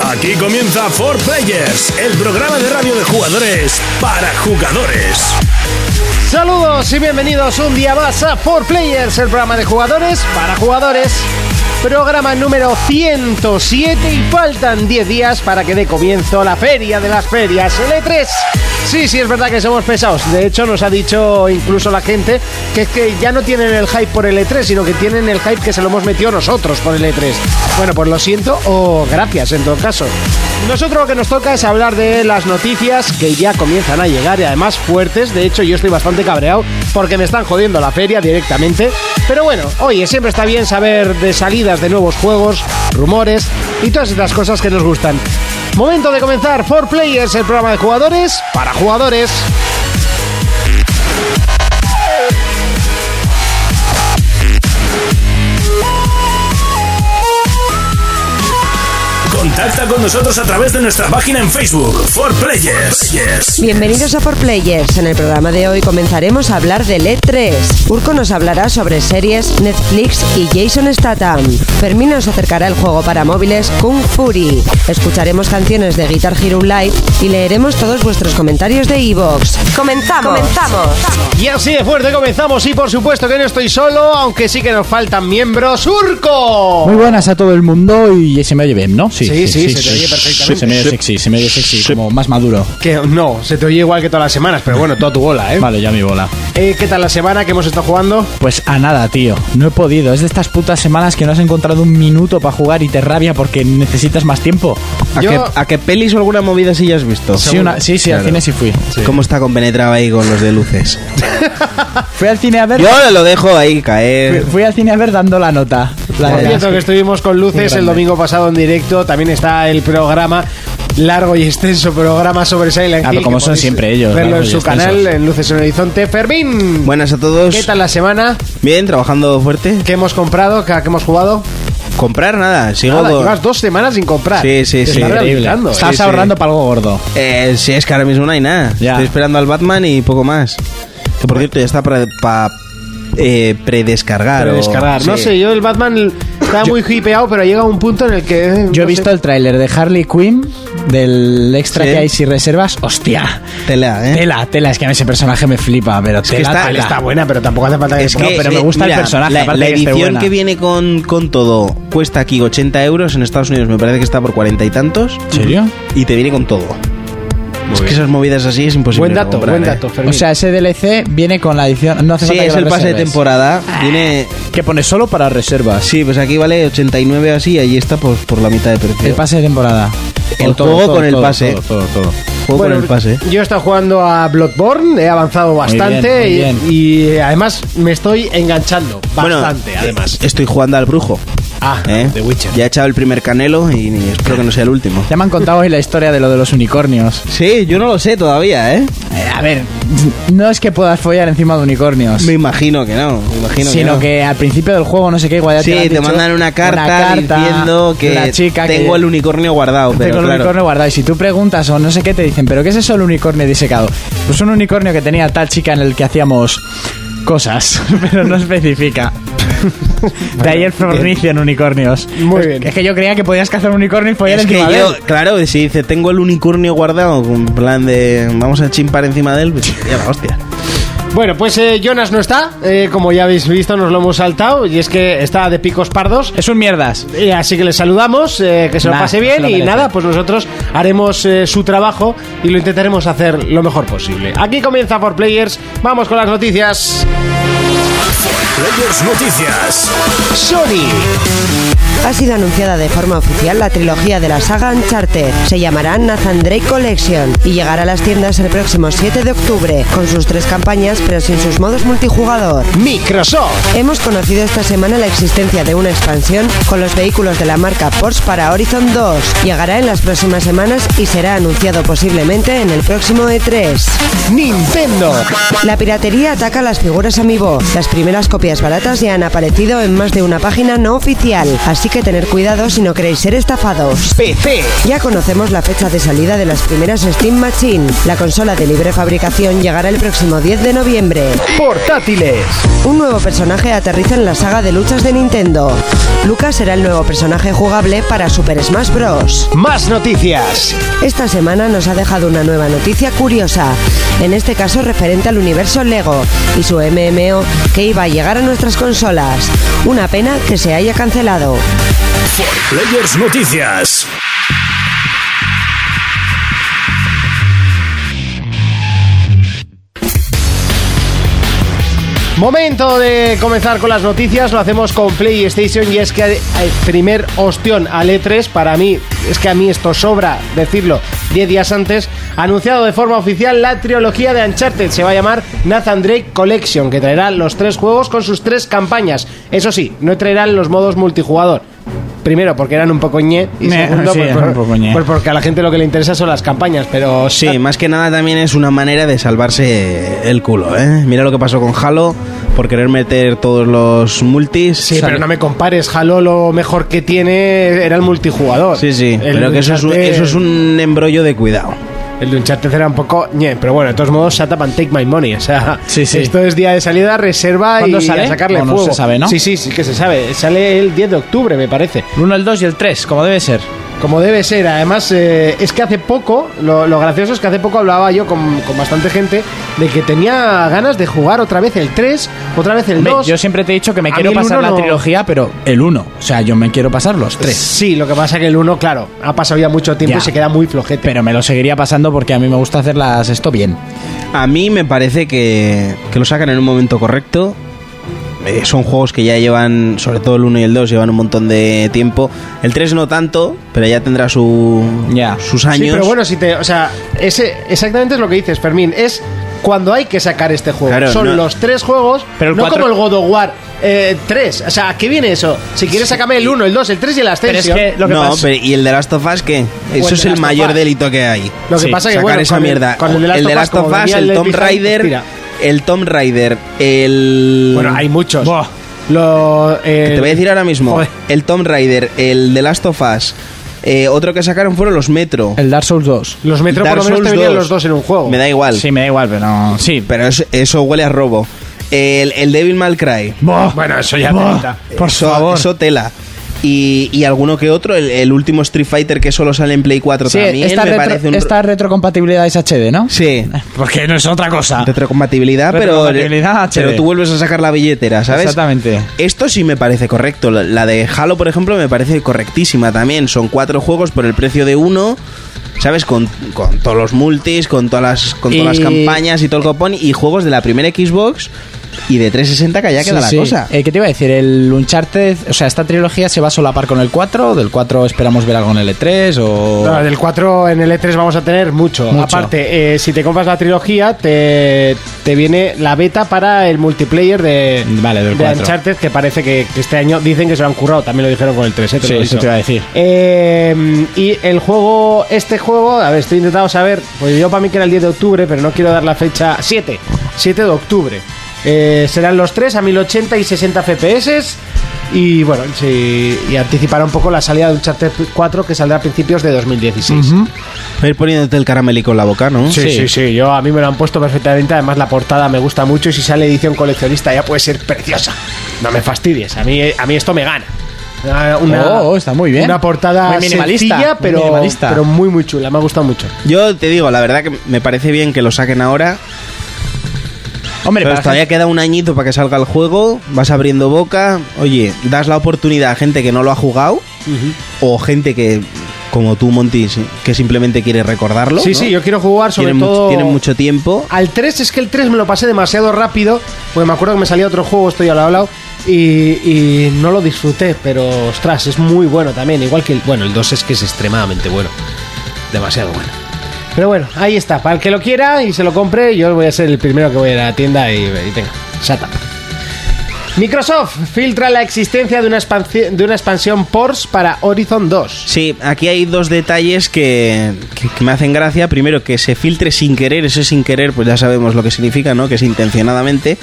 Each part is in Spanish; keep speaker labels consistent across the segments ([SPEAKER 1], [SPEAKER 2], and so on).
[SPEAKER 1] Aquí comienza For Players, el programa de radio de jugadores para jugadores.
[SPEAKER 2] Saludos y bienvenidos un día más a 4Players, el programa de jugadores para jugadores. Programa número 107 y faltan 10 días para que dé comienzo la feria de las ferias, el E3. Sí, sí, es verdad que somos pesados. De hecho, nos ha dicho incluso la gente que es que ya no tienen el hype por el E3, sino que tienen el hype que se lo hemos metido nosotros por el E E3. Bueno, pues lo siento o gracias en todo caso. Nosotros lo que nos toca es hablar de las noticias que ya comienzan a llegar y además fuertes. De hecho, yo estoy bastante cabreado porque me están jodiendo la feria directamente. Pero bueno, oye, siempre está bien saber de salidas de nuevos juegos, rumores y todas estas cosas que nos gustan. Momento de comenzar 4Players, el programa de jugadores para jugadores.
[SPEAKER 1] Contacta con nosotros a través de nuestra página en Facebook, For Players. Yes.
[SPEAKER 3] Bienvenidos a For Players. En el programa de hoy comenzaremos a hablar de E3. Urco nos hablará sobre series, Netflix y Jason Statham. Fermín nos acercará el juego para móviles Kung Fury. Escucharemos canciones de Guitar Hero Live y leeremos todos vuestros comentarios de Evox. ¡Comenzamos! ¡Comenzamos!
[SPEAKER 2] Y así de fuerte comenzamos y por supuesto que no estoy solo, aunque sí que nos faltan miembros. ¡Urco!
[SPEAKER 4] Muy buenas a todo el mundo y se me oye bien, ¿no?
[SPEAKER 2] Sí, sí, se te oye perfectamente.
[SPEAKER 4] Se me oye sexy, se me oye sexy, como más maduro.
[SPEAKER 2] Que no, se te oye igual que todas las semanas, pero bueno, toda tu bola, ¿eh?
[SPEAKER 4] Vale, ya mi bola.
[SPEAKER 2] Eh, ¿Qué tal la semana que hemos estado jugando?
[SPEAKER 4] Pues a nada, tío. No he podido. Es de estas putas semanas que no has encontrado un minuto para jugar y te rabia porque necesitas más tiempo.
[SPEAKER 5] ¿A,
[SPEAKER 2] Yo-
[SPEAKER 5] qué, a qué pelis o alguna movida sí ya has visto?
[SPEAKER 4] Sí, una- sí, sí, al
[SPEAKER 5] Claro.
[SPEAKER 4] cine sí fui.
[SPEAKER 5] ¿Cómo está compenetrado ahí con los de luces?
[SPEAKER 4] Fui al cine a ver.
[SPEAKER 5] Yo lo dejo ahí
[SPEAKER 4] fui-
[SPEAKER 5] caer.
[SPEAKER 4] Fui al cine a ver dando la nota. La
[SPEAKER 2] Por
[SPEAKER 4] verdad.
[SPEAKER 2] cierto, que estuvimos con
[SPEAKER 4] Muy
[SPEAKER 2] luces
[SPEAKER 4] grande.
[SPEAKER 2] el domingo pasado en directo. También está el programa, largo y extenso programa sobre Silent
[SPEAKER 4] Ah,
[SPEAKER 2] Hill.
[SPEAKER 4] pero como
[SPEAKER 2] que
[SPEAKER 4] son
[SPEAKER 2] podéis
[SPEAKER 4] siempre ellos,
[SPEAKER 2] Verlo en
[SPEAKER 4] largos y
[SPEAKER 2] su
[SPEAKER 4] extensos.
[SPEAKER 2] canal, en Luces en el Horizonte. Fermín,
[SPEAKER 5] Buenas a todos.
[SPEAKER 2] ¿qué tal la semana?
[SPEAKER 5] Bien, trabajando fuerte.
[SPEAKER 2] ¿Qué hemos comprado? ¿Qué, qué hemos jugado?
[SPEAKER 5] Comprar nada, sigo.
[SPEAKER 2] Nada,
[SPEAKER 5] con-
[SPEAKER 2] llevas dos semanas sin comprar.
[SPEAKER 5] Sí, sí,
[SPEAKER 2] Te
[SPEAKER 5] sí.
[SPEAKER 2] estás
[SPEAKER 5] Increíble.
[SPEAKER 2] rehabilitando, ¿eh?
[SPEAKER 4] Estás
[SPEAKER 5] Sí, sí.
[SPEAKER 4] ahorrando para algo gordo.
[SPEAKER 5] Eh, sí, es que ahora mismo no hay nada.
[SPEAKER 4] Ya.
[SPEAKER 5] Estoy esperando al Batman y poco más. Que por cierto ya está para pa- eh, predescargar.
[SPEAKER 2] Pero
[SPEAKER 5] o-
[SPEAKER 2] descargar. No
[SPEAKER 5] sí.
[SPEAKER 2] sé, yo el Batman está muy hipeado, pero llega un punto en el que. eh,
[SPEAKER 4] Yo he
[SPEAKER 2] no
[SPEAKER 4] visto
[SPEAKER 2] sé.
[SPEAKER 4] el tráiler de Harley Quinn, del extra
[SPEAKER 5] Sí.
[SPEAKER 4] que hay si reservas. Hostia.
[SPEAKER 5] Tela, ¿eh?
[SPEAKER 4] Tela, tela, es que a mí ese personaje me flipa, pero tela,
[SPEAKER 5] que está-
[SPEAKER 4] tela.
[SPEAKER 2] Está buena, pero tampoco hace falta que.
[SPEAKER 5] Es
[SPEAKER 4] No,
[SPEAKER 5] que,
[SPEAKER 4] pero me
[SPEAKER 5] eh,
[SPEAKER 4] gusta el
[SPEAKER 5] mira,
[SPEAKER 4] personaje,
[SPEAKER 5] La,
[SPEAKER 4] aparte
[SPEAKER 5] la
[SPEAKER 4] que esté
[SPEAKER 5] edición
[SPEAKER 4] buena.
[SPEAKER 5] que viene con, con todo cuesta aquí 80 euros. En Estados Unidos me parece que está por cuarenta y tantos.
[SPEAKER 4] ¿En serio?
[SPEAKER 5] Y te viene con todo. es que esas movidas así es imposible.
[SPEAKER 2] Buen
[SPEAKER 5] de
[SPEAKER 2] dato,
[SPEAKER 5] comprar,
[SPEAKER 2] buen
[SPEAKER 5] ¿eh?
[SPEAKER 2] dato, Fermín.
[SPEAKER 4] O sea, ese DLC viene con la edición. No hace
[SPEAKER 5] Sí,
[SPEAKER 4] falta que
[SPEAKER 5] es
[SPEAKER 4] la
[SPEAKER 5] el pase de
[SPEAKER 4] reserves.
[SPEAKER 5] temporada. Viene.
[SPEAKER 4] Que pone solo para reservas.
[SPEAKER 5] Sí, pues aquí vale 89 así y allí está por, por la mitad de precio.
[SPEAKER 4] El pase de temporada.
[SPEAKER 5] El juego con el pase.
[SPEAKER 4] Todo, todo, todo.
[SPEAKER 5] Juego
[SPEAKER 2] Bueno,
[SPEAKER 5] con el pase.
[SPEAKER 2] Yo he estado jugando a Bloodborne, he avanzado bastante
[SPEAKER 4] ¿eh? bien, muy
[SPEAKER 2] y, y, además me estoy enganchando bastante,
[SPEAKER 5] Bueno,
[SPEAKER 2] además.
[SPEAKER 5] eh, Estoy jugando al brujo.
[SPEAKER 2] Ah,
[SPEAKER 5] ¿eh?
[SPEAKER 2] The Witcher.
[SPEAKER 5] Ya he echado el primer canelo y ni- espero que no sea el último.
[SPEAKER 4] Ya me han contado hoy la historia de lo de los unicornios.
[SPEAKER 5] Sí, yo no lo sé todavía, ¿eh?
[SPEAKER 4] Eh, a ver, no es que puedas follar encima de unicornios.
[SPEAKER 5] Me imagino que no. Me imagino
[SPEAKER 4] sino
[SPEAKER 5] no.
[SPEAKER 4] que, al principio del juego, no sé qué, igual ya
[SPEAKER 5] Sí,
[SPEAKER 4] te, han
[SPEAKER 5] te,
[SPEAKER 4] dicho
[SPEAKER 5] mandan una carta,
[SPEAKER 4] carta
[SPEAKER 5] diciendo
[SPEAKER 4] de la
[SPEAKER 5] que
[SPEAKER 4] chica que-
[SPEAKER 5] tengo el unicornio guardado. Pero
[SPEAKER 4] tengo el
[SPEAKER 5] claro,
[SPEAKER 4] unicornio guardado. Y si tú preguntas o no sé qué, te dicen, ¿pero qué es eso el unicornio disecado? Pues un unicornio que tenía tal chica en el que hacíamos cosas, pero no especifica. de ahí el fornicio en unicornios.
[SPEAKER 2] Muy
[SPEAKER 4] Es-
[SPEAKER 2] bien.
[SPEAKER 4] Es que yo creía que podías cazar un unicornio y follar
[SPEAKER 5] Es que
[SPEAKER 4] encima de
[SPEAKER 5] yo,
[SPEAKER 4] él.
[SPEAKER 5] claro, si dice tengo el unicornio guardado, en plan de vamos a chimpar encima de él, pues sería la hostia.
[SPEAKER 2] Bueno, pues eh, Jonas no está, eh, como ya habéis visto, nos lo hemos saltado y es que está de picos pardos.
[SPEAKER 4] Es un mierdas.
[SPEAKER 2] Eh, así que le saludamos, eh, que se lo
[SPEAKER 4] Nah,
[SPEAKER 2] pase
[SPEAKER 4] no
[SPEAKER 2] bien
[SPEAKER 4] se lo
[SPEAKER 2] y
[SPEAKER 4] merece.
[SPEAKER 2] nada, pues nosotros haremos eh, su trabajo y lo intentaremos hacer lo mejor posible. Aquí comienza por Players, vamos con las noticias.
[SPEAKER 1] Players Noticias.
[SPEAKER 2] Sony.
[SPEAKER 3] Ha sido anunciada de forma oficial la trilogía de la saga Uncharted. Se llamará Nathan Drake Collection y llegará a las tiendas el próximo 7 de octubre, con sus tres campañas pero sin sus modos multijugador.
[SPEAKER 2] Microsoft,
[SPEAKER 3] Hemos conocido esta semana la existencia de una expansión con los vehículos de la marca Porsche para Horizon 2. Llegará en las próximas semanas y será anunciado posiblemente en el próximo E3.
[SPEAKER 2] Nintendo,
[SPEAKER 3] La piratería ataca las figuras Amiibo. Las primeras copias baratas ya han aparecido en más de una página no oficial, así Así que tener cuidado si no queréis ser estafados.
[SPEAKER 2] PC.
[SPEAKER 3] Ya conocemos la fecha de salida de las primeras Steam Machine. La consola de libre fabricación llegará el próximo 10 de noviembre.
[SPEAKER 2] Portátiles.
[SPEAKER 3] Un nuevo personaje aterriza en la saga de luchas de Nintendo. Lucas será el nuevo personaje jugable para Super Smash Bros.
[SPEAKER 2] Más noticias.
[SPEAKER 3] Esta semana nos ha dejado una nueva noticia curiosa, en este caso referente al universo Lego y su MMO que iba a llegar a nuestras consolas. Una pena que se haya cancelado.
[SPEAKER 1] Players Noticias.
[SPEAKER 2] Momento de comenzar con las noticias, lo hacemos con PlayStation y es que el primer ostión al E3, para mí, es que a mí esto sobra decirlo, 10 días antes, ha anunciado de forma oficial la trilogía de Uncharted, se va a llamar Nathan Drake Collection, que traerá los tres juegos con sus tres campañas. Eso sí, no traerán los modos multijugador. Primero, porque eran un poco ñe. Y
[SPEAKER 4] Me-
[SPEAKER 2] segundo,
[SPEAKER 4] sí,
[SPEAKER 2] pues,
[SPEAKER 4] eran un
[SPEAKER 2] por-
[SPEAKER 4] poco ñe.
[SPEAKER 2] pues porque a la gente lo que le interesa son las campañas, pero
[SPEAKER 5] Sí, más que nada también es una manera de salvarse el culo, ¿eh? Mira lo que pasó con Halo por querer meter todos los multis.
[SPEAKER 2] Sí, pero no me compares, Halo lo mejor que tiene era el multijugador.
[SPEAKER 5] Sí, sí,
[SPEAKER 2] El
[SPEAKER 5] pero que eso es, un,
[SPEAKER 2] Uncharted-
[SPEAKER 5] eso es un embrollo de cuidado.
[SPEAKER 2] El de Uncharted era un poco... ñe, pero bueno, de todos modos, shut up and take my money. O sea,
[SPEAKER 4] Sí, sí.
[SPEAKER 2] esto es día de salida, reserva y
[SPEAKER 4] ¿Cuándo
[SPEAKER 2] a
[SPEAKER 4] sale?
[SPEAKER 2] sacarle
[SPEAKER 4] O no
[SPEAKER 2] fuego.
[SPEAKER 4] se sabe, ¿no?
[SPEAKER 2] Sí, sí, sí que se sabe. Sale el 10 de octubre, me parece.
[SPEAKER 4] El 1, el 2 y el 3, como debe ser.
[SPEAKER 2] Como debe ser. Además, eh, es que hace poco, lo, lo gracioso es que hace poco hablaba yo con, con bastante gente de que tenía ganas de jugar otra vez el 3, otra vez el
[SPEAKER 4] Hombre,
[SPEAKER 2] 2.
[SPEAKER 4] yo siempre te he dicho que me
[SPEAKER 2] A
[SPEAKER 4] quiero
[SPEAKER 2] mí el
[SPEAKER 4] pasar
[SPEAKER 2] uno
[SPEAKER 4] la
[SPEAKER 2] no-
[SPEAKER 4] trilogía, pero el 1. O sea, yo me quiero pasar los 3.
[SPEAKER 2] Sí, lo que pasa que el 1, claro, ha pasado ya mucho tiempo
[SPEAKER 4] Ya.
[SPEAKER 2] y se queda muy flojete.
[SPEAKER 4] Pero me lo seguiría pasando porque a mí me gusta hacerlas esto bien.
[SPEAKER 5] A mí me parece que, que lo sacan en un momento correcto. Eh, son juegos que ya llevan, sobre todo el 1 y el 2, llevan un montón de tiempo. El 3 no tanto, pero ya tendrá su,
[SPEAKER 4] Ya.
[SPEAKER 5] sus años.
[SPEAKER 2] Sí, pero bueno, si te. O sea, ese exactamente es lo que dices, Fermín. Es cuando hay que sacar este juego.
[SPEAKER 5] Claro,
[SPEAKER 2] Son
[SPEAKER 5] no-
[SPEAKER 2] los tres juegos,
[SPEAKER 4] Pero el
[SPEAKER 2] no
[SPEAKER 4] cuatro-
[SPEAKER 2] como el God of War 3. o sea, ¿a ¿qué viene eso? Si quieres, sácame el 1, el 2, el 3 y el
[SPEAKER 4] Pero es
[SPEAKER 2] Ascension.
[SPEAKER 4] que lo que
[SPEAKER 5] no,
[SPEAKER 4] pasa...
[SPEAKER 5] pero ¿y el de Last of Us qué? Eso
[SPEAKER 2] el
[SPEAKER 5] es
[SPEAKER 2] de
[SPEAKER 5] el
[SPEAKER 2] Last of
[SPEAKER 5] mayor
[SPEAKER 2] Us.
[SPEAKER 5] delito que hay.
[SPEAKER 2] Lo que
[SPEAKER 4] sí,
[SPEAKER 2] pasa que,
[SPEAKER 5] sacar
[SPEAKER 2] bueno,
[SPEAKER 5] esa
[SPEAKER 2] con el-
[SPEAKER 5] mierda.
[SPEAKER 2] con el de Last,
[SPEAKER 5] el
[SPEAKER 2] of
[SPEAKER 5] de
[SPEAKER 2] Us,
[SPEAKER 5] Last of
[SPEAKER 2] como
[SPEAKER 5] Us,
[SPEAKER 2] venía
[SPEAKER 5] el
[SPEAKER 2] de
[SPEAKER 5] Tomb
[SPEAKER 2] Behind,
[SPEAKER 5] Rider,
[SPEAKER 2] mira.
[SPEAKER 5] el Tomb Rider, el...
[SPEAKER 2] Bueno, hay muchos.
[SPEAKER 4] Buah.
[SPEAKER 2] Lo, el-
[SPEAKER 5] Te voy a decir ahora mismo,
[SPEAKER 2] Joder.
[SPEAKER 5] el Tomb Raider, el de Last of Us, eh, otro que sacaron fueron los Metro.
[SPEAKER 4] El Dark Souls 2.
[SPEAKER 2] Los Metro
[SPEAKER 5] Dark
[SPEAKER 2] por lo menos te
[SPEAKER 5] Souls
[SPEAKER 2] venían
[SPEAKER 5] 2.
[SPEAKER 2] los dos en un juego.
[SPEAKER 5] Me da igual,
[SPEAKER 4] Sí, me da igual, pero no... Sí.
[SPEAKER 5] pero eso, eso huele a robo. El, el Devil May Cry,
[SPEAKER 2] Bueno, eso ya
[SPEAKER 4] Buah.
[SPEAKER 2] pinta.
[SPEAKER 4] Por
[SPEAKER 5] eso,
[SPEAKER 4] favor.
[SPEAKER 5] eso tela. Y, y alguno que otro, el, el último Street Fighter que solo sale en Play 4
[SPEAKER 4] Sí,
[SPEAKER 5] también,
[SPEAKER 4] esta,
[SPEAKER 5] me
[SPEAKER 4] retro-
[SPEAKER 5] parece un...
[SPEAKER 4] esta retrocompatibilidad es HD, ¿no?
[SPEAKER 5] Sí,
[SPEAKER 4] Porque no es otra cosa.
[SPEAKER 5] retrocompatibilidad, pero,
[SPEAKER 4] Retrocompatibilidad,
[SPEAKER 5] pero
[SPEAKER 4] HD.
[SPEAKER 5] tú vuelves a sacar la billetera, ¿sabes?
[SPEAKER 4] Exactamente.
[SPEAKER 5] Esto sí me parece correcto. La- La de Halo, por ejemplo, me parece correctísima también. Son cuatro juegos por el precio de uno. ¿Sabes? Con, con todos los multis, con todas las, con todas las
[SPEAKER 4] Y-
[SPEAKER 5] campañas y todo el copón. Y juegos de la primera Xbox y de 360 que ya
[SPEAKER 4] Sí,
[SPEAKER 5] queda la
[SPEAKER 4] sí.
[SPEAKER 5] cosa.
[SPEAKER 4] Eh, ¿Qué te iba a decir? El Uncharted, o sea, esta trilogía se va a solapar con el 4, del 4 esperamos ver algo en el E3 o...
[SPEAKER 2] No, del 4 en el E3 vamos a tener mucho.
[SPEAKER 4] Mucho.
[SPEAKER 2] Aparte, eh, si te compras la trilogía, te, te viene la beta para el multiplayer de,
[SPEAKER 4] Vale, del
[SPEAKER 2] de
[SPEAKER 4] cuatro.
[SPEAKER 2] Uncharted, que parece que, que este año dicen que se lo han currado. También lo dijeron con el 3, ¿eh? Te lo
[SPEAKER 4] Sí,
[SPEAKER 2] he
[SPEAKER 4] eso
[SPEAKER 2] dicho.
[SPEAKER 4] te iba a decir.
[SPEAKER 2] Eh, y el juego, este juego, a ver, estoy intentando saber, pues yo para mí que era el 10 de octubre, pero no quiero dar la fecha 7, 7 de octubre. Eh, serán los 3 a 1080 y 60 FPS. Y bueno, sí, y anticipará un poco la salida de Uncharted 4 que saldrá a principios de 2016.
[SPEAKER 5] Va a ir poniéndote el caramelico en la boca, ¿no?
[SPEAKER 2] Sí, sí, sí,
[SPEAKER 4] Sí.
[SPEAKER 2] Yo a mí me lo han puesto perfectamente. Además, la portada me gusta mucho. Y si sale edición coleccionista, ya puede ser preciosa. No me fastidies. A mí, eh, a mí esto me gana. Una, ah, una-
[SPEAKER 4] Oh, está muy bien.
[SPEAKER 2] Una portada
[SPEAKER 4] Muy minimalista,
[SPEAKER 2] sencilla,
[SPEAKER 4] muy
[SPEAKER 2] pero,
[SPEAKER 4] minimalista.
[SPEAKER 2] pero muy, muy chula. Me ha gustado mucho.
[SPEAKER 5] Yo te digo, la verdad que me parece bien que lo saquen ahora.
[SPEAKER 4] Hombre,
[SPEAKER 5] Pero
[SPEAKER 4] para
[SPEAKER 5] todavía queda un añito para que salga el juego, vas abriendo boca, oye, das la oportunidad a gente que no lo ha jugado o gente que, como tú, Montis, que simplemente quiere recordarlo.
[SPEAKER 2] Sí,
[SPEAKER 5] ¿no?
[SPEAKER 2] sí, yo quiero jugar sobre
[SPEAKER 5] tienen,
[SPEAKER 2] todo.
[SPEAKER 5] mucho, tienen mucho tiempo.
[SPEAKER 2] Al 3 es que el 3 me lo pasé demasiado rápido, porque me acuerdo que me salía otro juego, esto ya lo he hablado, y, y no lo disfruté, pero ostras, es muy bueno también, igual que el... Bueno, el 2 es que es extremadamente bueno, demasiado bueno. Pero bueno, ahí está, para el que lo quiera y se lo compre, yo voy a ser el primero que voy a la tienda y, y tenga, shut up. Microsoft filtra la existencia de una, expansi- de una expansión Porsche para Horizon 2.
[SPEAKER 5] Sí, aquí hay dos detalles que, que- que me hacen gracia. Primero, que se filtre sin querer, ese sin querer, pues ya sabemos lo que significa, ¿no? Que es intencionadamente.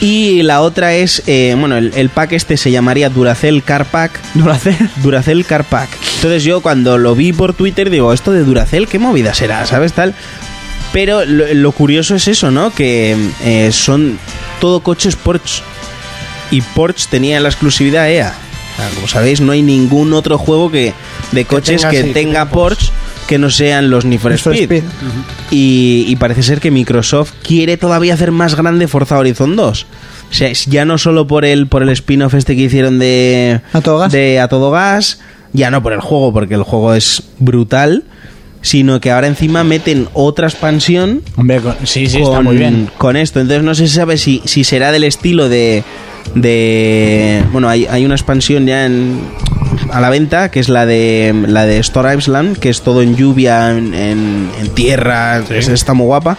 [SPEAKER 5] Y la otra es, eh, bueno, el, el pack este se llamaría Duracell Car Pack.
[SPEAKER 4] ¿No lo hace?
[SPEAKER 5] Duracell Car Pack. Entonces yo cuando lo vi por Twitter digo, esto de Duracell, ¿qué movida será? ¿Sabes tal? Pero lo, lo curioso es eso, ¿no? Que eh, son todo coches Porsche. Y Porsche tenía la exclusividad EA. O sea, Como sabéis, no hay ningún otro juego que de coches
[SPEAKER 2] tenga,
[SPEAKER 5] que tenga,
[SPEAKER 2] sí, que tenga
[SPEAKER 5] Porsche que no sean los Need for
[SPEAKER 4] Need for
[SPEAKER 5] Speed.
[SPEAKER 4] Speed.
[SPEAKER 5] Y, y parece ser que Microsoft quiere todavía hacer más grande Forza Horizon 2. O sea, es- ya no solo por el, por el spin-off este que hicieron de
[SPEAKER 4] A todo gas.
[SPEAKER 5] de A Todo Gas, ya no por el juego, porque el juego es brutal, sino que ahora encima meten otra expansión
[SPEAKER 4] Hombre, con- sí, sí, está
[SPEAKER 5] con-
[SPEAKER 4] muy bien.
[SPEAKER 5] con esto. Entonces no se sabe si, si será del estilo de. de bueno, hay, hay una expansión ya en- a la venta, que es la de la de Store Island, que es todo en lluvia, en, en- en tierra, es- está muy guapa.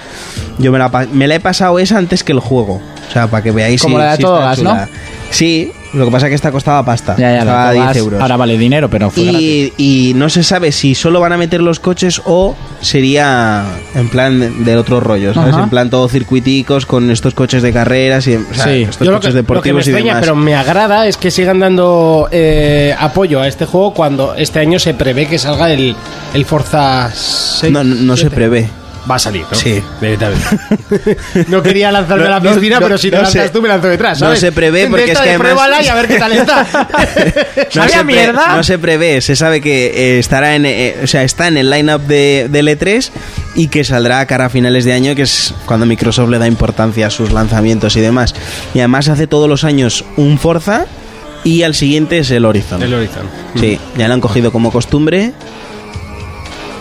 [SPEAKER 5] Yo me la, pa- me la he pasado esa antes que el juego. O sea, para que veáis
[SPEAKER 4] Como
[SPEAKER 5] si-
[SPEAKER 4] la de
[SPEAKER 5] si
[SPEAKER 4] Todo
[SPEAKER 5] está
[SPEAKER 4] Gas,
[SPEAKER 5] chula.
[SPEAKER 4] ¿no?
[SPEAKER 5] Sí, lo que pasa es que esta costaba pasta.
[SPEAKER 4] Ya, ya, lo
[SPEAKER 5] costaba
[SPEAKER 4] que
[SPEAKER 5] 10
[SPEAKER 4] vas-
[SPEAKER 5] euros.
[SPEAKER 4] Ahora vale dinero, pero fue gratis.
[SPEAKER 5] Y, y no se sabe si solo van a meter los coches o sería en plan de- del otro rollo, ¿sabes?
[SPEAKER 4] Ajá.
[SPEAKER 5] En plan todo circuiticos con estos coches de carreras y o sea,
[SPEAKER 4] Sí.
[SPEAKER 5] estos
[SPEAKER 2] Yo lo
[SPEAKER 5] coches
[SPEAKER 2] que, lo que me
[SPEAKER 5] deportivos y
[SPEAKER 2] extraña,
[SPEAKER 5] demás.
[SPEAKER 2] pero me agrada, es que sigan dando eh, apoyo a este juego cuando este año se prevé que salga el, el Forza 6.
[SPEAKER 5] no, no, no se
[SPEAKER 2] siete.
[SPEAKER 5] prevé.
[SPEAKER 2] Va a salir, ¿no?
[SPEAKER 5] Sí.
[SPEAKER 2] Directamente. no quería lanzarme a la
[SPEAKER 5] No, no,
[SPEAKER 2] piscina,
[SPEAKER 5] no,
[SPEAKER 2] pero si te
[SPEAKER 5] no
[SPEAKER 2] lanzas
[SPEAKER 5] se-
[SPEAKER 2] tú me lanzo detrás,
[SPEAKER 5] no
[SPEAKER 2] ¿sabes?
[SPEAKER 5] se prevé, porque
[SPEAKER 2] Intenta
[SPEAKER 5] es que
[SPEAKER 2] de
[SPEAKER 5] además-
[SPEAKER 2] pruébala y a ver qué tal está.
[SPEAKER 5] No se
[SPEAKER 2] ¿Sabía
[SPEAKER 5] pre-
[SPEAKER 2] mierda?
[SPEAKER 5] No se prevé, se sabe que eh, estará en, eh, o sea, está en el lineup de, del E3 y que saldrá a cara a finales de año, que es cuando Microsoft le da importancia a sus lanzamientos y demás. Y además hace todos los años un Forza y al siguiente es el Horizon.
[SPEAKER 2] Horizon.
[SPEAKER 5] Sí,
[SPEAKER 4] Mm.
[SPEAKER 5] ya lo han cogido como costumbre.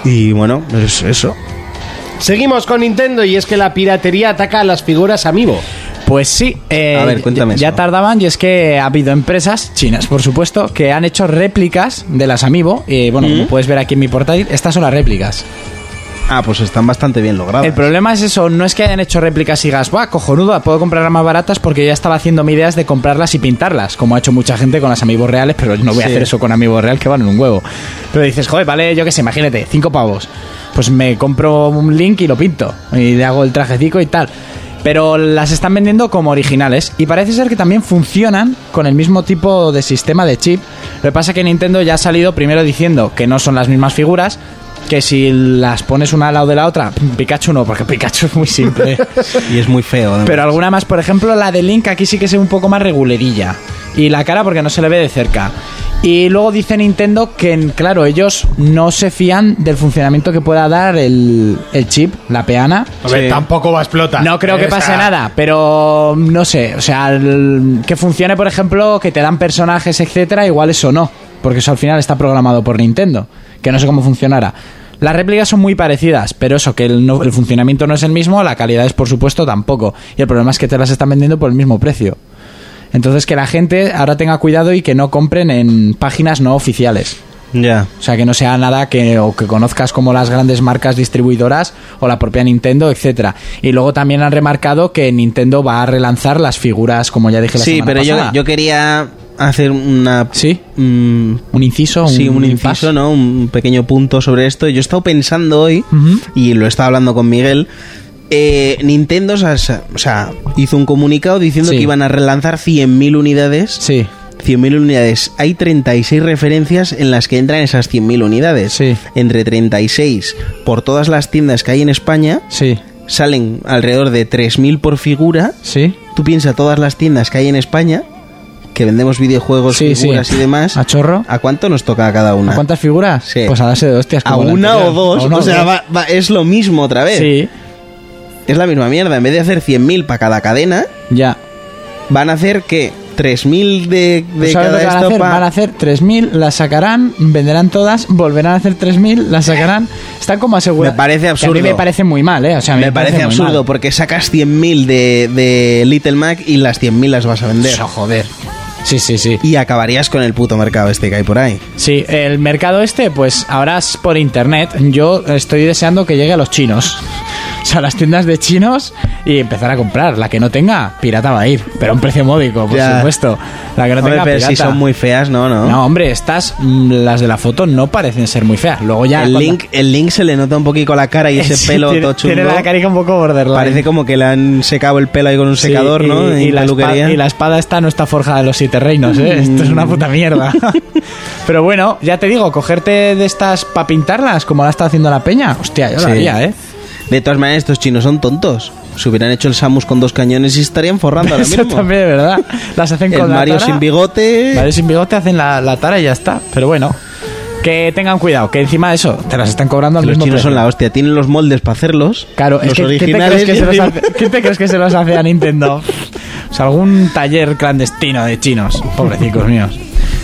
[SPEAKER 5] Y bueno, es eso.
[SPEAKER 2] Seguimos con Nintendo y es que la piratería ataca a las figuras Amiibo.
[SPEAKER 4] Pues sí, eh,
[SPEAKER 5] A ver, cuéntame
[SPEAKER 4] ya
[SPEAKER 5] eso.
[SPEAKER 4] tardaban y es que ha habido empresas chinas, por supuesto, que han hecho réplicas de las Amiibo. Y bueno, como puedes ver aquí en mi portátil, estas son las réplicas.
[SPEAKER 5] Ah, pues están bastante bien logrados.
[SPEAKER 4] El problema es eso, no es que hayan hecho réplicas y digas, "Buah, cojonuda, puedo comprarlas más baratas porque ya estaba haciendo mi ideas de comprarlas y pintarlas, como ha hecho mucha gente con las amigos reales, pero yo no voy a
[SPEAKER 5] Sí.
[SPEAKER 4] hacer eso con amigos real que valen un huevo. Pero dices, joder, vale, yo qué sé, imagínate, cinco pavos. Pues me compro un link y lo pinto, y le hago el trajecico y tal. Pero las están vendiendo como originales y parece ser que también funcionan con el mismo tipo de sistema de chip. Lo que pasa es que Nintendo ya ha salido primero diciendo que no son las mismas figuras, que si las pones una al lado de la otra, Pikachu no, porque Pikachu es muy simple.
[SPEAKER 5] Y es muy feo. además.
[SPEAKER 4] Eh. Pero alguna más, por ejemplo, la de Link aquí sí que es un poco más regulerilla. Y la cara porque no se le ve de cerca. Y luego dice Nintendo que, claro, ellos no se fían del funcionamiento que pueda dar el, el chip, la peana.
[SPEAKER 2] A ver, tampoco va a explotar.
[SPEAKER 4] No creo que
[SPEAKER 2] Esa-
[SPEAKER 4] pase nada, pero mm, no sé. O sea, el- que funcione, por ejemplo, que te dan personajes, etcétera, igual eso no. Porque eso al final está programado por Nintendo. Que no sé cómo funcionará. Las réplicas son muy parecidas, pero eso, que el, no- el funcionamiento no es el mismo, la calidad es por supuesto tampoco. Y el problema es que te las están vendiendo por el mismo precio. Entonces que la gente ahora tenga cuidado y que no compren en páginas no oficiales.
[SPEAKER 5] Ya.
[SPEAKER 4] O sea, que no sea nada que, o que conozcas como las grandes marcas distribuidoras o la propia Nintendo, etcétera. Y luego también han remarcado que Nintendo va a relanzar las figuras, como ya dije la
[SPEAKER 5] Sí,
[SPEAKER 4] semana
[SPEAKER 5] pero yo,
[SPEAKER 4] pasada.
[SPEAKER 5] yo quería hacer una.
[SPEAKER 4] Sí.
[SPEAKER 5] mm,
[SPEAKER 4] Un inciso,
[SPEAKER 5] sí, un
[SPEAKER 4] impasse.
[SPEAKER 5] inciso, ¿no? Un pequeño punto sobre esto. Yo he estado pensando hoy, y lo he estado hablando con Miguel. eh, Nintendo o sea, o sea, hizo un comunicado diciendo
[SPEAKER 4] Sí.
[SPEAKER 5] que iban a relanzar 100.000 unidades.
[SPEAKER 4] Sí.
[SPEAKER 5] 100.000 unidades. Hay 36 referencias en las que entran esas 100.000 unidades.
[SPEAKER 4] Sí.
[SPEAKER 5] Entre 36 por todas las tiendas que hay en España,
[SPEAKER 4] Sí.
[SPEAKER 5] salen alrededor de 3.000 por figura.
[SPEAKER 4] Sí.
[SPEAKER 5] Tú piensas todas las tiendas que hay en España, que vendemos videojuegos,
[SPEAKER 4] Sí, sí.
[SPEAKER 5] figuras y demás.
[SPEAKER 4] ¿A chorro?
[SPEAKER 5] ¿A cuánto nos toca a cada una?
[SPEAKER 4] ¿A cuántas figuras?
[SPEAKER 5] Sí.
[SPEAKER 4] Pues a darse de hostias.
[SPEAKER 5] A
[SPEAKER 4] como la
[SPEAKER 5] una o
[SPEAKER 4] anterior.
[SPEAKER 5] dos.
[SPEAKER 4] A una
[SPEAKER 5] o sea,
[SPEAKER 4] dos.
[SPEAKER 5] va- va- es lo mismo otra vez.
[SPEAKER 4] Sí,
[SPEAKER 5] Es la misma mierda. En vez de hacer 100.000 para cada cadena,
[SPEAKER 4] ya.
[SPEAKER 5] van a hacer que 3.000 de, de
[SPEAKER 4] Pues ¿Sabes lo
[SPEAKER 5] cada
[SPEAKER 4] que van a hacer?
[SPEAKER 5] estopa.
[SPEAKER 4] Van a hacer 3.000, las sacarán, venderán todas, volverán a hacer 3.000, las sacarán. Están como aseguradas.
[SPEAKER 5] Me parece
[SPEAKER 4] Que
[SPEAKER 5] absurdo.
[SPEAKER 4] A mí me parece muy mal, ¿eh? O sea, a mí
[SPEAKER 5] Me parece
[SPEAKER 4] muy
[SPEAKER 5] absurdo
[SPEAKER 4] mal.
[SPEAKER 5] porque sacas 100.000 de, de Little Mac y las 100.000 las vas a vender.
[SPEAKER 4] Eso, joder. Sí, sí, sí.
[SPEAKER 5] Y acabarías con el puto mercado este que hay por ahí.
[SPEAKER 4] Sí, el mercado este, pues ahora es por internet. Yo estoy deseando que llegue a los chinos. O sea, las tiendas de chinos y empezar a comprar. La que no tenga, pirata va a ir. Pero a un precio módico, por
[SPEAKER 5] Ya.
[SPEAKER 4] supuesto. La que no
[SPEAKER 5] Hombre,
[SPEAKER 4] tenga,
[SPEAKER 5] pero
[SPEAKER 4] pirata.
[SPEAKER 5] si son muy feas, no, no.
[SPEAKER 4] No, hombre, estas, mm, las de la foto, no parecen ser muy feas. Luego ya.
[SPEAKER 5] el,
[SPEAKER 4] cuando-
[SPEAKER 5] link, el link se le nota un poquito la cara y ese
[SPEAKER 4] Sí,
[SPEAKER 5] pelo
[SPEAKER 4] tiene,
[SPEAKER 5] todo chungo.
[SPEAKER 4] Tiene la carica un poco borderline.
[SPEAKER 5] Parece como que le han secado el pelo ahí con un
[SPEAKER 4] Sí,
[SPEAKER 5] secador,
[SPEAKER 4] y-
[SPEAKER 5] ¿no?
[SPEAKER 4] Y,
[SPEAKER 5] En
[SPEAKER 4] la
[SPEAKER 5] peluquería. Mm.
[SPEAKER 4] espada, y la espada esta no está forjada de los siete reinos, ¿eh? Esto es una puta mierda. Pero bueno, ya te digo, cogerte de estas para pintarlas, como la está haciendo la peña, hostia, yo lo
[SPEAKER 5] Sí.
[SPEAKER 4] haría, ¿eh?
[SPEAKER 5] De todas maneras, estos chinos son tontos. Si hubieran hecho el Samus con dos cañones y estarían forrando ahora
[SPEAKER 4] Eso
[SPEAKER 5] mismo.
[SPEAKER 4] también es verdad. Las hacen
[SPEAKER 5] El
[SPEAKER 4] con la
[SPEAKER 5] Mario
[SPEAKER 4] tara.
[SPEAKER 5] sin bigote.
[SPEAKER 4] Mario sin bigote hacen la, la tara y ya está. Pero bueno, que tengan cuidado, que encima de eso, te las están cobrando al
[SPEAKER 5] Los
[SPEAKER 4] mismo
[SPEAKER 5] chinos
[SPEAKER 4] precio.
[SPEAKER 5] son la hostia. Tienen los moldes para hacerlos.
[SPEAKER 4] Claro,
[SPEAKER 5] los
[SPEAKER 4] es que, ¿qué te,
[SPEAKER 5] originales.
[SPEAKER 4] crees que se los
[SPEAKER 5] y-
[SPEAKER 4] hace, ¿qué te crees que se los hace a Nintendo? O sea, algún taller clandestino de chinos, pobrecicos míos.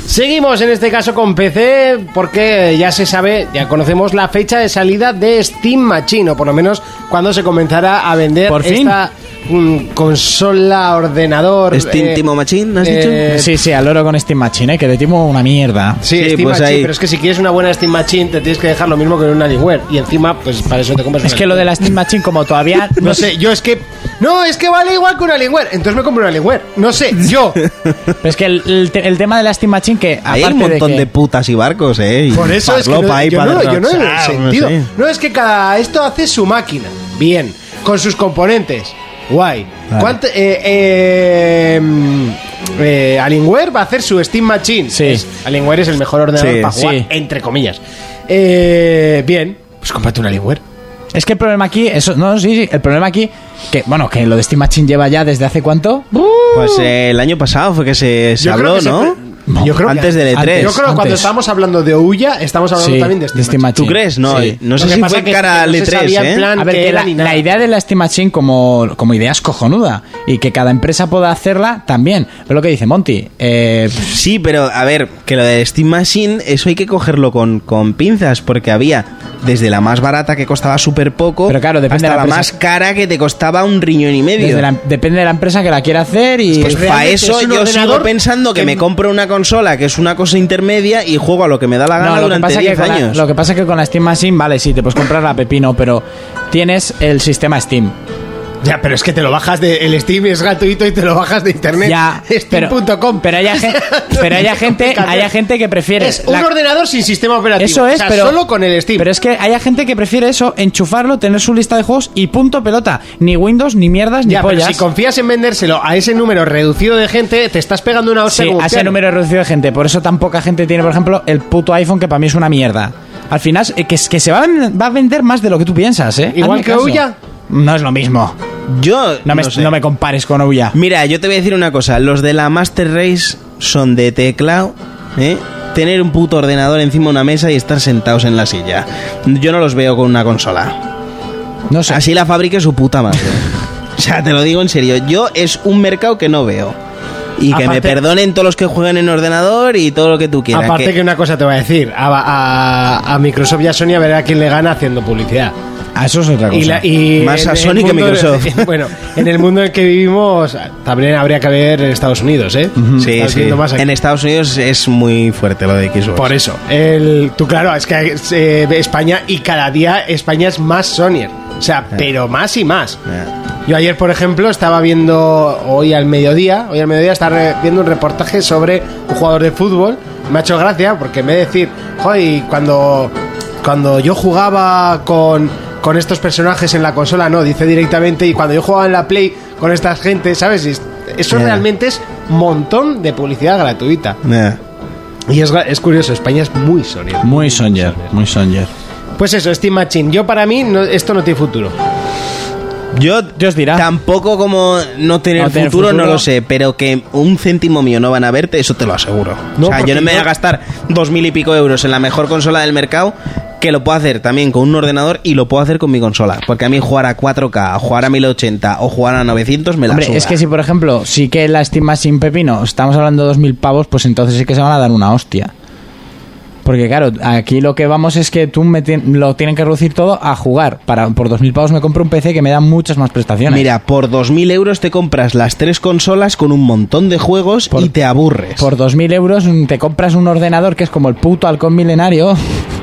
[SPEAKER 2] Seguimos en este caso con PC porque ya se sabe, ya conocemos la fecha de salida de Steam Machine, o por lo menos cuando se comenzará a vender
[SPEAKER 4] Por fin.
[SPEAKER 2] esta mm, consola, ordenador. eh,
[SPEAKER 5] Steam Timo Machine, ¿has dicho?
[SPEAKER 4] sí, sí, al oro con Steam Machine, ¿eh? que de timo una mierda.
[SPEAKER 2] Sí,
[SPEAKER 5] Sí,
[SPEAKER 2] Steam
[SPEAKER 5] pues
[SPEAKER 2] Machine,
[SPEAKER 5] ahí.
[SPEAKER 2] pero es que si quieres una buena Steam Machine te tienes que dejar lo mismo que en un Alienware y encima pues para eso te compras
[SPEAKER 4] Es
[SPEAKER 2] una
[SPEAKER 4] que lo de
[SPEAKER 2] Alienware.
[SPEAKER 4] la Steam Machine, como todavía
[SPEAKER 2] No sé, yo es que... No, es que vale igual que un Alienware, entonces me compro un Alienware, no sé, yo.
[SPEAKER 4] Pero es que el, el te- el tema de la Steam Machine, que aparte
[SPEAKER 5] Hay un montón
[SPEAKER 4] de,
[SPEAKER 5] de,
[SPEAKER 4] que-
[SPEAKER 5] putas y barcos, ¿eh? Y
[SPEAKER 2] Por eso es que no,
[SPEAKER 5] farlopa ahí
[SPEAKER 2] yo,
[SPEAKER 5] para
[SPEAKER 2] no, lo- yo no lo he
[SPEAKER 5] derrochar, no
[SPEAKER 2] sentido.
[SPEAKER 5] sé.
[SPEAKER 2] No es que cada esto hace su máquina, bien, con sus componentes, guay. ¿Cuánto- eh, eh, mm, eh, Alienware va a hacer su Steam Machine.
[SPEAKER 4] Sí.
[SPEAKER 2] Es- Alienware es el mejor ordenador
[SPEAKER 5] Sí,
[SPEAKER 2] para jugar,
[SPEAKER 4] sí.
[SPEAKER 2] entre comillas. Eh, bien, pues cómprate un Alienware.
[SPEAKER 4] Es que el problema aquí, eso, no, sí, sí, el problema aquí, que bueno, que lo de Steam Machine lleva ya desde hace cuánto?
[SPEAKER 2] Uh,
[SPEAKER 5] Pues eh, el año pasado fue que se, se
[SPEAKER 2] Yo creo
[SPEAKER 5] habló,
[SPEAKER 2] que se
[SPEAKER 5] ¿no?
[SPEAKER 2] pre- yo creo que
[SPEAKER 5] Antes del E E3.
[SPEAKER 4] antes.
[SPEAKER 2] Yo creo que cuando
[SPEAKER 4] antes.
[SPEAKER 2] estábamos hablando de Ouya, estamos hablando
[SPEAKER 4] Sí,
[SPEAKER 2] también de Steam,
[SPEAKER 4] de Steam
[SPEAKER 5] ¿Tú
[SPEAKER 4] Sí,
[SPEAKER 5] crees? No,
[SPEAKER 4] sí.
[SPEAKER 5] no
[SPEAKER 2] Lo
[SPEAKER 5] sé
[SPEAKER 2] que
[SPEAKER 5] si
[SPEAKER 2] pasa
[SPEAKER 5] fue
[SPEAKER 2] que
[SPEAKER 5] cara
[SPEAKER 2] eh, no
[SPEAKER 5] al
[SPEAKER 2] se sabía
[SPEAKER 5] E3,
[SPEAKER 2] en
[SPEAKER 5] ¿eh?
[SPEAKER 2] plan-
[SPEAKER 4] A ver,
[SPEAKER 2] que
[SPEAKER 4] que
[SPEAKER 2] era
[SPEAKER 4] la,
[SPEAKER 2] ni nada.
[SPEAKER 4] la idea de la Steam Machine como, como idea es cojonuda y que cada empresa pueda hacerla también. Pero lo que dice Monty, eh,
[SPEAKER 5] Sí, pero a ver, que lo de Steam Machine, eso hay que cogerlo con, con pinzas, porque había desde la más barata que costaba súper poco,
[SPEAKER 4] Pero claro, depende
[SPEAKER 5] hasta
[SPEAKER 4] de la
[SPEAKER 5] la, más
[SPEAKER 4] empresa.
[SPEAKER 5] cara que te costaba un riñón y medio.
[SPEAKER 4] desde la- depende de la empresa que la quiera hacer y...
[SPEAKER 5] Pues para
[SPEAKER 2] realmente
[SPEAKER 5] eso
[SPEAKER 2] es un
[SPEAKER 5] yo sigo
[SPEAKER 2] ordenador
[SPEAKER 5] pensando que,
[SPEAKER 2] que-
[SPEAKER 5] me compro una consola que es una cosa intermedia y juego a lo que me da la gana
[SPEAKER 4] No, lo que,
[SPEAKER 5] durante
[SPEAKER 4] pasa
[SPEAKER 5] 10
[SPEAKER 4] que con la-
[SPEAKER 5] años.
[SPEAKER 4] lo que pasa es que con la Steam Machine, vale, sí, te puedes comprar la Pepino, pero tienes el sistema Steam.
[SPEAKER 2] Ya, pero es que te lo bajas de. El Steam es gratuito y te lo bajas de internet.
[SPEAKER 4] Ya, pero,
[SPEAKER 2] Steam.com.
[SPEAKER 4] pero haya gente, pero haya gente, haya gente que prefiere
[SPEAKER 2] Es un
[SPEAKER 4] la-
[SPEAKER 2] ordenador sin sistema operativo.
[SPEAKER 4] eso es,
[SPEAKER 2] O sea,
[SPEAKER 4] pero
[SPEAKER 2] solo con el Steam.
[SPEAKER 4] Pero es que haya gente que prefiere eso, enchufarlo, tener su lista de juegos y punto pelota, ni Windows ni mierdas ni
[SPEAKER 2] ya, pero
[SPEAKER 4] pollas.
[SPEAKER 2] si confías en vendérselo a ese número reducido de gente, te estás pegando una hostia
[SPEAKER 4] Sí,
[SPEAKER 2] como un
[SPEAKER 4] a ese
[SPEAKER 2] piano.
[SPEAKER 4] número reducido de gente. Por eso tan poca gente tiene, por ejemplo, el puto iPhone, que para mí es una mierda. Al final, eh, que, que se va a, ven- va a vender más de lo que tú piensas, ¿eh?
[SPEAKER 2] Igual
[SPEAKER 4] Hazme
[SPEAKER 2] que
[SPEAKER 4] caso.
[SPEAKER 2] Ouya.
[SPEAKER 4] No es lo mismo.
[SPEAKER 5] Yo
[SPEAKER 4] No me,
[SPEAKER 5] no sé.
[SPEAKER 4] no me compares con Ouya.
[SPEAKER 5] Mira, yo te voy a decir una cosa. Los de la Master Race son de teclado, ¿eh? Tener un puto ordenador encima de una mesa y estar sentados en la silla. Yo no los veo con una consola.
[SPEAKER 4] No sé.
[SPEAKER 5] Así la fabrique su puta madre. o sea, te lo digo en serio. Yo es un mercado que no veo. Y que me
[SPEAKER 4] Aparte-
[SPEAKER 5] perdonen todos los que juegan en ordenador y todo lo que tú quieras.
[SPEAKER 2] Aparte que...
[SPEAKER 5] que-
[SPEAKER 2] una cosa te voy a decir, a, a- a Microsoft y a Sony a ver a quién le gana haciendo publicidad.
[SPEAKER 4] Ah, eso es otra cosa.
[SPEAKER 2] Y la- y
[SPEAKER 5] Más
[SPEAKER 2] en
[SPEAKER 5] a
[SPEAKER 2] el
[SPEAKER 5] Sony que
[SPEAKER 2] mundo de-
[SPEAKER 5] Microsoft.
[SPEAKER 2] bueno, en el mundo en el que vivimos también habría que ver Estados Unidos, ¿eh?
[SPEAKER 5] Sí,
[SPEAKER 2] Estás
[SPEAKER 5] sí.
[SPEAKER 2] viendo más aquí.
[SPEAKER 5] En Estados Unidos es muy fuerte lo de Xbox. Eh.
[SPEAKER 2] Por eso. El, tú, claro, es que eh, España y cada día España es más Sonyer. O sea, pero más y más.
[SPEAKER 5] Eh.
[SPEAKER 2] Yo ayer, por ejemplo, estaba viendo hoy al mediodía, hoy al mediodía estaba re- viendo un reportaje sobre un jugador de fútbol. Me ha hecho gracia porque me decir, joder, y cuando, cuando yo jugaba con, con estos personajes en la consola, no, dice directamente, y cuando yo jugaba en la Play con esta gente, ¿sabes? Y es- Eso
[SPEAKER 5] Ya.
[SPEAKER 2] realmente es montón de publicidad gratuita.
[SPEAKER 5] Eh.
[SPEAKER 2] Y es, gra- es curioso, España es muy sonido.
[SPEAKER 4] Muy Songer, muy Songer.
[SPEAKER 2] Pues eso, Steam Machine. Yo para mí, no- esto no tiene futuro.
[SPEAKER 5] Yo
[SPEAKER 4] Dios dirá.
[SPEAKER 5] Tampoco como no tener,
[SPEAKER 4] No tener
[SPEAKER 5] futuro, no
[SPEAKER 4] futuro.
[SPEAKER 5] lo sé, pero que un céntimo mío no van a verte, eso te lo aseguro.
[SPEAKER 2] No,
[SPEAKER 5] o sea,
[SPEAKER 2] porque
[SPEAKER 5] yo no me voy
[SPEAKER 2] yo-
[SPEAKER 5] a gastar dos mil y pico euros en la mejor consola del mercado, que lo puedo hacer también con un ordenador y lo puedo hacer con mi consola. Porque a mí jugar a 4K, jugar a 1080 o jugar a 900 me la
[SPEAKER 4] Hombre,
[SPEAKER 5] suda.
[SPEAKER 4] es que si, por ejemplo, sí que la estima sin pepino, estamos hablando de 2.000 pavos, pues entonces sí que se van a dar una hostia. Porque claro, aquí lo que vamos es que tú me tien- lo tienen que reducir todo a jugar. Para, por 2.000 pavos me compro un PC que me da muchas más prestaciones.
[SPEAKER 5] Mira, por 2.000 euros te compras las tres consolas con un montón de juegos
[SPEAKER 4] Por-
[SPEAKER 5] y te aburres.
[SPEAKER 4] Por 2.000 euros mm, te compras un ordenador que es como el puto halcón milenario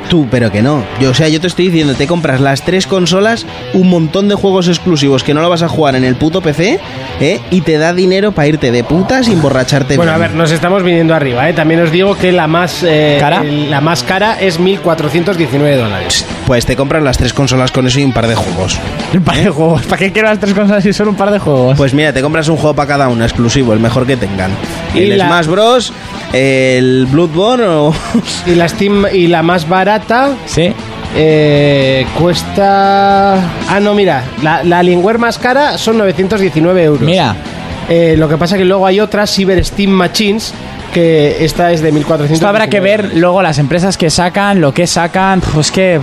[SPEAKER 5] Tú, pero que no. Yo, o sea, yo te estoy diciendo, te compras las tres consolas, un montón de juegos exclusivos que no lo vas a jugar en el puto PC, ¿eh? Y te da dinero para irte de putas y emborracharte.
[SPEAKER 2] Bueno, a
[SPEAKER 5] bien.
[SPEAKER 2] ver, nos estamos viniendo arriba, ¿eh? También os digo que la más, eh,
[SPEAKER 4] ¿Cara?
[SPEAKER 2] el- la más cara es 1.419 dólares.
[SPEAKER 5] Pues te compras las tres consolas con eso y un par de juegos.
[SPEAKER 4] Un par de juegos. ¿Para qué quiero las tres consolas si son un par de juegos?
[SPEAKER 5] ¿Eh? Pues mira, te compras un juego para cada uno, exclusivo, el mejor que tengan.
[SPEAKER 2] Y
[SPEAKER 5] el
[SPEAKER 2] la-
[SPEAKER 5] Smash Bros, el Bloodborne o...
[SPEAKER 2] Y la, Steam, y la más barata
[SPEAKER 4] sí.
[SPEAKER 2] eh, cuesta... Ah, no, mira, la, la Alienware más cara son 919 euros.
[SPEAKER 4] Mira.
[SPEAKER 2] Eh, lo que pasa que luego hay otra, Cyber Steam Machines, que esta es de 1.400.
[SPEAKER 4] Esto habrá que ver luego las empresas que sacan, lo que sacan. Pues que.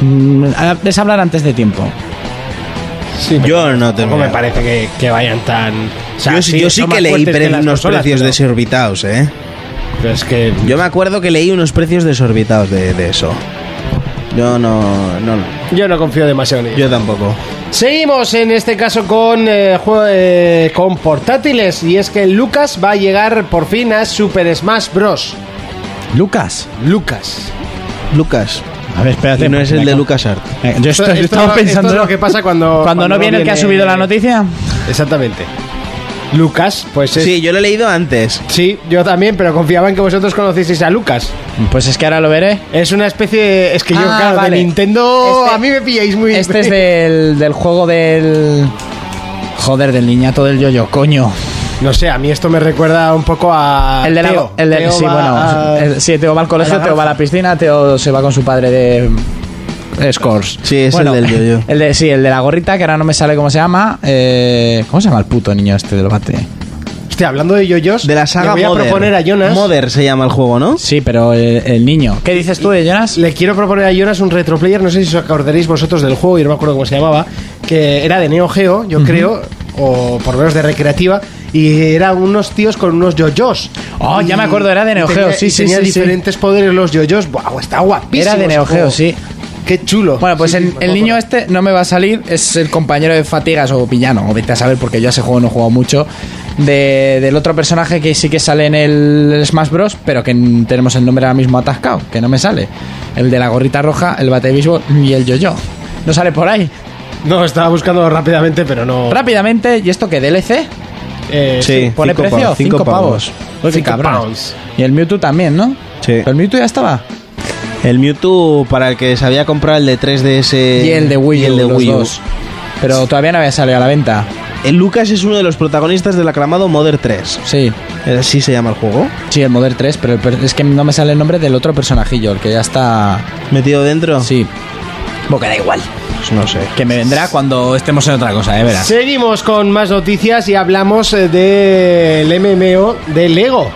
[SPEAKER 4] mm, a- es hablar antes de tiempo.
[SPEAKER 2] Sí, pero
[SPEAKER 5] Yo no tengo.
[SPEAKER 2] Tampoco me parece que, que vayan tan... o
[SPEAKER 4] Ah,
[SPEAKER 2] sea,
[SPEAKER 5] yo, yo
[SPEAKER 2] son
[SPEAKER 5] sí
[SPEAKER 2] más
[SPEAKER 5] que leí
[SPEAKER 2] fuertes
[SPEAKER 5] pre-
[SPEAKER 2] las
[SPEAKER 5] unos
[SPEAKER 2] consolas,
[SPEAKER 5] precios
[SPEAKER 2] pero-
[SPEAKER 5] desorbitados, ¿eh?
[SPEAKER 2] pero es que...
[SPEAKER 5] Yo me acuerdo que leí unos precios desorbitados de, de eso. Yo no, no, no.
[SPEAKER 2] Yo no confío demasiado en ellos.
[SPEAKER 5] Yo tampoco.
[SPEAKER 2] Seguimos en este caso con, eh, jue- eh, con portátiles y es que Lucas va a llegar por fin a Super Smash Bros.
[SPEAKER 4] Lucas.
[SPEAKER 2] Lucas.
[SPEAKER 5] Lucas.
[SPEAKER 4] A ver, espérate.
[SPEAKER 5] Y no es el de
[SPEAKER 4] Lucas.
[SPEAKER 5] Lucas Art.
[SPEAKER 4] Yo, esto- yo
[SPEAKER 2] Esto-
[SPEAKER 4] estaba
[SPEAKER 2] esto es
[SPEAKER 4] pensando.
[SPEAKER 2] lo que pasa cuando-
[SPEAKER 4] Cuando,
[SPEAKER 2] cuando
[SPEAKER 4] no viene el que ha
[SPEAKER 2] viene-
[SPEAKER 4] subido la noticia.
[SPEAKER 2] Exactamente. Lucas, pues es-
[SPEAKER 5] Sí, yo lo he leído antes.
[SPEAKER 2] sí, yo también, pero confiaba en que vosotros conocieseis a Lucas.
[SPEAKER 4] Pues es que ahora lo veré.
[SPEAKER 2] Es una especie de... Es que yo,
[SPEAKER 4] Ah,
[SPEAKER 2] claro,
[SPEAKER 4] vale.
[SPEAKER 2] de Nintendo...
[SPEAKER 4] Este-
[SPEAKER 2] a mí me pilláis muy...
[SPEAKER 4] Este es del, del juego del. Joder, del niñato del yoyo, coño.
[SPEAKER 2] No sé, a mí esto me recuerda un poco a...
[SPEAKER 4] El de la.
[SPEAKER 2] Ah, Teo.
[SPEAKER 4] el de-
[SPEAKER 2] Teo
[SPEAKER 4] sí,
[SPEAKER 2] va
[SPEAKER 4] bueno. eh,
[SPEAKER 2] a-
[SPEAKER 4] el- sí, Teo va al colegio,
[SPEAKER 2] la
[SPEAKER 4] Teo va a la piscina, Teo se va con su padre de. eh, Scores.
[SPEAKER 5] Sí, es el del yo-yo.
[SPEAKER 4] El de, sí, el de la gorrita, que ahora no me sale cómo se llama. eh, ¿Cómo se llama el puto niño este del bate?
[SPEAKER 2] Hostia, hablando de yoyos,
[SPEAKER 5] De la saga
[SPEAKER 2] le voy a
[SPEAKER 5] Mother.
[SPEAKER 2] proponer a Jonas...
[SPEAKER 5] Mother se llama el juego, ¿no?
[SPEAKER 4] Sí, pero el, el niño. ¿Qué dices tú de Jonas?
[SPEAKER 2] Le quiero proponer a Jonas un retroplayer, no sé si os acordaréis vosotros del juego, yo no me acuerdo cómo se llamaba, que era de Neo Geo, yo creo, o por lo menos de recreativa, y eran unos tíos con unos yoyos.
[SPEAKER 4] Oh, ya
[SPEAKER 2] Y-
[SPEAKER 4] me acuerdo, era de
[SPEAKER 2] y
[SPEAKER 4] Neo Geo,
[SPEAKER 2] tenía-
[SPEAKER 4] sí,
[SPEAKER 2] y
[SPEAKER 4] sí,
[SPEAKER 2] Tenía
[SPEAKER 4] sí, sí.
[SPEAKER 2] diferentes poderes los yoyos, wow, está guapísimo.
[SPEAKER 4] Era de
[SPEAKER 2] ese
[SPEAKER 4] Neo Geo,
[SPEAKER 2] juego.
[SPEAKER 4] sí.
[SPEAKER 2] Qué chulo.
[SPEAKER 4] Bueno, pues
[SPEAKER 2] Sí, sí,
[SPEAKER 4] el,
[SPEAKER 2] me
[SPEAKER 4] el
[SPEAKER 2] acuerdo.
[SPEAKER 4] niño este no me va a salir, es el compañero de Fatigas o Villano, o vete a saber porque yo a ese juego no he jugado mucho. de- del otro personaje que sí que sale en el Smash Bros, pero que n- tenemos el nombre ahora mismo atascado, que no me sale. El de la gorrita roja, el bate de béisbol y el yo-yo. No sale por ahí.
[SPEAKER 2] No, estaba buscando rápidamente, pero no.
[SPEAKER 4] Rápidamente, ¿y esto qué? ¿DLC?
[SPEAKER 2] Eh,
[SPEAKER 5] Sí.
[SPEAKER 4] ¿Pone
[SPEAKER 5] Cinco
[SPEAKER 4] precio?
[SPEAKER 5] pa- cinco
[SPEAKER 4] 5 pavos.
[SPEAKER 5] pavos.
[SPEAKER 4] Uy, qué
[SPEAKER 2] Cinco
[SPEAKER 4] cabrones.
[SPEAKER 2] pounds.
[SPEAKER 4] Y el Mewtwo también, ¿no?
[SPEAKER 5] Sí.
[SPEAKER 4] ¿Pero el Mewtwo ya estaba?
[SPEAKER 5] El Mewtwo para el que se había comprado el de 3DS.
[SPEAKER 4] y el de Wii U,
[SPEAKER 5] y el de
[SPEAKER 4] los
[SPEAKER 5] Wii U.
[SPEAKER 4] dos. Pero todavía no había salido a la venta.
[SPEAKER 5] El Lucas es uno de los protagonistas del aclamado Mother 3.
[SPEAKER 4] Eh, Sí.
[SPEAKER 5] Así se llama el juego.
[SPEAKER 4] Sí, el Modern 3, pero el per- es que no me sale el nombre del otro personajillo, el que ya está.
[SPEAKER 5] ¿Metido dentro?
[SPEAKER 4] Sí. Bueno, que da igual.
[SPEAKER 5] Pues no sé.
[SPEAKER 4] Que me vendrá cuando estemos en otra cosa, ¿eh? Verás.
[SPEAKER 2] Seguimos con más noticias y hablamos eh, del MMO de Lego,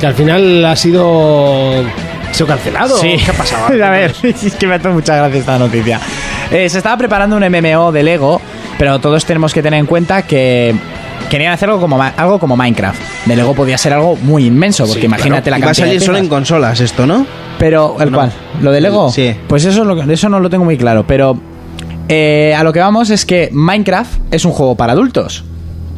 [SPEAKER 2] que al final ha sido, ha sido cancelado. ¿Qué ha pasado?
[SPEAKER 4] a ver, es que me ha hecho mucha gracia esta noticia. Eh, se estaba preparando un MMO de Lego, pero todos tenemos que tener en cuenta que querían hacer algo como, ma- algo como Minecraft. De Lego podía ser algo muy inmenso, porque
[SPEAKER 2] Sí,
[SPEAKER 4] imagínate
[SPEAKER 5] Y va
[SPEAKER 4] la
[SPEAKER 5] a
[SPEAKER 4] cantidad
[SPEAKER 5] salir
[SPEAKER 4] de
[SPEAKER 5] solo
[SPEAKER 4] piezas.
[SPEAKER 5] en consolas esto, ¿no?
[SPEAKER 4] Pero, ¿el
[SPEAKER 5] No.
[SPEAKER 4] cual? ¿Lo de Lego?
[SPEAKER 5] Sí.
[SPEAKER 4] Pues eso, es lo que- eso no lo tengo muy claro, pero eh, a lo que vamos es que Minecraft es un juego para adultos,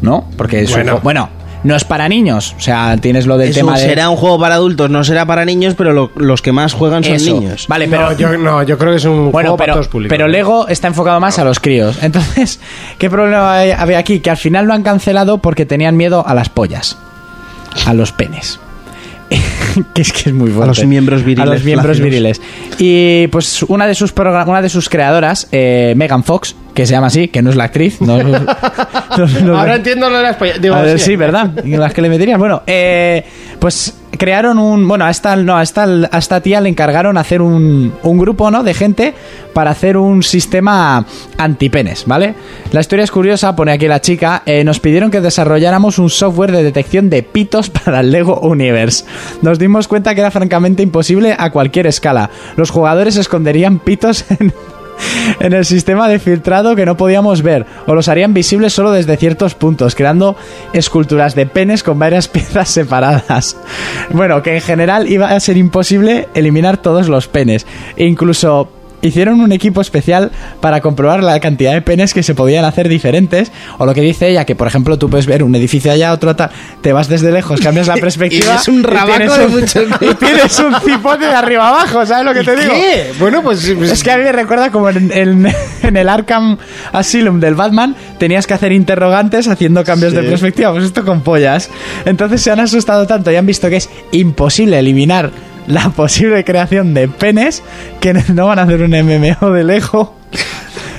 [SPEAKER 4] ¿no? Porque es
[SPEAKER 2] Bueno.
[SPEAKER 4] un juego... Bueno, no es para niños, o sea, tienes lo del
[SPEAKER 5] Es
[SPEAKER 4] tema
[SPEAKER 5] un-
[SPEAKER 4] de...
[SPEAKER 5] Será un juego para adultos, no será para niños, pero lo- los que más juegan son
[SPEAKER 4] Eso.
[SPEAKER 5] niños.
[SPEAKER 4] Vale, pero...
[SPEAKER 2] No, yo, no, yo creo que es un
[SPEAKER 4] Bueno,
[SPEAKER 2] juego para
[SPEAKER 4] pero,
[SPEAKER 2] todos públicos. ¿eh?
[SPEAKER 4] pero Lego está enfocado más a los críos. Entonces, ¿qué problema hay- había aquí? Que al final lo han cancelado porque tenían miedo a las pollas, a los penes. que es que es muy fuerte.
[SPEAKER 5] los miembros viriles
[SPEAKER 4] A los miembros
[SPEAKER 5] flácidos.
[SPEAKER 4] viriles. Y pues una de sus, progra- una de sus creadoras, eh, Megan Fox, que se llama así, que no es la actriz. No, no- no-
[SPEAKER 2] Ahora entiendo lo de las pollas. Digo,
[SPEAKER 4] a ver,
[SPEAKER 2] sí.
[SPEAKER 4] sí, ¿verdad? Y las que le meterías. Bueno, eh, pues crearon un. Bueno, a esta, no, a esta, a esta tía le encargaron hacer un, un grupo, ¿no? De gente para hacer un sistema antipenes, ¿vale? La historia es curiosa, pone aquí la chica. eh, nos pidieron que desarrolláramos un software de detección de pitos para el Lego Universe. Nos dimos cuenta que era francamente imposible a cualquier escala. Los jugadores esconderían pitos en en el sistema de filtrado que no podíamos ver, o los harían visibles solo desde ciertos puntos, creando esculturas de penes con varias piezas separadas. Bueno, que en general iba a ser imposible eliminar todos los penes. E incluso hicieron un equipo especial para comprobar la cantidad de penes que se podían hacer diferentes. O lo que dice ella, que por ejemplo tú puedes ver un edificio allá, otro tal, te vas desde lejos, cambias la perspectiva.
[SPEAKER 5] ves un rabaco
[SPEAKER 4] tienes
[SPEAKER 5] de
[SPEAKER 4] un-
[SPEAKER 5] muchos-
[SPEAKER 4] y tienes un cipote de arriba abajo, ¿sabes lo que te digo?
[SPEAKER 2] ¿Qué? Bueno, pues. pues-
[SPEAKER 4] Es que a mí me recuerda como en, en- en el Arkham Asylum del Batman tenías que hacer interrogantes haciendo cambios de perspectiva. Pues esto con pollas. Entonces se han asustado tanto y han visto que es imposible eliminar la posible creación de penes que no van a hacer un MMO de Lego.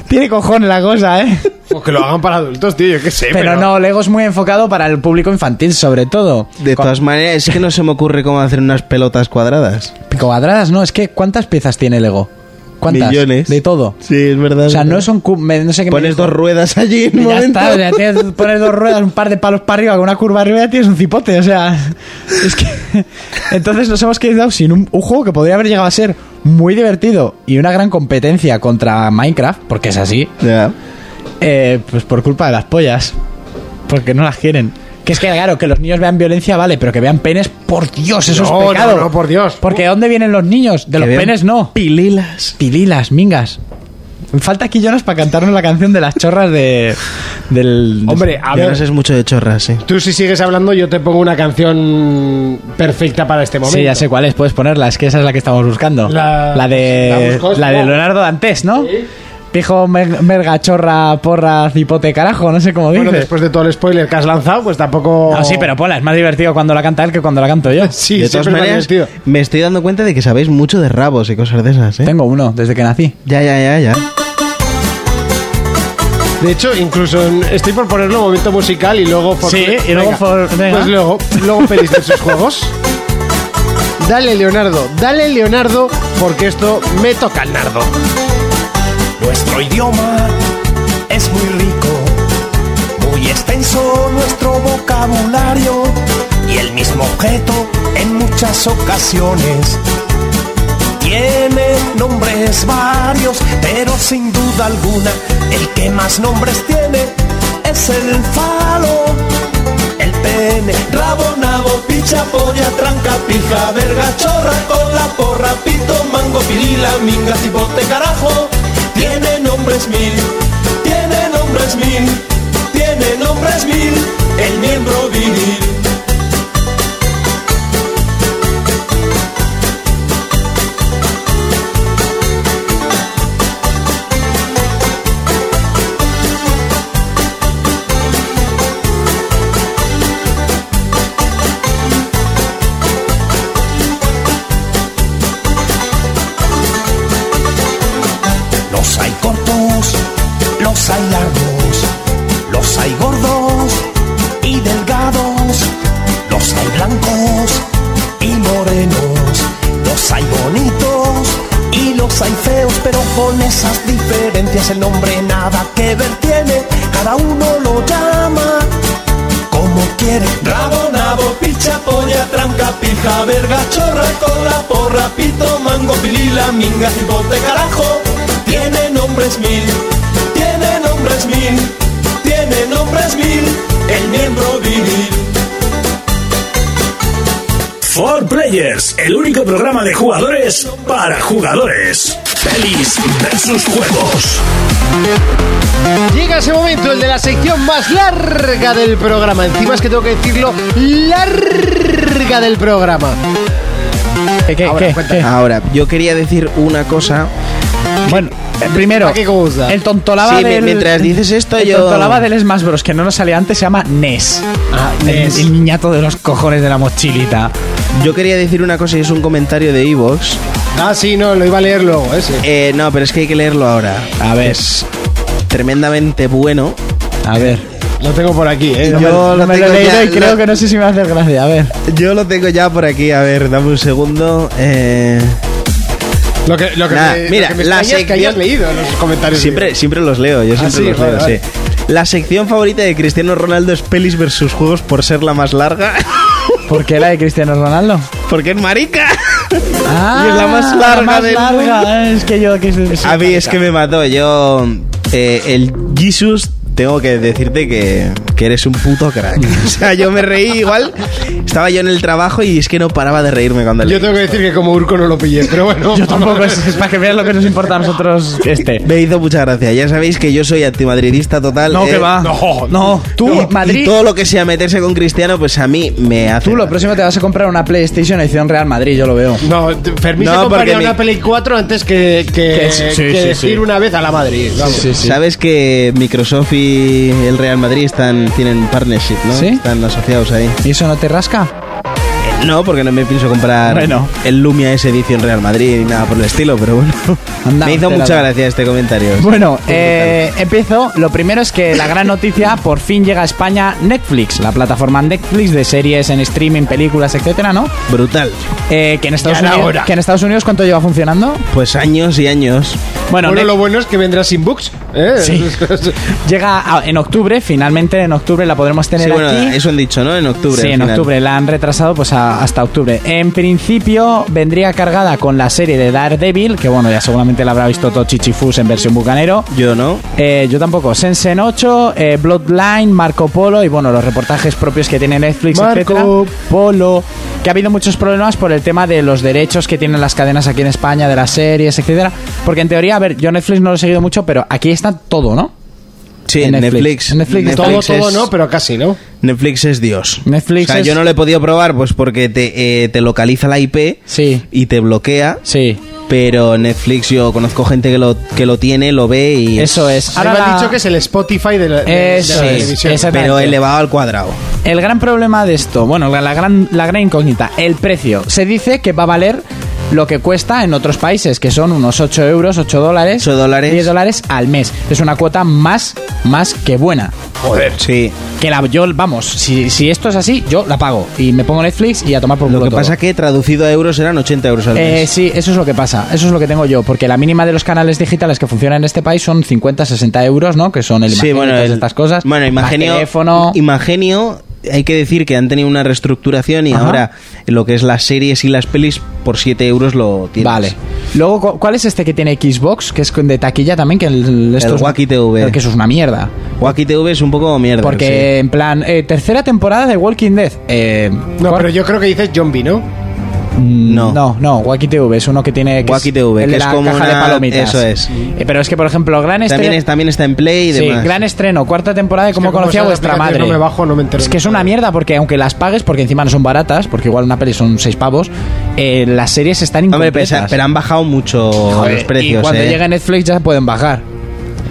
[SPEAKER 4] Tiene cojones la cosa, ¿eh?
[SPEAKER 2] pues que lo hagan para adultos, tío, yo qué sé.
[SPEAKER 4] Pero no, Lego es muy enfocado para el público infantil, sobre todo.
[SPEAKER 5] De
[SPEAKER 4] Co-
[SPEAKER 5] todas maneras, es que no se me ocurre cómo hacer unas pelotas cuadradas.
[SPEAKER 4] Cuadradas, no, es que ¿cuántas piezas tiene Lego? ¿Cuántas?
[SPEAKER 5] Millones.
[SPEAKER 4] De todo.
[SPEAKER 5] Sí, es verdad.
[SPEAKER 4] O sea,
[SPEAKER 5] es verdad.
[SPEAKER 4] no es un cub, me- no sé qué me
[SPEAKER 5] Pones
[SPEAKER 4] dijo.
[SPEAKER 5] dos ruedas allí en un
[SPEAKER 4] ya
[SPEAKER 5] momento.
[SPEAKER 4] está, o sea, tienes, pones dos ruedas, un par de palos para arriba, con una curva arriba ya tienes un cipote, o sea, es que entonces nos hemos quedado sin un, un juego que podría haber llegado a ser muy divertido y una gran competencia contra Minecraft, porque es así,
[SPEAKER 5] Ya.
[SPEAKER 4] eh, pues por culpa de las pollas, porque no las quieren. Que es que, claro, que los niños vean violencia, vale, pero que vean penes, por Dios, eso
[SPEAKER 2] No,
[SPEAKER 4] es
[SPEAKER 2] no,
[SPEAKER 4] pecado.
[SPEAKER 2] no, por Dios. Uh.
[SPEAKER 4] Porque ¿de dónde vienen los niños? De los
[SPEAKER 5] vean
[SPEAKER 4] penes no.
[SPEAKER 5] Pililas.
[SPEAKER 4] Pililas, mingas. Falta quillonas para cantarnos la canción de las chorras de. del.
[SPEAKER 2] Hombre, a
[SPEAKER 5] Ya
[SPEAKER 2] ver.
[SPEAKER 5] no sé mucho de chorras, sí.
[SPEAKER 2] Tú si sigues hablando, yo te pongo una canción perfecta para este momento.
[SPEAKER 4] Sí, ya sé cuál es, puedes ponerla, es que esa es la que estamos buscando.
[SPEAKER 2] La-
[SPEAKER 4] de.
[SPEAKER 2] ¿La buscas?
[SPEAKER 4] la de
[SPEAKER 2] No.
[SPEAKER 4] Leonardo Dantes, ¿no? Pijo, mer- merga, chorra, porra, cipote, carajo, no sé cómo dice.
[SPEAKER 2] Bueno, después de todo el spoiler que has lanzado, pues tampoco...
[SPEAKER 4] No, Ah, sí, pero ponla, es más divertido cuando la canta él que cuando la canto yo.
[SPEAKER 2] Sí,
[SPEAKER 5] de todas
[SPEAKER 2] siempre me ha
[SPEAKER 5] maneras,
[SPEAKER 2] divertido.
[SPEAKER 5] me estoy dando cuenta de que sabéis mucho de rabos y cosas de esas, ¿eh?
[SPEAKER 4] Tengo uno desde que nací.
[SPEAKER 5] Ya, ya, ya, ya.
[SPEAKER 2] De hecho, incluso en- estoy por ponerlo en momento musical y luego... for-
[SPEAKER 4] Sí, y luego for- venga.
[SPEAKER 2] Pues luego, luego feliz de sus juegos. Dale, Leonardo, dale, Leonardo, porque esto me toca el nardo.
[SPEAKER 1] Nuestro idioma es muy rico, muy extenso nuestro vocabulario y el mismo objeto en muchas ocasiones. Tiene nombres varios, pero sin duda alguna el que más nombres tiene es el falo. El pene, rabo, nabo, picha, polla, tranca, pija, verga, chorra, cola, porra, pito, mango, pirila, minga, cipote, carajo. Tiene nombres mil, tiene nombres mil, tiene nombres mil, el miembro viril. Los hay cortos, los hay largos, los hay gordos y delgados, los hay blancos y morenos, los hay bonitos y los hay feos, pero con esas diferencias el nombre nada que ver tiene, cada uno lo llama como quiere. Rabo, nabo, picha, polla, tranca, pija, verga, chorra, cola, porra, pito, mango, pilila, minga, cipote, carajo. Tiene nombres mil, tiene nombres mil, tiene nombres mil, el miembro viril. For Players, el único programa de jugadores para jugadores. Pelis versus juegos.
[SPEAKER 2] Llega ese momento, el de la sección más larga del programa. Encima es que tengo que decirlo, larga del programa.
[SPEAKER 4] ¿Qué, qué,
[SPEAKER 2] Ahora,
[SPEAKER 4] qué,
[SPEAKER 2] cuenta.
[SPEAKER 4] qué?
[SPEAKER 5] Ahora, yo quería decir una cosa.
[SPEAKER 4] Bueno, eh, primero,
[SPEAKER 2] ¿Para qué cosa?
[SPEAKER 4] el tontolaba
[SPEAKER 5] Sí, mi-
[SPEAKER 4] del...
[SPEAKER 5] mientras dices esto,
[SPEAKER 4] el
[SPEAKER 5] yo-
[SPEAKER 4] tontolaba del Smash Bros, que no nos salía antes, se llama Ness.
[SPEAKER 5] Ah,
[SPEAKER 4] El- El, niñato de los cojones de la mochilita.
[SPEAKER 5] Yo quería decir una cosa y es un comentario de Evox.
[SPEAKER 2] Ah, sí, no, lo iba a leer luego, ese.
[SPEAKER 5] Eh, no, pero es que hay que leerlo ahora.
[SPEAKER 4] A ver,
[SPEAKER 5] Es tremendamente bueno.
[SPEAKER 4] a ver.
[SPEAKER 2] Lo tengo por aquí, ¿eh?
[SPEAKER 5] Yo
[SPEAKER 4] No
[SPEAKER 5] lo
[SPEAKER 4] me lo he
[SPEAKER 5] tengo
[SPEAKER 4] leído
[SPEAKER 5] ya-
[SPEAKER 4] y creo
[SPEAKER 5] lo-
[SPEAKER 4] que no sé si me va a hacer gracia. A ver.
[SPEAKER 5] Yo lo tengo ya por aquí. A ver, dame un segundo. Eh,
[SPEAKER 2] Lo que, lo que
[SPEAKER 5] Nah,
[SPEAKER 2] me- lo
[SPEAKER 5] mira,
[SPEAKER 2] que me
[SPEAKER 5] la
[SPEAKER 2] extraña es que
[SPEAKER 5] sección-
[SPEAKER 2] hayas leído los comentarios. Ah,
[SPEAKER 5] siempre, siempre los leo. Yo siempre
[SPEAKER 2] sí,
[SPEAKER 5] los
[SPEAKER 2] vale,
[SPEAKER 5] leo,
[SPEAKER 2] vale.
[SPEAKER 5] sí. La sección favorita de Cristiano Ronaldo es pelis versus juegos por ser la más larga.
[SPEAKER 4] ¿Por qué la de Cristiano Ronaldo?
[SPEAKER 5] Porque es marica.
[SPEAKER 4] Ah,
[SPEAKER 5] es la más larga del
[SPEAKER 4] larga. Es que yo que es-
[SPEAKER 5] A mí es que me mató. Yo. eh, el Jesus tengo que decirte que, que eres un puto crack. O sea, yo me reí igual. Estaba yo en el trabajo y es que no paraba de reírme cuando leí
[SPEAKER 2] Yo tengo que
[SPEAKER 5] esto.
[SPEAKER 2] decir que como Urco no lo pillé, pero bueno.
[SPEAKER 4] Yo tampoco, es, es para que veas lo que nos importa a nosotros este.
[SPEAKER 5] Me hizo mucha gracia. Ya sabéis que yo soy antimadridista total.
[SPEAKER 4] No,
[SPEAKER 5] eh,
[SPEAKER 4] que va.
[SPEAKER 2] no,
[SPEAKER 4] no. Tú,
[SPEAKER 5] y-
[SPEAKER 4] Madrid.
[SPEAKER 5] Y todo lo que sea meterse con Cristiano, pues a mí me hace.
[SPEAKER 4] Tú lo
[SPEAKER 5] gracia.
[SPEAKER 4] próximo te vas a comprar una PlayStation edición Real Madrid, yo lo veo.
[SPEAKER 2] No, te- Fermín
[SPEAKER 5] No,
[SPEAKER 2] se
[SPEAKER 5] porque
[SPEAKER 2] compraría
[SPEAKER 5] mi-
[SPEAKER 2] una Play 4 antes que, que,
[SPEAKER 4] Que sí,
[SPEAKER 2] que
[SPEAKER 4] sí, sí,
[SPEAKER 2] decir
[SPEAKER 4] sí.
[SPEAKER 2] una vez a la Madrid. vamos.
[SPEAKER 5] Sabes que Microsoft y el Real Madrid están tienen partnership, ¿no?
[SPEAKER 4] ¿Sí?
[SPEAKER 5] Están asociados ahí.
[SPEAKER 4] ¿Y eso no te rasca?
[SPEAKER 5] Eh, No, porque no me pienso comprar
[SPEAKER 4] Bueno.
[SPEAKER 5] el Lumia S edición Real Madrid ni nada por el estilo, pero bueno.
[SPEAKER 4] Anda,
[SPEAKER 5] me hizo
[SPEAKER 4] te la
[SPEAKER 5] mucha
[SPEAKER 4] doy.
[SPEAKER 5] gracia este comentario.
[SPEAKER 4] Bueno, eh, empiezo. Lo primero es que la gran noticia, por fin llega a España Netflix, la plataforma Netflix de series en streaming, películas, etcétera, ¿no?
[SPEAKER 5] Brutal.
[SPEAKER 4] Eh, que, en Estados
[SPEAKER 2] Ya era
[SPEAKER 4] Unidos,
[SPEAKER 2] hora.
[SPEAKER 4] que en Estados Unidos, ¿cuánto lleva funcionando?
[SPEAKER 5] Pues años y años.
[SPEAKER 4] Bueno,
[SPEAKER 2] bueno,
[SPEAKER 4] Net-
[SPEAKER 2] lo bueno es que vendrá sin books. ¿eh?
[SPEAKER 4] Sí. llega a- en octubre, finalmente en octubre la podremos tener
[SPEAKER 5] Sí, bueno,
[SPEAKER 4] aquí.
[SPEAKER 5] eso han dicho, ¿no? En octubre.
[SPEAKER 4] Sí,
[SPEAKER 5] al
[SPEAKER 4] en
[SPEAKER 5] final.
[SPEAKER 4] octubre. La han retrasado pues a- hasta octubre. En principio vendría cargada con la serie de Daredevil, que bueno, ya seguramente la habrá visto todo Chichifus en versión bucanero.
[SPEAKER 5] Yo no.
[SPEAKER 4] Eh, yo tampoco. Sensen 8, eh, Bloodline, Marco Polo y bueno, los reportajes propios que tiene Netflix,
[SPEAKER 2] Marco
[SPEAKER 4] etcétera. Polo. Que ha habido muchos problemas por el tema de los derechos que tienen las cadenas aquí en España, de las series, etcétera. Porque en teoría, a ver, yo Netflix no lo he seguido mucho, pero aquí está todo, ¿no?
[SPEAKER 5] Sí,
[SPEAKER 4] En
[SPEAKER 5] en
[SPEAKER 4] Netflix.
[SPEAKER 5] Netflix.
[SPEAKER 4] En Netflix
[SPEAKER 2] Todo,
[SPEAKER 5] es-
[SPEAKER 2] todo no, pero casi, ¿no?
[SPEAKER 5] Netflix es Dios.
[SPEAKER 4] Netflix
[SPEAKER 5] O sea,
[SPEAKER 4] es-
[SPEAKER 5] yo no lo he podido probar, pues porque te, eh, te localiza la IP
[SPEAKER 4] Sí.
[SPEAKER 5] y te bloquea.
[SPEAKER 4] Sí.
[SPEAKER 5] Pero Netflix, yo conozco gente que lo, que lo tiene, lo ve y.
[SPEAKER 4] Eso es.
[SPEAKER 2] Ahora me han
[SPEAKER 4] la-
[SPEAKER 2] dicho que es el Spotify de la, de- de
[SPEAKER 4] Eso
[SPEAKER 2] la
[SPEAKER 4] es,
[SPEAKER 2] televisión.
[SPEAKER 4] esa-
[SPEAKER 5] Pero elevado al cuadrado.
[SPEAKER 4] El gran problema de esto, bueno, la, la gran, la gran incógnita, el precio. Se dice que va a valer lo que cuesta en otros países, que son unos 8 euros, 8 dólares,
[SPEAKER 5] 8 dólares.
[SPEAKER 4] 10 dólares al mes. Es una cuota más, más que buena.
[SPEAKER 5] Joder. Sí.
[SPEAKER 4] Que la, yo, vamos, si, si esto es así, yo la pago y me pongo Netflix y a tomar por
[SPEAKER 5] Lo
[SPEAKER 4] culo
[SPEAKER 5] que
[SPEAKER 4] todo.
[SPEAKER 5] pasa que traducido a euros eran 80 euros al
[SPEAKER 4] Eh,
[SPEAKER 5] mes.
[SPEAKER 4] sí, eso es lo que pasa, eso es lo que tengo yo, porque la mínima de los canales digitales que funcionan en este país son 50, 60 euros, ¿no? Que son el Imagenio y todas
[SPEAKER 5] el-
[SPEAKER 4] estas cosas.
[SPEAKER 5] Bueno,
[SPEAKER 4] más
[SPEAKER 5] Imagenio,
[SPEAKER 4] teléfono.
[SPEAKER 5] Imagenio, hay que decir que han tenido una reestructuración y
[SPEAKER 4] Ajá.
[SPEAKER 5] ahora lo que es las series y las pelis por 7 euros lo tienes.
[SPEAKER 4] Vale. Luego, cu- ¿cuál es este que tiene Xbox? Que es con- de taquilla también, que el... el- estos-
[SPEAKER 5] Wacky TV.
[SPEAKER 4] el que eso es una mierda.
[SPEAKER 5] Wacky TV es un poco mierda.
[SPEAKER 4] Porque, en plan, eh, tercera temporada de Walking Dead. Eh,
[SPEAKER 2] No,
[SPEAKER 4] ¿cuál?
[SPEAKER 2] pero yo creo que dices zombie, ¿no?
[SPEAKER 5] sí. Mm, No.
[SPEAKER 4] No, no, Wacky TV es uno que tiene... Que
[SPEAKER 5] Wacky TV,
[SPEAKER 4] el
[SPEAKER 5] que
[SPEAKER 4] de
[SPEAKER 5] es
[SPEAKER 4] la
[SPEAKER 5] como
[SPEAKER 4] caja de
[SPEAKER 5] una-
[SPEAKER 4] palomitas.
[SPEAKER 5] eso es.
[SPEAKER 4] Eh, pero es que, por ejemplo, gran
[SPEAKER 5] También,
[SPEAKER 4] estreno...
[SPEAKER 5] es- también está en Play y
[SPEAKER 4] sí,
[SPEAKER 5] demás.
[SPEAKER 4] gran estreno, cuarta temporada de
[SPEAKER 2] que
[SPEAKER 4] Cómo
[SPEAKER 2] como
[SPEAKER 4] conocía a
[SPEAKER 2] esas
[SPEAKER 4] vuestra madre.
[SPEAKER 2] aplicaciones no me bajo, no me entero
[SPEAKER 4] Es que es una
[SPEAKER 2] nunca.
[SPEAKER 4] mierda porque aunque las pagues, porque encima no son baratas, porque igual una peli son seis pavos, eh, las series están
[SPEAKER 5] Hombre,
[SPEAKER 4] incompletas.
[SPEAKER 5] pesa- pero han bajado mucho
[SPEAKER 4] Joder,
[SPEAKER 5] los precios.
[SPEAKER 4] y cuando
[SPEAKER 5] eh. Pues
[SPEAKER 4] llegue Netflix ya pueden bajar.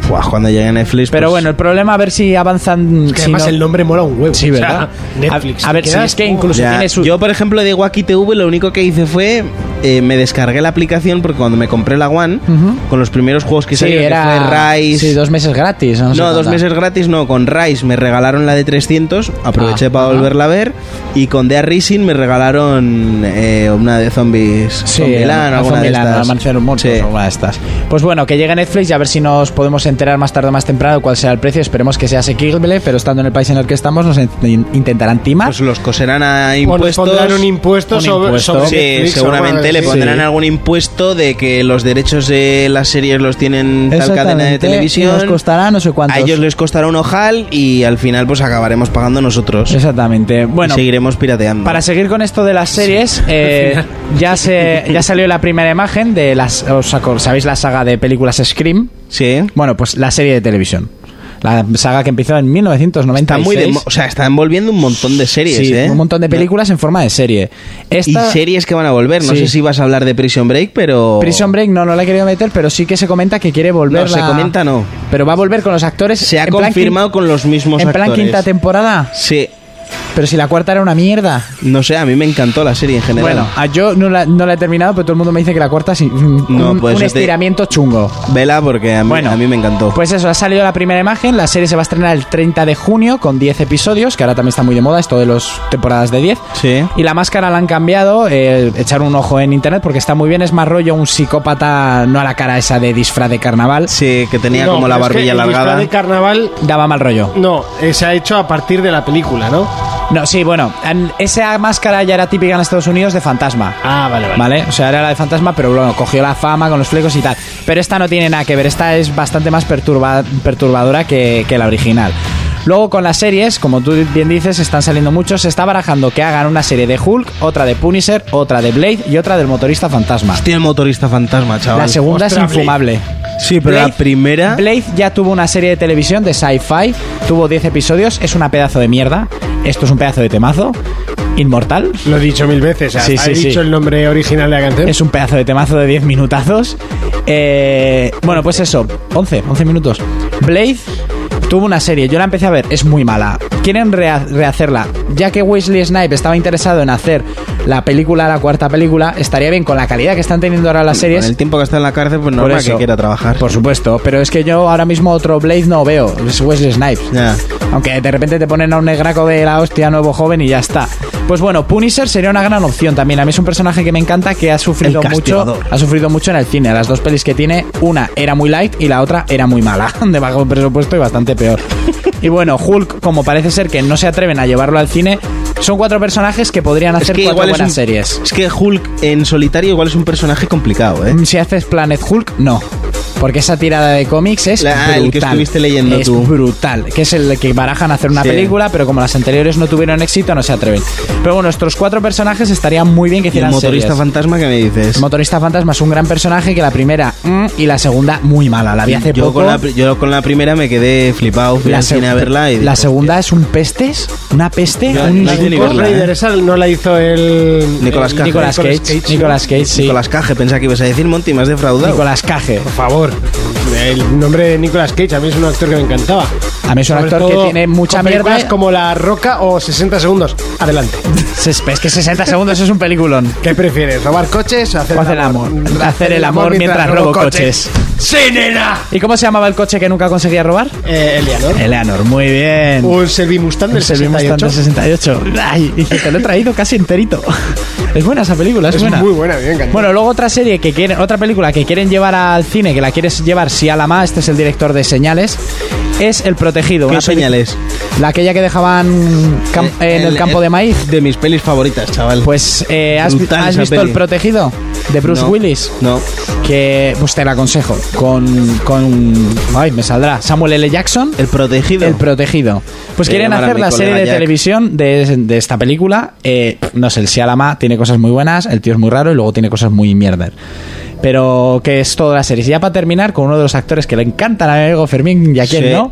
[SPEAKER 5] Buah, cuando llegue Netflix.
[SPEAKER 4] Pero
[SPEAKER 5] pues-
[SPEAKER 4] bueno, el problema a ver si avanzan.
[SPEAKER 2] Que
[SPEAKER 4] si
[SPEAKER 2] además
[SPEAKER 4] no-
[SPEAKER 2] el nombre mola un huevo.
[SPEAKER 4] Sí,
[SPEAKER 2] O sea,
[SPEAKER 4] ¿verdad?
[SPEAKER 2] Netflix.
[SPEAKER 4] A, a ver,
[SPEAKER 2] te
[SPEAKER 4] si
[SPEAKER 2] quedas-
[SPEAKER 4] es que
[SPEAKER 2] Oh.
[SPEAKER 4] incluso
[SPEAKER 5] Ya,
[SPEAKER 4] tiene su.
[SPEAKER 5] Yo, por ejemplo, de Wacky TV lo único que hice fue. eh, me descargué la aplicación porque cuando me compré la One,
[SPEAKER 4] Ujú.
[SPEAKER 5] con los primeros juegos que
[SPEAKER 4] sí,
[SPEAKER 5] salieron, que
[SPEAKER 4] era.
[SPEAKER 5] fue Rise.
[SPEAKER 4] Sí, dos meses gratis. No, sé
[SPEAKER 5] no, dos
[SPEAKER 4] cuánta.
[SPEAKER 5] meses gratis, no. Con Rise me regalaron la de 300, aproveché
[SPEAKER 4] Ah,
[SPEAKER 5] para
[SPEAKER 4] ajá.
[SPEAKER 5] volverla a ver. Y con The Rising me regalaron eh, una de zombies.
[SPEAKER 4] Sí,
[SPEAKER 5] Zombieland,
[SPEAKER 4] a- a
[SPEAKER 5] alguna de
[SPEAKER 4] Zombieland,
[SPEAKER 5] estas.
[SPEAKER 4] a Amanecer un Muerto,
[SPEAKER 5] Sí.
[SPEAKER 4] alguna de estas. Pues bueno, que llegue Netflix y a ver si nos podemos enterar más tarde o más temprano cuál será el precio. Esperemos que sea asequible, pero estando en el país en el que estamos, nos in- intentarán timar.
[SPEAKER 5] Pues los coserán a
[SPEAKER 2] O nos
[SPEAKER 5] impuestos.
[SPEAKER 2] pondrán un impuesto
[SPEAKER 4] Un
[SPEAKER 2] sobre,
[SPEAKER 4] impuesto.
[SPEAKER 2] sobre
[SPEAKER 5] Sí,
[SPEAKER 2] Netflix,
[SPEAKER 5] seguramente
[SPEAKER 2] sobre-
[SPEAKER 5] le
[SPEAKER 2] sí.
[SPEAKER 5] pondrán
[SPEAKER 4] Sí.
[SPEAKER 5] algún impuesto de que los derechos de las series los tienen tal
[SPEAKER 4] Exactamente,
[SPEAKER 5] cadena de
[SPEAKER 4] y Nos
[SPEAKER 5] televisión.
[SPEAKER 4] costará no sé cuántos.
[SPEAKER 5] A ellos les costará un ojal y al final pues acabaremos pagando nosotros.
[SPEAKER 4] Exactamente. Bueno,
[SPEAKER 5] y seguiremos pirateando.
[SPEAKER 4] Para seguir con esto de las series, eh, ya, se, ya salió la primera imagen de las. os acor- ¿Sabéis la saga de películas Scream?
[SPEAKER 5] sí.
[SPEAKER 4] Bueno, pues la serie de televisión. La saga que empezó en 1996.
[SPEAKER 5] Está muy de mo- o sea, está envolviendo un montón de series,
[SPEAKER 4] Sí,
[SPEAKER 5] ¿eh?
[SPEAKER 4] un montón de películas en forma de serie.
[SPEAKER 5] Y
[SPEAKER 4] Esta
[SPEAKER 5] series que van a volver. No
[SPEAKER 4] Sí.
[SPEAKER 5] sé si vas a hablar de Prison Break, pero.
[SPEAKER 4] Prison Break no, no la he querido meter, pero sí que se comenta que quiere volver.
[SPEAKER 5] Oh. No, se
[SPEAKER 4] la-
[SPEAKER 5] comenta no.
[SPEAKER 4] Pero va a volver con los actores.
[SPEAKER 5] Se ha
[SPEAKER 4] en plan
[SPEAKER 5] confirmado
[SPEAKER 4] quin-
[SPEAKER 5] con los mismos
[SPEAKER 4] En plan
[SPEAKER 5] actores.
[SPEAKER 4] quinta temporada.
[SPEAKER 5] Sí.
[SPEAKER 4] Pero si la cuarta era una mierda.
[SPEAKER 5] No sé, a mí me encantó la serie en general.
[SPEAKER 4] Bueno, a yo no la, no la he terminado, pero todo el mundo me dice que la cuarta es un,
[SPEAKER 5] No,
[SPEAKER 4] un-
[SPEAKER 5] pues
[SPEAKER 4] un
[SPEAKER 5] es de-
[SPEAKER 4] estiramiento chungo.
[SPEAKER 5] Vela porque a mí,
[SPEAKER 4] Bueno.
[SPEAKER 5] a mí me encantó.
[SPEAKER 4] Pues eso, ha salido la primera imagen, la serie se va a estrenar el 30 de junio con 10 episodios, que ahora también está muy de moda esto de las temporadas de 10.
[SPEAKER 5] Sí.
[SPEAKER 4] Y la máscara la han cambiado, eh, echar un ojo en internet porque está muy bien, es más rollo un psicópata, no a la cara esa de disfraz de carnaval,
[SPEAKER 5] Sí, que tenía
[SPEAKER 2] No,
[SPEAKER 5] como la
[SPEAKER 2] pero es que
[SPEAKER 5] barbilla
[SPEAKER 2] el disfraz
[SPEAKER 5] alargada.
[SPEAKER 2] de carnaval
[SPEAKER 4] daba mal rollo.
[SPEAKER 2] no, eh, se ha hecho a partir de la película, ¿no?
[SPEAKER 4] No, sí, bueno, en- esa máscara ya era típica en Estados Unidos de fantasma.
[SPEAKER 2] Ah, vale, vale.
[SPEAKER 4] ¿Vale? O sea, era la de fantasma, pero bueno, cogió la fama con los flecos y tal. Pero esta no tiene nada que ver, esta es bastante más perturba- perturbadora que, que la original. Luego con las series, como tú bien dices, están saliendo muchos. Se está barajando que hagan una serie de Hulk, otra de Punisher, otra de Blade y otra del motorista fantasma.
[SPEAKER 5] Tiene el motorista fantasma, chaval.
[SPEAKER 4] La segunda
[SPEAKER 2] Ostras,
[SPEAKER 4] es
[SPEAKER 2] Blade.
[SPEAKER 4] infumable.
[SPEAKER 5] Sí, pero la
[SPEAKER 4] Blade-
[SPEAKER 5] primera.
[SPEAKER 4] Blade ya tuvo una serie de televisión de sci-fi, tuvo 10 episodios, es una pedazo de mierda. Esto es un pedazo de temazo. Inmortal.
[SPEAKER 2] Lo he dicho mil veces.
[SPEAKER 4] Sí, sí,
[SPEAKER 2] he
[SPEAKER 4] sí.
[SPEAKER 2] dicho el nombre original de la canción.
[SPEAKER 4] Es un pedazo de temazo de 10 minutazos. Eh, bueno, pues eso, 11, 11 minutos. Blade tuvo una serie, yo la empecé a ver, es muy mala. Quieren rea- rehacerla. Ya que Wesley Snipe estaba interesado en hacer la película, la cuarta película, estaría bien con la calidad que están teniendo ahora las series.
[SPEAKER 5] Con el tiempo que está en la cárcel, pues
[SPEAKER 4] Por
[SPEAKER 5] normal
[SPEAKER 4] eso.
[SPEAKER 5] que quiera trabajar.
[SPEAKER 4] Por supuesto, pero es que yo ahora mismo otro Blade no veo, es Wesley Snipes.
[SPEAKER 5] Ya.
[SPEAKER 4] Aunque de repente te ponen a un negraco de la hostia nuevo joven y ya está. Pues bueno, Punisher sería una gran opción también. A mí es un personaje que me encanta que ha sufrido
[SPEAKER 5] El
[SPEAKER 4] mucho,
[SPEAKER 5] castigador.
[SPEAKER 4] ha sufrido mucho en el cine. Las dos pelis que tiene, una era muy light y la otra era muy mala, de bajo presupuesto y bastante peor. Y bueno, Hulk, como parece ser que no se atreven a llevarlo al cine, son cuatro personajes que podrían hacer cuatro buenas
[SPEAKER 5] un-
[SPEAKER 4] series.
[SPEAKER 5] Es que Hulk en solitario igual es un personaje complicado, ¿eh?
[SPEAKER 4] Si haces Planet Hulk, no. Porque esa tirada de cómics es
[SPEAKER 5] La-
[SPEAKER 4] brutal.
[SPEAKER 5] el que estuviste leyendo
[SPEAKER 4] es
[SPEAKER 5] tú.
[SPEAKER 4] brutal. Que es el que barajan hacer una
[SPEAKER 5] Sí.
[SPEAKER 4] película, pero como las anteriores no tuvieron éxito, no se atreven. Pero bueno, nuestros cuatro personajes estarían muy bien
[SPEAKER 5] Y
[SPEAKER 4] que
[SPEAKER 5] el
[SPEAKER 4] hicieran
[SPEAKER 5] motorista
[SPEAKER 4] series.
[SPEAKER 5] fantasma que me dices.
[SPEAKER 4] El motorista fantasma es un gran personaje que la primera mm, y la segunda muy mala. La vi hace
[SPEAKER 5] yo,
[SPEAKER 4] poco.
[SPEAKER 5] con la, pri- yo con la primera me quedé flipado, fui al
[SPEAKER 4] seg-
[SPEAKER 5] cine a verla y
[SPEAKER 4] la
[SPEAKER 5] digo,
[SPEAKER 4] segunda es un pestes, una peste,
[SPEAKER 5] Yo-
[SPEAKER 4] un
[SPEAKER 5] no hice ni
[SPEAKER 4] insulto.
[SPEAKER 2] Ghost
[SPEAKER 5] verla,
[SPEAKER 2] Rider,
[SPEAKER 5] ¿eh?
[SPEAKER 2] esa no la hizo el.
[SPEAKER 5] Nicolas
[SPEAKER 2] el-
[SPEAKER 5] Cage.
[SPEAKER 4] Nicolas Cage, Nicolas Cage, sí.
[SPEAKER 5] Nicolás Caje, pensaba que ibas a decir Monty, me has defraudado.
[SPEAKER 4] Nicolas Cage.
[SPEAKER 2] Por favor. El nombre de Nicolas Cage a mí es un actor que me encantaba.
[SPEAKER 4] A mí es un
[SPEAKER 2] Sobre
[SPEAKER 4] actor que
[SPEAKER 2] todo
[SPEAKER 4] tiene mucha
[SPEAKER 2] con películas
[SPEAKER 4] mierda.
[SPEAKER 2] como La Roca o 60 segundos. Adelante.
[SPEAKER 4] Es que 60 segundos es un peliculón.
[SPEAKER 2] ¿Qué prefieres? ¿Robar coches o hacer,
[SPEAKER 4] O hacer el amor. Hacer el amor mientras robo coches.
[SPEAKER 2] ¡Sí, nena!
[SPEAKER 4] ¿Y cómo se llamaba el coche que nunca conseguía robar?
[SPEAKER 2] Eh, Eleanor.
[SPEAKER 4] Eleanor, muy bien.
[SPEAKER 2] Un Servimustang del
[SPEAKER 4] El Service Mustang
[SPEAKER 2] 68.
[SPEAKER 4] del 68. Ay, y te lo he traído casi enterito. Es buena esa película, es,
[SPEAKER 2] Es
[SPEAKER 4] buena.
[SPEAKER 2] muy buena, a mí me encanta.
[SPEAKER 4] Bueno, luego otra serie que quieren, otra película que quieren llevar al cine, que la quieres llevar si a la más, este es el director de Señales, es El Protegido.
[SPEAKER 5] ¿Qué
[SPEAKER 4] una peli-
[SPEAKER 5] señales? Eh,
[SPEAKER 4] La aquella que dejaban cam- en el, campo de maíz.
[SPEAKER 5] De mis pelis favoritas, chaval.
[SPEAKER 4] Pues, eh, ¿has,
[SPEAKER 5] Brutal
[SPEAKER 4] has
[SPEAKER 5] esa
[SPEAKER 4] visto
[SPEAKER 5] peli.
[SPEAKER 4] El Protegido? De Bruce
[SPEAKER 5] No,
[SPEAKER 4] Willis.
[SPEAKER 5] No.
[SPEAKER 4] Que, pues te la aconsejo. Con, con. Ay, me saldrá. Samuel L. Jackson.
[SPEAKER 5] El protegido.
[SPEAKER 4] El protegido. Pues
[SPEAKER 5] Eh,
[SPEAKER 4] quieren
[SPEAKER 5] llamar a
[SPEAKER 4] hacer
[SPEAKER 5] mi
[SPEAKER 4] la
[SPEAKER 5] colega
[SPEAKER 4] serie de
[SPEAKER 5] Jack.
[SPEAKER 4] televisión de, de esta película. Eh, no sé, el Sialama tiene cosas muy buenas, el tío es muy raro y luego tiene cosas muy mierder. Pero que es toda la serie. Y ya para terminar, con uno de los actores que le encantan a Diego Fermín y a quien
[SPEAKER 5] Sí.
[SPEAKER 4] no.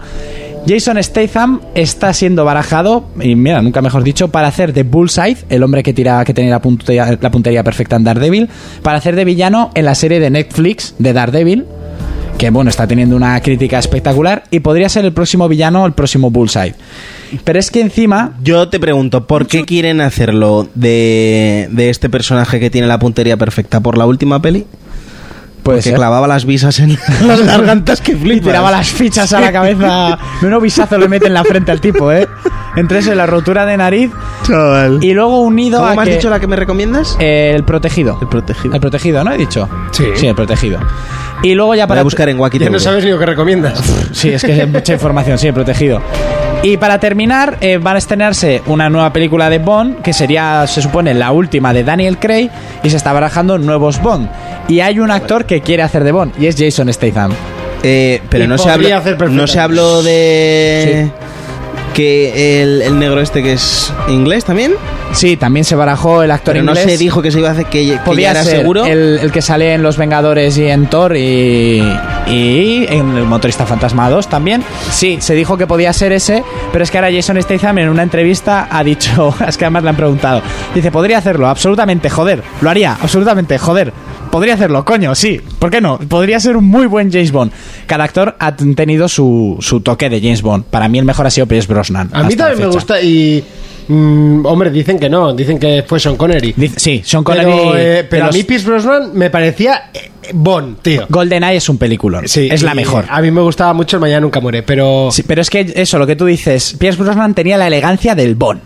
[SPEAKER 4] Jason Statham está siendo barajado, y mira, nunca mejor dicho, para hacer de Bullseye, el hombre que tira, que tenía la puntería, la puntería perfecta en Daredevil, para hacer de villano en la serie de Netflix de Daredevil, que bueno, está teniendo una crítica espectacular y podría ser el próximo villano, el próximo Bullseye. Pero es que encima,
[SPEAKER 5] Yo te pregunto, ¿por qué quieren hacerlo de, de este personaje que tiene la puntería perfecta por la última peli?
[SPEAKER 4] pues
[SPEAKER 5] Porque clavaba las visas en las gargantas que flipas.
[SPEAKER 4] tiraba las fichas a la cabeza. Menos visazo le mete en la frente al tipo, ¿eh? Entre eso y la rotura de nariz
[SPEAKER 5] Chaval.
[SPEAKER 4] y luego unido
[SPEAKER 5] ¿Cómo
[SPEAKER 4] a
[SPEAKER 5] me has
[SPEAKER 4] que- Eh,
[SPEAKER 5] dicho la que me recomiendas?
[SPEAKER 4] el protegido.
[SPEAKER 5] El protegido.
[SPEAKER 4] El protegido, ¿no he dicho?
[SPEAKER 2] Sí.
[SPEAKER 4] el protegido. Y luego ya
[SPEAKER 5] Voy
[SPEAKER 4] para
[SPEAKER 5] a buscar en Wacky
[SPEAKER 2] Ya no
[SPEAKER 5] TV.
[SPEAKER 2] sabes ni lo que recomiendas.
[SPEAKER 4] Sí, es que es mucha información, sí, el protegido. Y para terminar, eh, van a estrenarse una nueva película de Bond, que sería, se supone, la última de Daniel Craig, y se está barajando nuevos Bond. Y hay un actor que quiere hacer de Bond, y es Jason Statham.
[SPEAKER 5] Eh, pero
[SPEAKER 2] Y
[SPEAKER 5] no se,
[SPEAKER 2] podría
[SPEAKER 5] habló,
[SPEAKER 2] hacer perfectamente.
[SPEAKER 5] no se habló de que el, el negro este que es inglés también,
[SPEAKER 4] Sí, también se barajó el actor
[SPEAKER 5] pero
[SPEAKER 4] inglés.
[SPEAKER 5] no se dijo que se iba a hacer que, que
[SPEAKER 4] Podía
[SPEAKER 5] ya era
[SPEAKER 4] ser
[SPEAKER 5] seguro.
[SPEAKER 4] El, el que sale en Los Vengadores y en Thor y, y en El Motorista Fantasma 2 también. Sí, se dijo que podía ser ese, pero es que ahora Jason Statham en una entrevista ha dicho, es que además le han preguntado, dice, podría hacerlo, absolutamente, joder, lo haría, absolutamente, joder, podría hacerlo, coño, sí, ¿por qué no? Podría ser un muy buen James Bond. Cada actor ha t- tenido su, su toque de James Bond. Para mí el mejor ha sido Pierce Brosnan.
[SPEAKER 2] A mí
[SPEAKER 4] hasta la
[SPEAKER 2] también me
[SPEAKER 4] fecha.
[SPEAKER 2] gusta y... mm, hombre, dicen que no, dicen que fue Sean Connery.
[SPEAKER 4] Dice- Sí, Sean Connery.
[SPEAKER 2] Pero, eh,
[SPEAKER 4] de
[SPEAKER 2] pero a
[SPEAKER 4] los-
[SPEAKER 2] mí Pierce Brosnan me parecía eh, eh, Bond, tío.
[SPEAKER 4] GoldenEye es un peliculón.
[SPEAKER 2] Sí,
[SPEAKER 4] es la
[SPEAKER 2] y
[SPEAKER 4] mejor.
[SPEAKER 2] A mí me gustaba mucho el Mañana Nunca Muere, pero...
[SPEAKER 4] Sí, pero es que eso, lo que tú dices, Pierce Brosnan tenía la elegancia del Bond.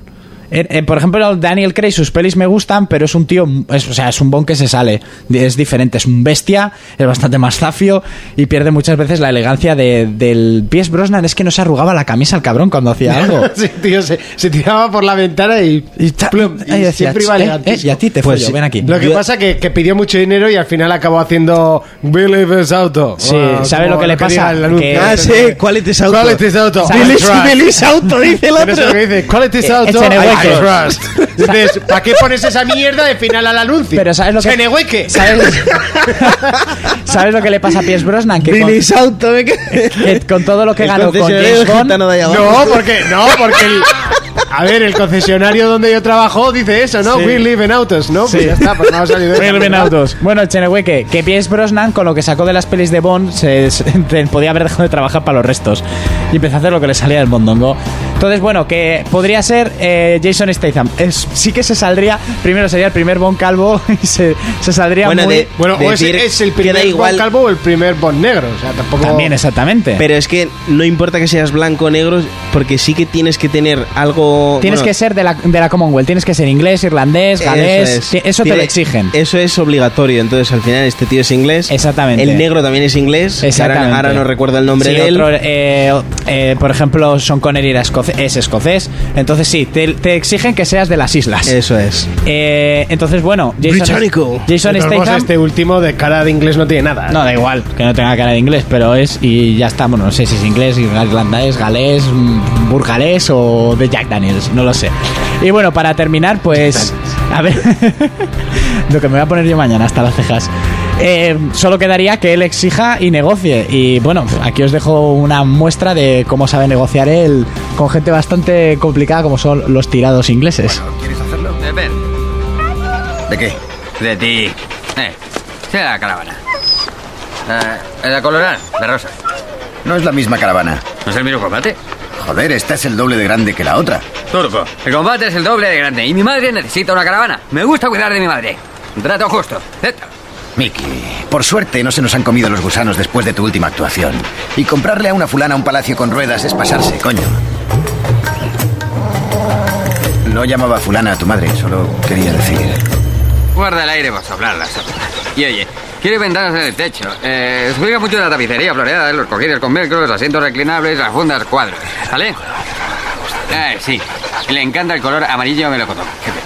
[SPEAKER 4] Eh, eh, por ejemplo, Daniel Craig, sus pelis me gustan, pero es un tío, es- o sea, es un bon que se sale. Es diferente, es un bestia, es bastante más zafio y pierde muchas veces la elegancia de- del pies Brosnan. Es que no se arrugaba la camisa el cabrón cuando hacía algo.
[SPEAKER 2] Sí, tío, se, se tiraba por la ventana y,
[SPEAKER 4] Y, ta-
[SPEAKER 2] plum, y
[SPEAKER 4] ahí decía,
[SPEAKER 2] siempre iba
[SPEAKER 4] "Eh, eh,
[SPEAKER 2] elegante.
[SPEAKER 4] y a ti te
[SPEAKER 5] Pues
[SPEAKER 4] follo,
[SPEAKER 5] sí.
[SPEAKER 4] ven aquí.
[SPEAKER 2] Lo que
[SPEAKER 5] Yo-
[SPEAKER 2] pasa que, que pidió mucho dinero y al final acabó haciendo Billy Best Auto.
[SPEAKER 4] Sí,
[SPEAKER 2] Ah,
[SPEAKER 4] ¿sabe
[SPEAKER 2] como
[SPEAKER 4] lo que le pasa?
[SPEAKER 2] diga el anuncio.
[SPEAKER 4] Que-
[SPEAKER 5] Ah, sí, Quality is Auto.
[SPEAKER 2] Quality is Auto. I
[SPEAKER 5] Billy's,
[SPEAKER 2] trust.
[SPEAKER 5] Billy's Auto, dice el
[SPEAKER 2] Pero eso es lo
[SPEAKER 5] otro.
[SPEAKER 2] que dice, Quality is Auto,
[SPEAKER 4] Eh,
[SPEAKER 2] I
[SPEAKER 4] Chenehueque.
[SPEAKER 2] trust. Dices, ¿para qué pones esa mierda de final al anuncio?
[SPEAKER 4] Pero ¿sabes lo que-
[SPEAKER 2] Chenehueque.
[SPEAKER 4] ¿Sabes, ¿Sabes lo que le pasa a Piers Brosnan? Que con,
[SPEAKER 5] Billy's Auto, me que-
[SPEAKER 4] que con todo lo que
[SPEAKER 5] El
[SPEAKER 4] ganó con
[SPEAKER 5] concesionario
[SPEAKER 4] James
[SPEAKER 5] del
[SPEAKER 4] Bond-
[SPEAKER 5] gitano de allá abajo.
[SPEAKER 2] No, porque, no, porque el- a ver, el concesionario donde yo trabajo dice eso, ¿no?
[SPEAKER 4] Sí.
[SPEAKER 2] We live in autos, ¿no? Pues
[SPEAKER 4] Sí.
[SPEAKER 2] ya está, pues vamos a ayudar.
[SPEAKER 4] Bueno, Chenehueque, que Piers Brosnan, con lo que sacó de las pelis de Bond, se, se- te- podía haber dejado de trabajar para los restos. Y empezó a hacer lo que le salía del mondongo. Entonces, bueno, que podría ser eh, Jason Statham. Es- sí que se saldría, primero sería el primer Bond calvo y se, se saldría
[SPEAKER 5] Bueno,
[SPEAKER 4] muy...
[SPEAKER 5] de-
[SPEAKER 2] Bueno, o es,
[SPEAKER 5] Decir
[SPEAKER 2] es el
[SPEAKER 5] que
[SPEAKER 2] primer
[SPEAKER 5] da
[SPEAKER 2] Bond
[SPEAKER 5] igual.
[SPEAKER 2] calvo o el primer Bond negro. O sea, tampoco.
[SPEAKER 4] También, exactamente.
[SPEAKER 5] Pero es que no importa que seas blanco o negro, porque sí que tienes que tener algo.
[SPEAKER 4] Tienes
[SPEAKER 5] bueno,
[SPEAKER 4] que ser de la, de la Commonwealth, tienes que ser inglés, irlandés,
[SPEAKER 5] eso
[SPEAKER 4] galés,
[SPEAKER 5] es.
[SPEAKER 4] ti- eso, te
[SPEAKER 5] Tiene-
[SPEAKER 4] lo exigen.
[SPEAKER 5] Eso es obligatorio. Entonces, al final, este tío es inglés.
[SPEAKER 4] Exactamente.
[SPEAKER 5] El negro también es inglés. que
[SPEAKER 4] Exactamente.
[SPEAKER 5] Ahora, ahora no recuerdo el nombre
[SPEAKER 4] Sí,
[SPEAKER 5] de él.
[SPEAKER 4] otro, eh, eh, por ejemplo, Sean Connery era escoce- es escocés. Entonces, sí, te, te exigen que seas de las islas.
[SPEAKER 5] Eso es.
[SPEAKER 4] Eh, entonces, bueno, Jason,
[SPEAKER 5] Británico.
[SPEAKER 4] Jason
[SPEAKER 2] De todos modos,
[SPEAKER 4] Statham.
[SPEAKER 2] este último de cara de inglés no tiene nada.
[SPEAKER 4] No, da igual, que no tenga cara de inglés, pero es y ya está. Bueno, no sé si es inglés, irlandés, galés, mm, burgalés o de Jack Daniels, no lo sé. Y bueno, para terminar, pues. A ver. lo que me voy a poner yo mañana hasta las cejas. Eh, solo quedaría que él exija y negocie. Y bueno, aquí os dejo una muestra de cómo sabe negociar él con gente bastante complicada como son los tirados ingleses.
[SPEAKER 6] ¿Quieres hacerlo?
[SPEAKER 7] De ver,
[SPEAKER 6] ¿De qué?
[SPEAKER 7] de ti. Eh, sea la caravana. Eh, la colorada, de rosa.
[SPEAKER 6] No es la misma caravana.
[SPEAKER 7] ¿No es el mismo combate?
[SPEAKER 6] Joder, esta es el doble de grande que la otra.
[SPEAKER 7] Turco. El combate es el doble de grande y mi madre necesita una caravana. Me gusta cuidar de mi madre. Un Trato justo. Acepto.
[SPEAKER 6] Mickey, por suerte no se nos han comido los gusanos después de tu última actuación. Y comprarle a una fulana un palacio con ruedas es pasarse, coño. No llamaba fulana a tu madre, solo quería decir.
[SPEAKER 7] Guarda el aire para soplar la sopa. Y oye, quiere ventanas en el techo. Eh, se cuelga mucho la tapicería floreada, los cojines con velcro, los asientos reclinables, las fundas cuadros. ¿Vale? Eh, sí. Le encanta el color amarillo melocotón, jefe.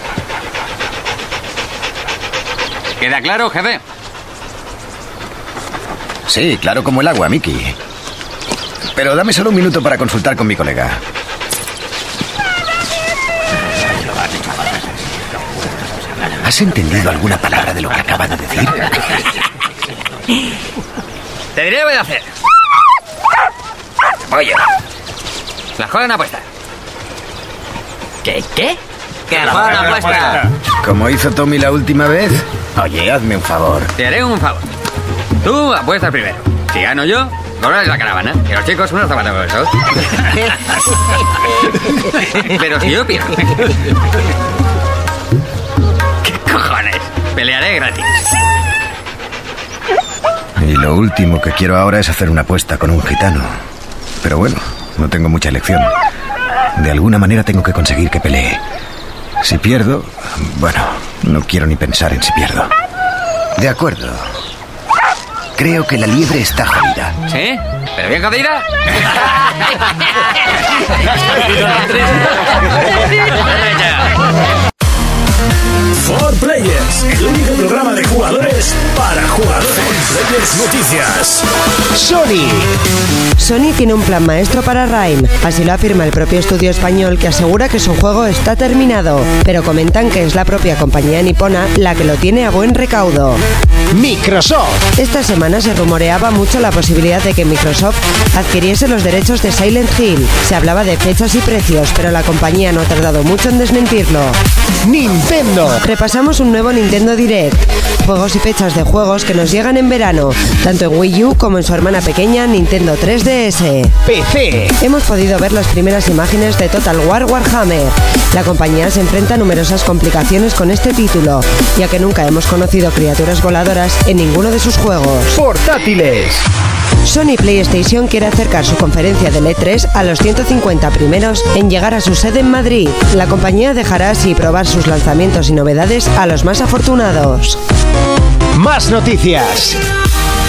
[SPEAKER 7] ¿Queda claro, jefe?
[SPEAKER 6] Sí, claro como el agua, Mickey. Pero dame solo un minuto para consultar con mi colega. ¿Has entendido alguna palabra de lo que acaba de decir?
[SPEAKER 7] Te diré voy a hacer. Oye, las juegan apuesta. ¿Qué? ¿Qué? Que las juegan apuesta.
[SPEAKER 6] Como hizo Tommy la última vez. Oye, hazme un favor.
[SPEAKER 7] Te haré un favor. Tú apuestas primero. Si gano yo, cobras la caravana. Que los chicos unos zapatos por eso. Pero si yo pierdo. ¿Qué cojones? Pelearé gratis.
[SPEAKER 6] Y lo último que quiero ahora es hacer una apuesta con un gitano. Pero bueno, no tengo mucha elección. De alguna manera tengo que conseguir que pelee. Si pierdo, bueno, no quiero ni pensar en si pierdo. De acuerdo. Creo que la liebre está jodida.
[SPEAKER 7] ¿Sí? ¿Pero bien jodida?
[SPEAKER 8] For Players, el único programa de jugadores para jugadores. Players Noticias.
[SPEAKER 2] Sony.
[SPEAKER 3] Sony tiene un plan maestro para Rhyme, así lo afirma el propio estudio español que asegura que su juego está terminado, pero comentan que es la propia compañía nipona la que lo tiene a buen recaudo.
[SPEAKER 2] Microsoft.
[SPEAKER 3] Esta semana se rumoreaba mucho la posibilidad de que Microsoft adquiriese los derechos de Silent Hill. Se hablaba de fechas y precios, pero la compañía no ha tardado mucho en desmentirlo.
[SPEAKER 2] Nintendo.
[SPEAKER 3] Repasamos un nuevo Nintendo Direct. Juegos y fechas de juegos que nos llegan en verano, tanto en Wii U como en su hermana pequeña Nintendo 3DS. 3DS.
[SPEAKER 2] PC.
[SPEAKER 3] Hemos podido ver las primeras imágenes de Total War Warhammer. La compañía se enfrenta a numerosas complicaciones con este título, ya que nunca hemos conocido criaturas voladoras en ninguno de sus juegos.
[SPEAKER 2] Portátiles.
[SPEAKER 3] Sony PlayStation quiere acercar su conferencia del E3 a los 150 primeros en llegar a su sede en Madrid. La compañía dejará así probar sus lanzamientos y novedades a los más afortunados.
[SPEAKER 2] Más noticias.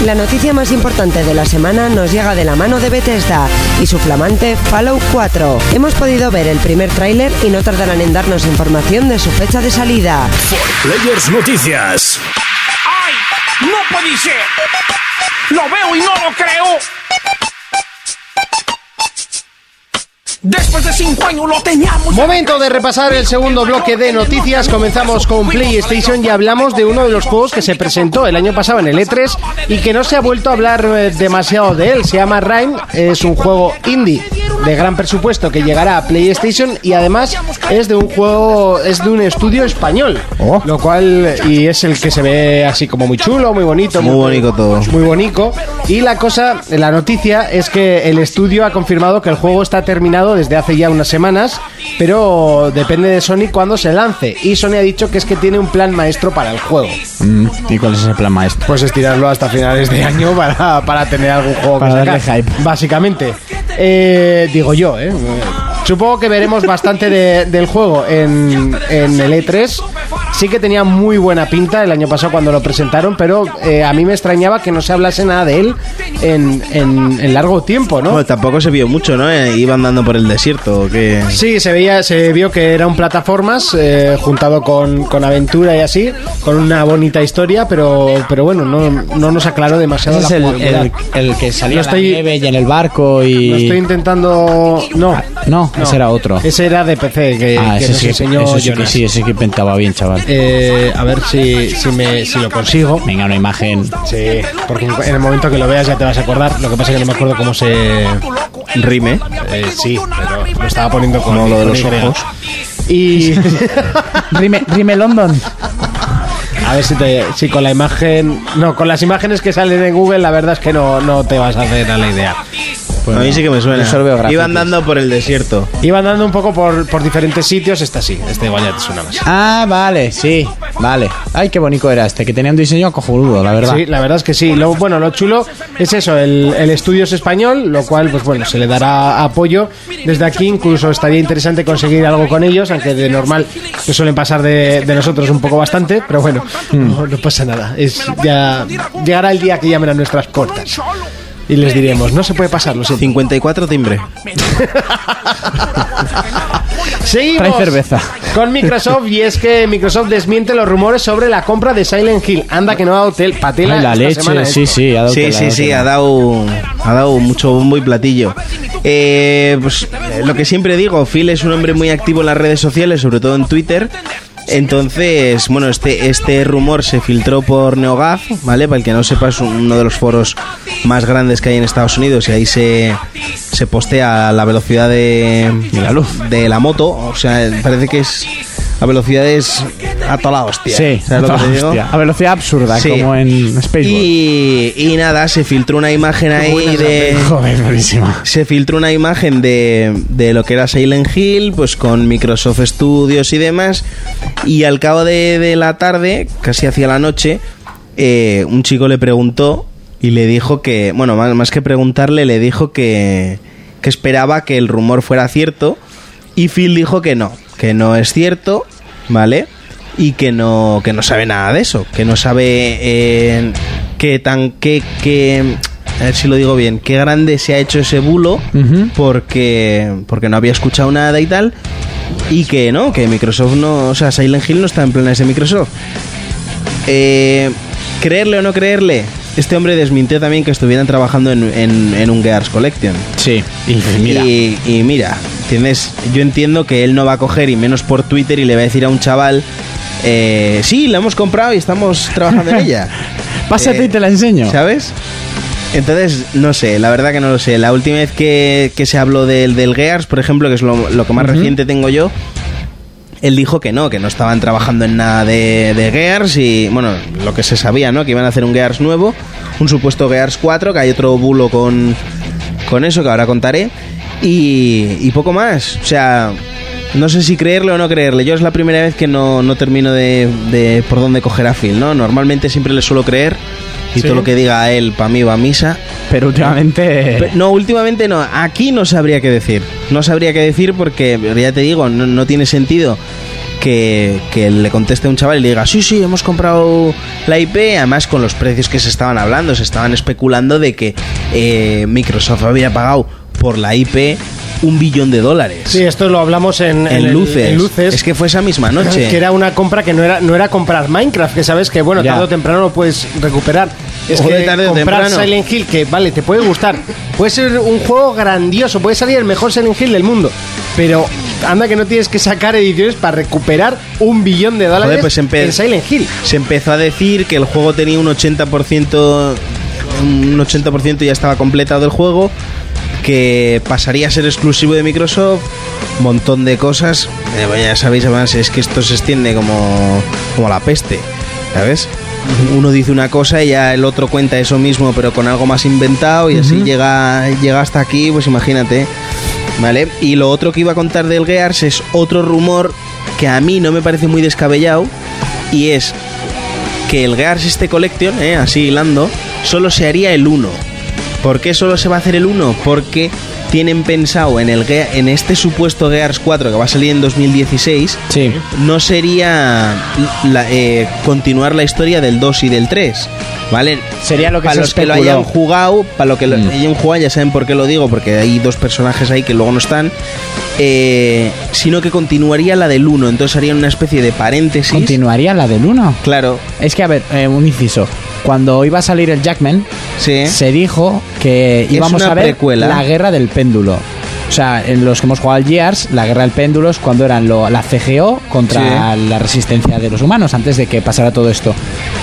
[SPEAKER 3] La noticia más importante de la semana nos llega de la mano de Bethesda y su flamante Fallout 4. Hemos podido ver el primer tráiler y no tardarán en darnos información de su fecha de salida.
[SPEAKER 8] Players Noticias.
[SPEAKER 1] ¡Ay! ¡No puede ser! ¡Lo veo y no lo creo! Después de cinco años lo teníamos.
[SPEAKER 2] Momento de repasar el segundo bloque de noticias. Comenzamos con PlayStation y hablamos de uno de los juegos que se presentó el año pasado en el E3 y que no se ha vuelto a hablar eh, demasiado de él. Se llama Rhyme, es un juego indie de gran presupuesto que llegará a PlayStation y además es de un juego, es de un estudio español.
[SPEAKER 5] Oh.
[SPEAKER 2] Lo cual, y es el que se ve así como muy chulo, muy bonito.
[SPEAKER 5] Muy bonito todo.
[SPEAKER 2] Muy bonito. Y la cosa, la noticia es que el estudio ha confirmado que el juego está terminado desde hace ya unas semanas, pero depende de Sony cuándo se lance. Y Sony ha dicho que es que tiene un plan maestro para el juego.
[SPEAKER 4] Mm, ¿Y cuál es el plan maestro?
[SPEAKER 2] Pues estirarlo hasta finales de año para, Ah, para tener algún juego
[SPEAKER 4] Para
[SPEAKER 2] que
[SPEAKER 4] darle
[SPEAKER 2] sacar,
[SPEAKER 4] hype.
[SPEAKER 2] Básicamente. Eh, digo yo, ¿eh? Supongo que veremos bastante de- del juego en, en el E3. Sí que tenía muy buena pinta el año pasado cuando lo presentaron, pero eh, a mí me extrañaba que no se hablase nada de él en, en- en largo tiempo, ¿no?
[SPEAKER 5] Bueno, tampoco se vio mucho, ¿no? Eh, Iban andando por el desierto, ¿o qué?
[SPEAKER 2] Sí, se veía, se vio que era un plataformas eh, juntado con, con aventura y así, con una bonita historia, pero, pero bueno, no, no nos aclaró demasiado
[SPEAKER 4] Ese es
[SPEAKER 2] la
[SPEAKER 4] el,
[SPEAKER 2] jugabilidad.
[SPEAKER 4] el- el que salía
[SPEAKER 2] Lo
[SPEAKER 4] en
[SPEAKER 2] estoy-
[SPEAKER 4] la nieve y en el barco y...
[SPEAKER 2] Lo estoy intentando. No,
[SPEAKER 4] Ah, no, ese era otro.
[SPEAKER 2] Ese era de PC que,
[SPEAKER 4] ah,
[SPEAKER 2] que
[SPEAKER 4] ese
[SPEAKER 2] nos
[SPEAKER 4] sí, que-
[SPEAKER 2] enseñó
[SPEAKER 4] eso sí que
[SPEAKER 2] Jonas.
[SPEAKER 4] sí, ese sí que pintaba bien, chaval.
[SPEAKER 2] Eh, a ver si, si, me, si lo consigo.
[SPEAKER 4] Venga, una imagen...
[SPEAKER 2] Sí, porque en el momento que lo veas ya te vas a acordar. Lo que pasa es que no me acuerdo cómo se.
[SPEAKER 5] Rime.
[SPEAKER 2] eh, sí, pero lo estaba poniendo con.
[SPEAKER 5] Como lo de los
[SPEAKER 2] con Y.
[SPEAKER 5] ojos.
[SPEAKER 2] Y.
[SPEAKER 4] Rime, Rime London.
[SPEAKER 2] A ver si, te, si con la imagen. No, con las imágenes que salen en Google, la verdad es que no, no te vas a hacer a la idea.
[SPEAKER 5] a mí sí que me suena.
[SPEAKER 4] yo solo veo grafitis.
[SPEAKER 5] Iban andando por el desierto.
[SPEAKER 2] Iba andando un poco por, por diferentes sitios. Esta sí, este igual ya te suena más.
[SPEAKER 4] Ah, vale, sí, vale. Ay, qué bonito era este, que tenía un diseño cojonudo, la verdad.
[SPEAKER 2] Sí, la verdad es que sí. Lo, bueno, lo chulo es eso, el, el estudio es español, lo cual, pues bueno, se le dará apoyo. Desde aquí incluso estaría interesante conseguir algo con ellos, aunque de normal se suelen pasar de, de nosotros un poco bastante, pero bueno, no, no pasa nada. Es ya Llegará el día que llamen a nuestras puertas. Y les diremos, no se puede pasar, lo siento.
[SPEAKER 5] 54 timbre.
[SPEAKER 2] Seguimos
[SPEAKER 4] Trae cerveza.
[SPEAKER 2] con Microsoft y es que Microsoft desmiente los rumores sobre la compra de Silent Hill. Anda que no ha dado hotel, patela
[SPEAKER 4] Ay, la
[SPEAKER 2] esta
[SPEAKER 4] leche,
[SPEAKER 2] semana ¿eh?
[SPEAKER 4] sí,
[SPEAKER 2] esto.
[SPEAKER 4] sí, ha dado
[SPEAKER 5] Sí,
[SPEAKER 4] que la-
[SPEAKER 5] sí, sí, ha dado, ha dado mucho bombo y platillo. Eh, pues eh, lo que siempre digo, Phil es un hombre muy activo en las redes sociales, sobre todo en Twitter. Entonces, bueno, este, este rumor se filtró por NeoGAF, ¿vale? Para el que no sepa, es uno de los foros más grandes que hay en Estados Unidos y ahí se, se postea la velocidad de, la luz. de la moto. O sea, parece que es a velocidades a toda la hostia.
[SPEAKER 4] Sí,
[SPEAKER 5] ¿sabes lo que te digo?
[SPEAKER 4] hostia, a velocidad absurda,
[SPEAKER 5] Sí.
[SPEAKER 4] como en Spaceball.
[SPEAKER 5] Y, y nada, se filtró una imagen ahí de.
[SPEAKER 4] Joder, buenísima.
[SPEAKER 5] Se filtró una imagen de, de lo que era Silent Hill, pues con Microsoft Studios y demás. Y al cabo de, de la tarde, casi hacia la noche, eh, un chico le preguntó y le dijo que, bueno, más, más que preguntarle, le dijo que, que esperaba que el rumor fuera cierto. Y Phil dijo que no, que no es cierto, ¿vale? Y que no, que no sabe nada de eso, que no sabe eh, qué tan, qué, qué, a ver si lo digo bien, qué grande se ha hecho ese bulo,
[SPEAKER 4] Ujú.
[SPEAKER 5] porque, porque no había escuchado nada y tal, y que no, que Microsoft no, o sea, Silent Hill no está en planes de Microsoft. Eh, creerle o no creerle, este hombre desmintió también que estuvieran trabajando en, en, en un Gears Collection.
[SPEAKER 4] Sí, y mira.
[SPEAKER 5] Y, y mira, ¿entiendes? Yo entiendo que él no va a coger, y menos por Twitter, y le va a decir a un chaval, eh, sí, la hemos comprado y estamos trabajando en ella.
[SPEAKER 4] Pásate
[SPEAKER 5] Eh,
[SPEAKER 4] y te la enseño.
[SPEAKER 5] ¿Sabes? Entonces, no sé, la verdad que no lo sé. La última vez que, que se habló del, del Gears, por ejemplo, que es lo, lo que más reciente tengo yo, él dijo que no, que no estaban trabajando en nada de, de Gears y, bueno, lo que se sabía, ¿no? Que iban a hacer un Gears nuevo, un supuesto Gears 4, que hay otro bulo con, con eso que ahora contaré. Y, y poco más. O sea, no sé si creerle o no creerle. Yo es la primera vez que no, no termino de, de por dónde coger a Phil, ¿no? Normalmente siempre le suelo creer y
[SPEAKER 4] Sí.
[SPEAKER 5] todo lo que diga él para mí va a misa.
[SPEAKER 4] Pero últimamente.
[SPEAKER 5] Pe- No, últimamente no. Aquí no sabría qué decir. No sabría qué decir porque, ya te digo, no, no tiene sentido que, que le conteste a un chaval y le diga, sí, sí, hemos comprado la IP. Además, con los precios que se estaban hablando, se estaban especulando de que eh, Microsoft había pagado por la IP un billón de dólares.
[SPEAKER 2] Sí, esto lo hablamos
[SPEAKER 5] En,
[SPEAKER 2] en, el-
[SPEAKER 5] luces.
[SPEAKER 2] en luces.
[SPEAKER 5] Es que fue esa misma noche.
[SPEAKER 2] Que era una compra que no era, no era comprar Minecraft, que sabes que, bueno,
[SPEAKER 4] Ya.
[SPEAKER 2] tarde o temprano lo puedes recuperar. Es
[SPEAKER 5] Joder,
[SPEAKER 2] que
[SPEAKER 5] tarde o
[SPEAKER 2] comprar
[SPEAKER 5] temprano.
[SPEAKER 2] Silent Hill, que vale, te puede gustar, puede ser un juego grandioso, puede salir el mejor Silent Hill del mundo, pero anda que no tienes que sacar ediciones para recuperar un billón de dólares
[SPEAKER 5] Joder, pues en pe-
[SPEAKER 2] en Silent Hill.
[SPEAKER 5] se empezó a decir que el juego tenía un 80%, un 80% ya estaba completado el juego, que pasaría a ser exclusivo de Microsoft, montón de cosas. Eh, bueno, ya sabéis, además, es que esto se extiende como, como la peste, ¿sabes? Uno dice una cosa y ya el otro cuenta eso mismo, pero con algo más inventado y así llega, llega hasta aquí, pues imagínate. ¿Vale? Y lo otro que iba a contar del Gears es otro rumor que a mí no me parece muy descabellado y es que el Gears este Collection, eh, así hilando, solo se haría el 1. ¿Por qué solo se va a hacer el 1? Porque tienen pensado en, el, Gea- en este supuesto Gears 4 que va a salir en 2016,
[SPEAKER 4] Sí.
[SPEAKER 5] no sería la- eh, continuar la historia del 2 y del 3, ¿vale?
[SPEAKER 4] Sería lo que
[SPEAKER 5] para
[SPEAKER 4] se
[SPEAKER 5] los que lo
[SPEAKER 4] especuló.
[SPEAKER 5] hayan jugado, para lo que lo
[SPEAKER 4] Mm.
[SPEAKER 5] hayan jugado, ya saben por qué lo digo, porque hay dos personajes ahí que luego no están, eh, sino que continuaría la del 1, entonces harían una especie de paréntesis.
[SPEAKER 4] ¿Continuaría la del 1?
[SPEAKER 5] Claro,
[SPEAKER 4] Es que, a ver, eh, un inciso. Cuando iba a salir el Jackman,
[SPEAKER 5] sí.
[SPEAKER 4] se dijo que
[SPEAKER 5] Es
[SPEAKER 4] íbamos
[SPEAKER 5] una
[SPEAKER 4] a ver
[SPEAKER 5] precuela.
[SPEAKER 4] la guerra del péndulo. O sea, en los que hemos jugado al Gears, la guerra del péndulo es cuando eran lo- la CGO contra la resistencia de los humanos, antes de que pasara todo esto.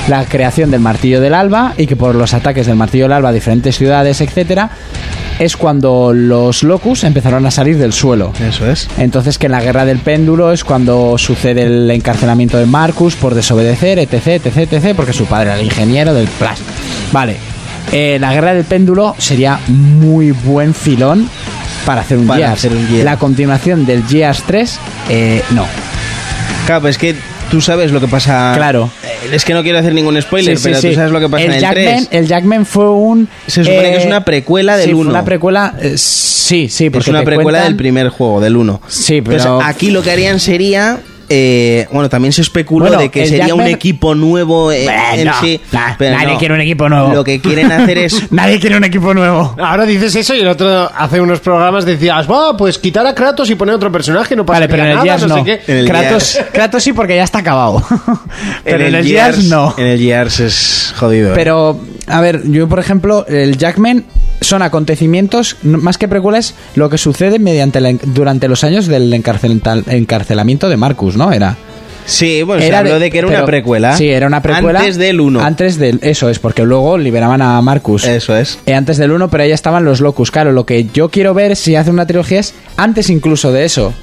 [SPEAKER 4] La creación del martillo del alba y que por los ataques del martillo del alba a diferentes ciudades, etcétera, es cuando los locus empezaron a salir del suelo.
[SPEAKER 5] Eso es.
[SPEAKER 4] Entonces que en la guerra del péndulo es cuando sucede el encarcelamiento de Marcus por desobedecer, etc, etc, etc, porque su padre era el ingeniero del Flash. Vale. Eh, la guerra del péndulo sería muy buen filón para hacer un,
[SPEAKER 5] Para
[SPEAKER 4] Gears.
[SPEAKER 5] hacer un Gears.
[SPEAKER 4] La continuación del Gears 3, eh, no.
[SPEAKER 5] Claro, pero es que tú sabes lo que pasa.
[SPEAKER 4] Claro.
[SPEAKER 5] Eh, Es que no quiero hacer ningún spoiler,
[SPEAKER 4] Sí, sí,
[SPEAKER 5] pero
[SPEAKER 4] sí.
[SPEAKER 5] tú sabes lo que pasa
[SPEAKER 4] el
[SPEAKER 5] en el
[SPEAKER 4] Jackman,
[SPEAKER 5] 3.
[SPEAKER 4] El Jackman fue un... eh,
[SPEAKER 5] Se supone que es una precuela del
[SPEAKER 4] sí, fue
[SPEAKER 5] uno.
[SPEAKER 4] una precuela... eh, sí, sí, porque
[SPEAKER 5] es una
[SPEAKER 4] te
[SPEAKER 5] precuela
[SPEAKER 4] cuentan-
[SPEAKER 5] del primer juego, del 1.
[SPEAKER 4] Sí, pero-
[SPEAKER 5] aquí lo que harían sería. eh, bueno, también se especuló
[SPEAKER 4] Bueno,
[SPEAKER 5] de que
[SPEAKER 4] el
[SPEAKER 5] sería un
[SPEAKER 4] Jackman-
[SPEAKER 5] equipo nuevo eh,
[SPEAKER 4] Eh,
[SPEAKER 5] en
[SPEAKER 4] no,
[SPEAKER 5] sí.
[SPEAKER 4] na-
[SPEAKER 5] pero
[SPEAKER 4] nadie
[SPEAKER 5] no.
[SPEAKER 4] quiere un equipo nuevo.
[SPEAKER 5] Lo que quieren hacer es.
[SPEAKER 4] Nadie quiere un equipo nuevo.
[SPEAKER 2] Ahora dices eso y el otro hace unos programas decías, va, pues quitar a Kratos y poner otro personaje, no pasa
[SPEAKER 4] Vale, pero en el
[SPEAKER 2] nada,
[SPEAKER 4] Gears
[SPEAKER 2] no
[SPEAKER 4] no.
[SPEAKER 2] sé qué.
[SPEAKER 5] En el
[SPEAKER 4] Kratos,
[SPEAKER 5] Gears.
[SPEAKER 4] Kratos sí porque ya está acabado. pero en el, Gears, no.
[SPEAKER 5] En el Gears es jodido. eh.
[SPEAKER 4] Pero, a ver, yo por ejemplo, el Jackman son acontecimientos, no- más que precuelas, lo que sucede mediante la en- durante los años del encarcelenta- encarcelamiento de Marcus, ¿no? Era.
[SPEAKER 5] Sí, bueno, Pues se
[SPEAKER 4] Era
[SPEAKER 5] habló de que era
[SPEAKER 4] pero-
[SPEAKER 5] una precuela.
[SPEAKER 4] Sí, era una precuela.
[SPEAKER 5] Antes del 1.
[SPEAKER 4] Antes del. Eso es, porque luego liberaban a Marcus.
[SPEAKER 5] Eso es.
[SPEAKER 4] Eh, antes del 1, pero ahí estaban los Locus. Claro, lo que yo quiero ver si hace una trilogía es antes incluso de eso.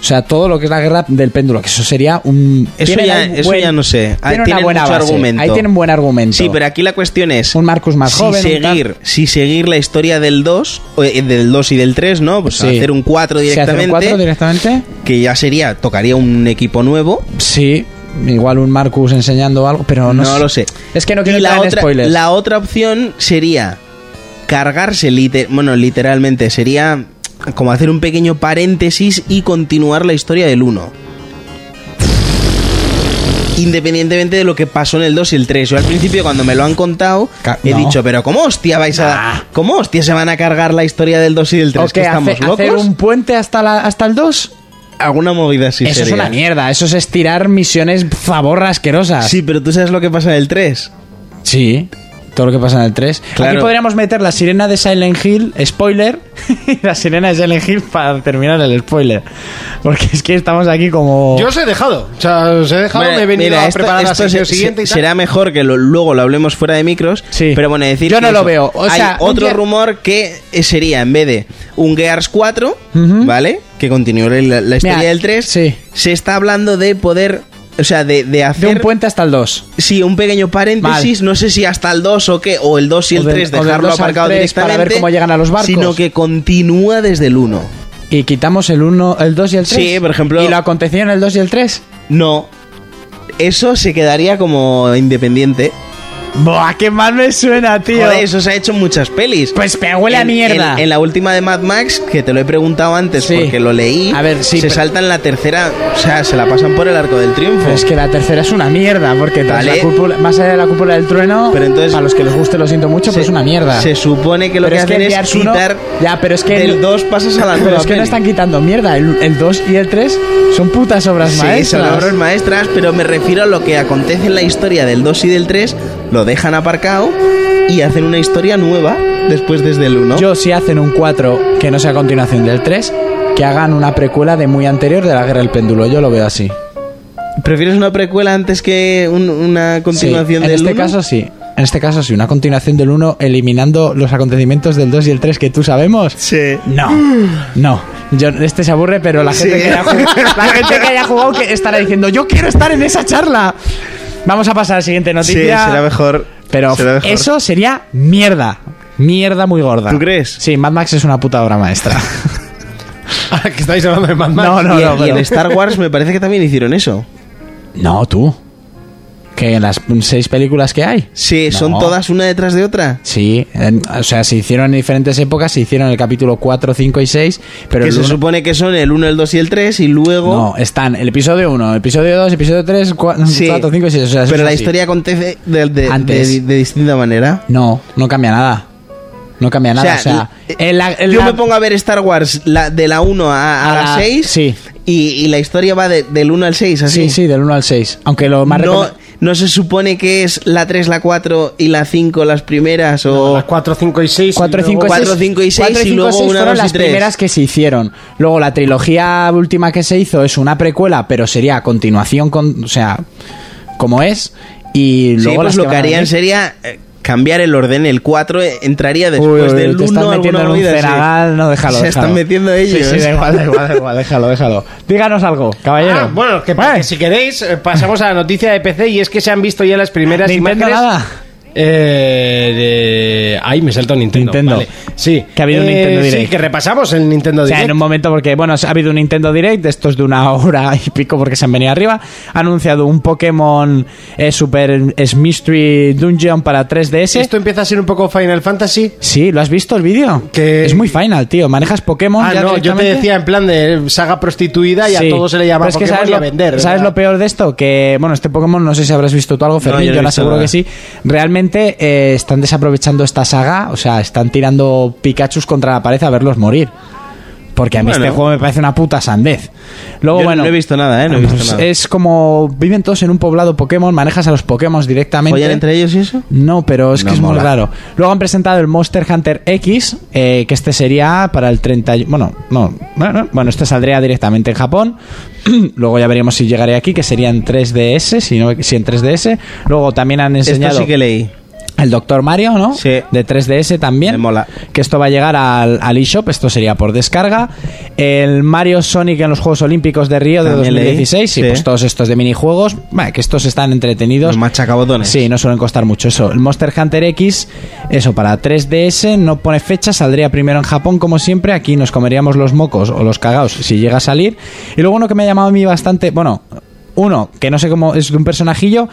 [SPEAKER 4] O sea, todo lo que es la guerra del péndulo, que eso sería un.
[SPEAKER 5] Eso
[SPEAKER 4] tienen
[SPEAKER 5] ya-
[SPEAKER 4] un
[SPEAKER 5] eso ya no sé. Ah,
[SPEAKER 4] Tienen, una
[SPEAKER 5] tienen
[SPEAKER 4] buena
[SPEAKER 5] mucho
[SPEAKER 4] base.
[SPEAKER 5] argumento.
[SPEAKER 4] Ahí tienen buen argumento.
[SPEAKER 5] Sí, pero aquí la cuestión es.
[SPEAKER 4] Un Marcus más
[SPEAKER 5] si
[SPEAKER 4] joven, un
[SPEAKER 5] Seguir, si seguir la historia del 2, o, eh, del 2 y del 3, ¿no? Pues
[SPEAKER 4] Sí.
[SPEAKER 5] hacer un 4
[SPEAKER 4] Si hacen
[SPEAKER 5] directamente.
[SPEAKER 4] un 4 directamente.
[SPEAKER 5] Que ya sería, tocaría un equipo nuevo.
[SPEAKER 4] Sí, igual un Marcus enseñando algo, pero no,
[SPEAKER 5] No lo sé.
[SPEAKER 4] Es que no quiero
[SPEAKER 5] Y
[SPEAKER 4] entrar
[SPEAKER 5] la
[SPEAKER 4] en
[SPEAKER 5] otra,
[SPEAKER 4] spoilers.
[SPEAKER 5] la otra opción sería cargarse, lite- bueno, literalmente, sería como hacer un pequeño paréntesis y continuar la historia del 1. Independientemente de lo que pasó en el 2 y el 3. Yo al principio, cuando me lo han contado,
[SPEAKER 4] Ca-
[SPEAKER 5] he
[SPEAKER 4] no.
[SPEAKER 5] dicho, pero ¿cómo hostia vais a. ¿Cómo hostia se van a cargar la historia del 2 y del 3?
[SPEAKER 4] ¿O que
[SPEAKER 5] ¿Que estamos
[SPEAKER 4] hace-
[SPEAKER 5] locos?
[SPEAKER 4] hacer un puente hasta, la, hasta el 2?
[SPEAKER 5] Alguna movida así
[SPEAKER 4] eso es
[SPEAKER 5] sería.
[SPEAKER 4] una mierda. Eso es estirar misiones zaborra asquerosas.
[SPEAKER 5] Sí, pero tú sabes lo que pasa en el 3.
[SPEAKER 4] Sí, todo lo que pasa en el 3.
[SPEAKER 5] Claro.
[SPEAKER 4] Aquí podríamos meter la sirena de Silent Hill, spoiler, y la sirena de Silent Hill para terminar el spoiler. Porque es que estamos aquí como...
[SPEAKER 2] Yo os he dejado, o sea, os he dejado,
[SPEAKER 5] Bueno,
[SPEAKER 2] me he venido
[SPEAKER 5] mira,
[SPEAKER 2] a
[SPEAKER 5] esto-
[SPEAKER 2] preparar la
[SPEAKER 5] esto
[SPEAKER 2] sección
[SPEAKER 5] se-
[SPEAKER 2] siguiente y
[SPEAKER 5] se-
[SPEAKER 2] tal.
[SPEAKER 5] Será mejor que lo- luego lo hablemos fuera de micros.
[SPEAKER 4] Sí.
[SPEAKER 5] Pero bueno, decir
[SPEAKER 4] Yo
[SPEAKER 5] que
[SPEAKER 4] no lo
[SPEAKER 5] eso,
[SPEAKER 4] veo, o
[SPEAKER 5] hay
[SPEAKER 4] sea, un
[SPEAKER 5] otro
[SPEAKER 4] Gear-
[SPEAKER 5] rumor que sería, en vez de un Gears 4,
[SPEAKER 4] Ujú.
[SPEAKER 5] ¿vale? Que continúe la, la historia del 3.
[SPEAKER 4] sí.
[SPEAKER 5] Se está hablando de poder... o sea, de, de hacer...
[SPEAKER 4] De un puente hasta el 2.
[SPEAKER 5] Sí, un pequeño paréntesis, no sé si hasta el 2 o qué, o el 2 y el
[SPEAKER 4] O del-
[SPEAKER 5] 3,
[SPEAKER 4] o del
[SPEAKER 5] dejarlo
[SPEAKER 4] 2 al
[SPEAKER 5] aparcado
[SPEAKER 4] 3 para
[SPEAKER 5] directamente.
[SPEAKER 4] ver cómo llegan a los barcos.
[SPEAKER 5] Sino que continúa desde el 1.
[SPEAKER 4] Y quitamos el 1, el 2 y el 3.
[SPEAKER 5] Sí, por ejemplo-
[SPEAKER 4] ¿Y lo aconteció en el 2 y el 3?
[SPEAKER 5] No. Eso se quedaría como independiente.
[SPEAKER 4] Buah, qué mal me suena, tío.
[SPEAKER 5] Joder, eso se ha hecho en muchas pelis.
[SPEAKER 4] Pues me huele a
[SPEAKER 5] En-
[SPEAKER 4] mierda.
[SPEAKER 5] En, en la última de Mad Max, que te lo he preguntado antes
[SPEAKER 4] Sí.
[SPEAKER 5] porque lo leí,
[SPEAKER 4] A ver, sí,
[SPEAKER 5] se
[SPEAKER 4] pero-
[SPEAKER 5] saltan la tercera, o sea, se la pasan por el arco del triunfo.
[SPEAKER 4] Pero es que la tercera es una mierda, porque tras
[SPEAKER 5] Vale.
[SPEAKER 4] Pues la cúpula- más allá de la cúpula del trueno,
[SPEAKER 5] Pero entonces-
[SPEAKER 4] a los que les guste lo siento mucho, pero es una mierda.
[SPEAKER 5] Se supone que lo
[SPEAKER 4] Pero
[SPEAKER 5] que
[SPEAKER 4] es que
[SPEAKER 5] hacen es
[SPEAKER 4] Gears uno-
[SPEAKER 5] quitar
[SPEAKER 4] Ya, pero es que
[SPEAKER 5] del
[SPEAKER 4] el-
[SPEAKER 5] 2 pasas a la
[SPEAKER 4] Pero
[SPEAKER 5] nueva
[SPEAKER 4] es que no
[SPEAKER 5] peli.
[SPEAKER 4] están quitando mierda. El, el 2 y el 3 son putas obras
[SPEAKER 5] Sí,
[SPEAKER 4] maestras.
[SPEAKER 5] son obras maestras, pero me refiero a lo que acontece en la historia del 2 y del 3, lo dejan aparcado y hacen una historia nueva después desde el 1.
[SPEAKER 4] Yo, si hacen un 4 que no sea continuación del 3, que hagan una precuela de muy anterior de la Guerra del Péndulo. Yo lo veo así.
[SPEAKER 5] ¿Prefieres una precuela antes que un- una continuación
[SPEAKER 4] Sí, en
[SPEAKER 5] del
[SPEAKER 4] este
[SPEAKER 5] 1?
[SPEAKER 4] caso sí. En este caso sí, una continuación del 1 eliminando los acontecimientos del 2 y el 3 que tú sabemos.
[SPEAKER 5] Sí.
[SPEAKER 4] No, no. Yo, este se aburre, pero la gente, que haya jugado, la gente que haya jugado que estará diciendo, yo quiero estar en esa charla. Vamos a pasar a la siguiente
[SPEAKER 5] Sí,
[SPEAKER 4] noticia.
[SPEAKER 5] será mejor.
[SPEAKER 4] Pero
[SPEAKER 5] será mejor.
[SPEAKER 4] eso sería mierda. Mierda muy gorda.
[SPEAKER 5] ¿Tú crees?
[SPEAKER 4] Sí, Mad Max es una puta obra maestra.
[SPEAKER 2] Ahora que estáis hablando de Mad Max.
[SPEAKER 4] No, no,
[SPEAKER 5] y,
[SPEAKER 4] no.
[SPEAKER 5] y en
[SPEAKER 4] pero-
[SPEAKER 5] Star Wars me parece que también hicieron eso.
[SPEAKER 4] No, tú. Que en las seis películas que hay.
[SPEAKER 5] Sí, son
[SPEAKER 4] No.
[SPEAKER 5] todas una detrás de otra.
[SPEAKER 4] Sí, en- o sea, se hicieron en diferentes épocas, se hicieron el capítulo 4, 5 y 6, pero
[SPEAKER 5] que
[SPEAKER 4] el
[SPEAKER 5] se
[SPEAKER 4] uno-
[SPEAKER 5] supone que son el 1, el 2 y el 3 y luego...
[SPEAKER 4] no, están el episodio 1, episodio 2, episodio 3, 4,
[SPEAKER 5] Sí,
[SPEAKER 4] 5 y 6, o sea, eso
[SPEAKER 5] pero
[SPEAKER 4] es
[SPEAKER 5] la
[SPEAKER 4] así.
[SPEAKER 5] historia acontece de, de-
[SPEAKER 4] Antes.
[SPEAKER 5] de- de distinta manera.
[SPEAKER 4] No, no cambia nada. No cambia nada, o sea,
[SPEAKER 5] eh,
[SPEAKER 4] en la- en
[SPEAKER 5] yo
[SPEAKER 4] la-
[SPEAKER 5] me pongo a ver Star Wars la, de la 1 a, a
[SPEAKER 4] A
[SPEAKER 5] la
[SPEAKER 4] la-
[SPEAKER 5] 6
[SPEAKER 4] sí.
[SPEAKER 5] y, y la historia va de- del 1 al 6, así.
[SPEAKER 4] Sí, sí, del 1 al 6, aunque lo más
[SPEAKER 5] No,
[SPEAKER 4] recomend-
[SPEAKER 5] no se supone que es la 3, la 4 y la 5 las primeras o...
[SPEAKER 2] Las 4, 5 y 6.
[SPEAKER 4] 4, 5,
[SPEAKER 5] cuatro, cinco y seis, y luego una,
[SPEAKER 4] fueron
[SPEAKER 5] dos y
[SPEAKER 4] las
[SPEAKER 5] tres.
[SPEAKER 4] primeras que se hicieron. Luego la trilogía última que se hizo es una precuela, pero sería a continuación con, o sea, como es y
[SPEAKER 5] Sí,
[SPEAKER 4] luego
[SPEAKER 5] pues
[SPEAKER 4] las
[SPEAKER 5] lo
[SPEAKER 4] que
[SPEAKER 5] que
[SPEAKER 4] van a
[SPEAKER 5] harían
[SPEAKER 4] venir-
[SPEAKER 5] sería eh, cambiar el orden. El 4 entraría
[SPEAKER 4] Uy,
[SPEAKER 5] después
[SPEAKER 4] uy,
[SPEAKER 5] del 1.
[SPEAKER 4] te estás
[SPEAKER 5] alguna
[SPEAKER 4] metiendo en un
[SPEAKER 5] movida así.
[SPEAKER 4] cenagal, no, déjalo,
[SPEAKER 5] Se
[SPEAKER 4] déjalo.
[SPEAKER 5] están metiendo ellos. ¿eh?
[SPEAKER 4] Sí, sí, da igual, da igual, da igual, déjalo, déjalo. Díganos algo, caballero.
[SPEAKER 2] Ah, bueno, que,
[SPEAKER 4] Pues.
[SPEAKER 2] que si queréis, eh, pasamos a la noticia de PC y es que se han visto ya las primeras
[SPEAKER 4] Nintendo
[SPEAKER 2] imágenes.
[SPEAKER 4] nada.
[SPEAKER 2] Eh, de... Ay, me salto Nintendo.
[SPEAKER 4] Nintendo.
[SPEAKER 2] Vale. Sí.
[SPEAKER 4] Que ha habido un
[SPEAKER 2] Eh,
[SPEAKER 4] Nintendo
[SPEAKER 2] Sí,
[SPEAKER 4] Direct.
[SPEAKER 2] que repasamos el Nintendo
[SPEAKER 4] O sea,
[SPEAKER 2] Direct.
[SPEAKER 4] en un momento porque, bueno, ha habido un Nintendo Direct, esto es de una hora y pico porque se han venido arriba, ha anunciado un Pokémon eh, Super es Mystery Dungeon para 3DS.
[SPEAKER 2] Esto empieza a ser un poco Final Fantasy.
[SPEAKER 4] Sí, ¿lo has visto el vídeo?
[SPEAKER 2] Que-
[SPEAKER 4] Es muy final, tío. Manejas Pokémon.
[SPEAKER 2] Ah,
[SPEAKER 4] Oh, ya
[SPEAKER 2] no, yo te
[SPEAKER 4] directamente.
[SPEAKER 2] decía en plan de saga prostituida y a
[SPEAKER 4] Sí.
[SPEAKER 2] todos se le llama
[SPEAKER 4] Pero es que
[SPEAKER 2] Pokémon
[SPEAKER 4] sabes
[SPEAKER 2] y a
[SPEAKER 4] lo-
[SPEAKER 2] vender.
[SPEAKER 4] ¿Sabes
[SPEAKER 2] ¿verdad?
[SPEAKER 4] lo peor de esto? Que, bueno, este Pokémon, no sé si habrás visto tú algo, Fermín,
[SPEAKER 5] yo no he
[SPEAKER 4] yo, le
[SPEAKER 5] visto
[SPEAKER 4] aseguro
[SPEAKER 5] nada.
[SPEAKER 4] que sí. Realmente eh, están desaprovechando esta saga, o sea, están tirando Pikachus contra la pared a verlos morir. Porque a mí
[SPEAKER 5] Bueno.
[SPEAKER 4] este juego me parece una puta sandez. Luego,
[SPEAKER 5] Yo
[SPEAKER 4] bueno.
[SPEAKER 5] no he visto nada, ¿eh? No he visto
[SPEAKER 4] pues
[SPEAKER 5] nada.
[SPEAKER 4] Es como. Viven todos en un poblado Pokémon, manejas a los Pokémon directamente.
[SPEAKER 5] ¿Follan entre ellos y eso?
[SPEAKER 4] No, pero es
[SPEAKER 5] No
[SPEAKER 4] que es
[SPEAKER 5] mola.
[SPEAKER 4] muy raro. Luego han presentado el Monster Hunter X, eh, que este sería para el 30... y- Bueno, no, no, no. bueno, este saldría directamente en Japón. Luego ya veremos si llegaría aquí, que sería en 3DS, si, no, si en 3DS. Luego también han enseñado
[SPEAKER 5] Esto sí que leí.
[SPEAKER 4] el Doctor Mario, ¿no?
[SPEAKER 5] Sí.
[SPEAKER 4] De 3DS también.
[SPEAKER 5] Me mola.
[SPEAKER 4] Que esto va a llegar al, al eShop, esto sería por descarga. El Mario Sonic en los Juegos Olímpicos de Río de
[SPEAKER 5] También leí,
[SPEAKER 4] 2016
[SPEAKER 5] sí.
[SPEAKER 4] y pues todos estos de minijuegos, bah, que estos están entretenidos.
[SPEAKER 5] Los machacabotones.
[SPEAKER 4] Sí, no suelen costar mucho eso. El Monster Hunter X, eso para 3DS, no pone fecha, saldría primero en Japón como siempre, aquí nos comeríamos los mocos o los cagaos si llega a salir. Y luego uno que me ha llamado a mí bastante, bueno, uno que no sé cómo es de un personajillo,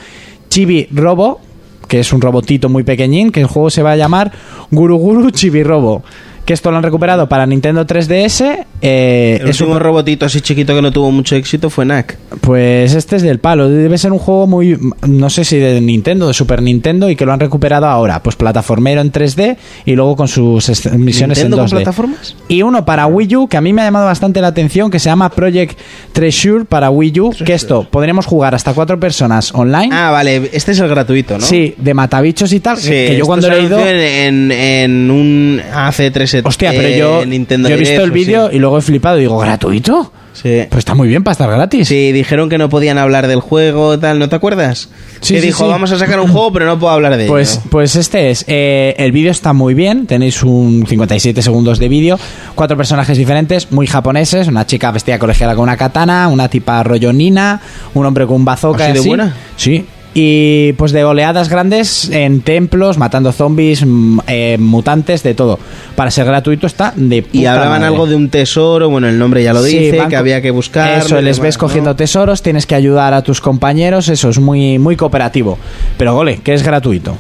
[SPEAKER 4] Chibi Robo, que es un robotito muy pequeñín, que el juego se va a llamar Guru Guru Chibi Robo. Que esto lo han recuperado para Nintendo 3DS. eh,
[SPEAKER 5] El
[SPEAKER 4] es un
[SPEAKER 5] último robotito así chiquito que no tuvo mucho éxito fue Knack.
[SPEAKER 4] pues este es del palo. Debe ser un juego muy. No sé si de Nintendo, de Super Nintendo, y que lo han recuperado ahora. Pues plataformero en 3D y luego con sus es- misiones
[SPEAKER 5] ¿Nintendo
[SPEAKER 4] en
[SPEAKER 5] con
[SPEAKER 4] 2D.
[SPEAKER 5] plataformas?
[SPEAKER 4] Y uno para Wii U, que a mí me ha llamado bastante la atención, que se llama Project Treasure para Wii U. Que esto, podremos jugar hasta cuatro personas online.
[SPEAKER 5] Ah, vale, este es el gratuito, ¿no?
[SPEAKER 4] Sí, de matabichos y tal. que-
[SPEAKER 5] Sí,
[SPEAKER 4] que yo
[SPEAKER 5] esto
[SPEAKER 4] cuando
[SPEAKER 5] se
[SPEAKER 4] he leído.
[SPEAKER 5] anunció En, en, en un AC3
[SPEAKER 4] Hostia, pero yo,
[SPEAKER 5] E Eh, Nintendo
[SPEAKER 4] yo he
[SPEAKER 5] Direct,
[SPEAKER 4] visto el
[SPEAKER 5] o
[SPEAKER 4] vídeo
[SPEAKER 5] sí.
[SPEAKER 4] y luego he flipado. Digo, ¿gratuito?
[SPEAKER 5] Sí.
[SPEAKER 4] Pues está muy bien para estar gratis.
[SPEAKER 5] Sí, dijeron que no podían hablar del juego, tal, ¿no te acuerdas?
[SPEAKER 4] Sí,
[SPEAKER 5] que
[SPEAKER 4] sí,
[SPEAKER 5] dijo,
[SPEAKER 4] sí.
[SPEAKER 5] vamos a sacar un juego, pero no puedo hablar de
[SPEAKER 4] Pues,
[SPEAKER 5] ello.
[SPEAKER 4] pues este es. Eh, el vídeo está muy bien. Tenéis un 57 segundos de vídeo. Cuatro personajes diferentes, muy japoneses. Una chica vestida colegiala con una katana. Una tipa rollo nina. Un hombre con un bazooka.
[SPEAKER 5] ¿Así
[SPEAKER 4] y
[SPEAKER 5] de
[SPEAKER 4] así.
[SPEAKER 5] buena?
[SPEAKER 4] Sí. Y pues de oleadas grandes en templos, matando zombies, mm, eh, mutantes, de todo. Para ser gratuito está de puta
[SPEAKER 5] Y hablaban
[SPEAKER 4] madre.
[SPEAKER 5] algo de un tesoro, bueno, el nombre ya lo
[SPEAKER 4] Sí,
[SPEAKER 5] dice,
[SPEAKER 4] van
[SPEAKER 5] que
[SPEAKER 4] co-
[SPEAKER 5] había que buscar.
[SPEAKER 4] Eso, les ves cogiendo tesoros, tienes que ayudar a tus compañeros, eso es muy, muy cooperativo. Pero gole, que es gratuito.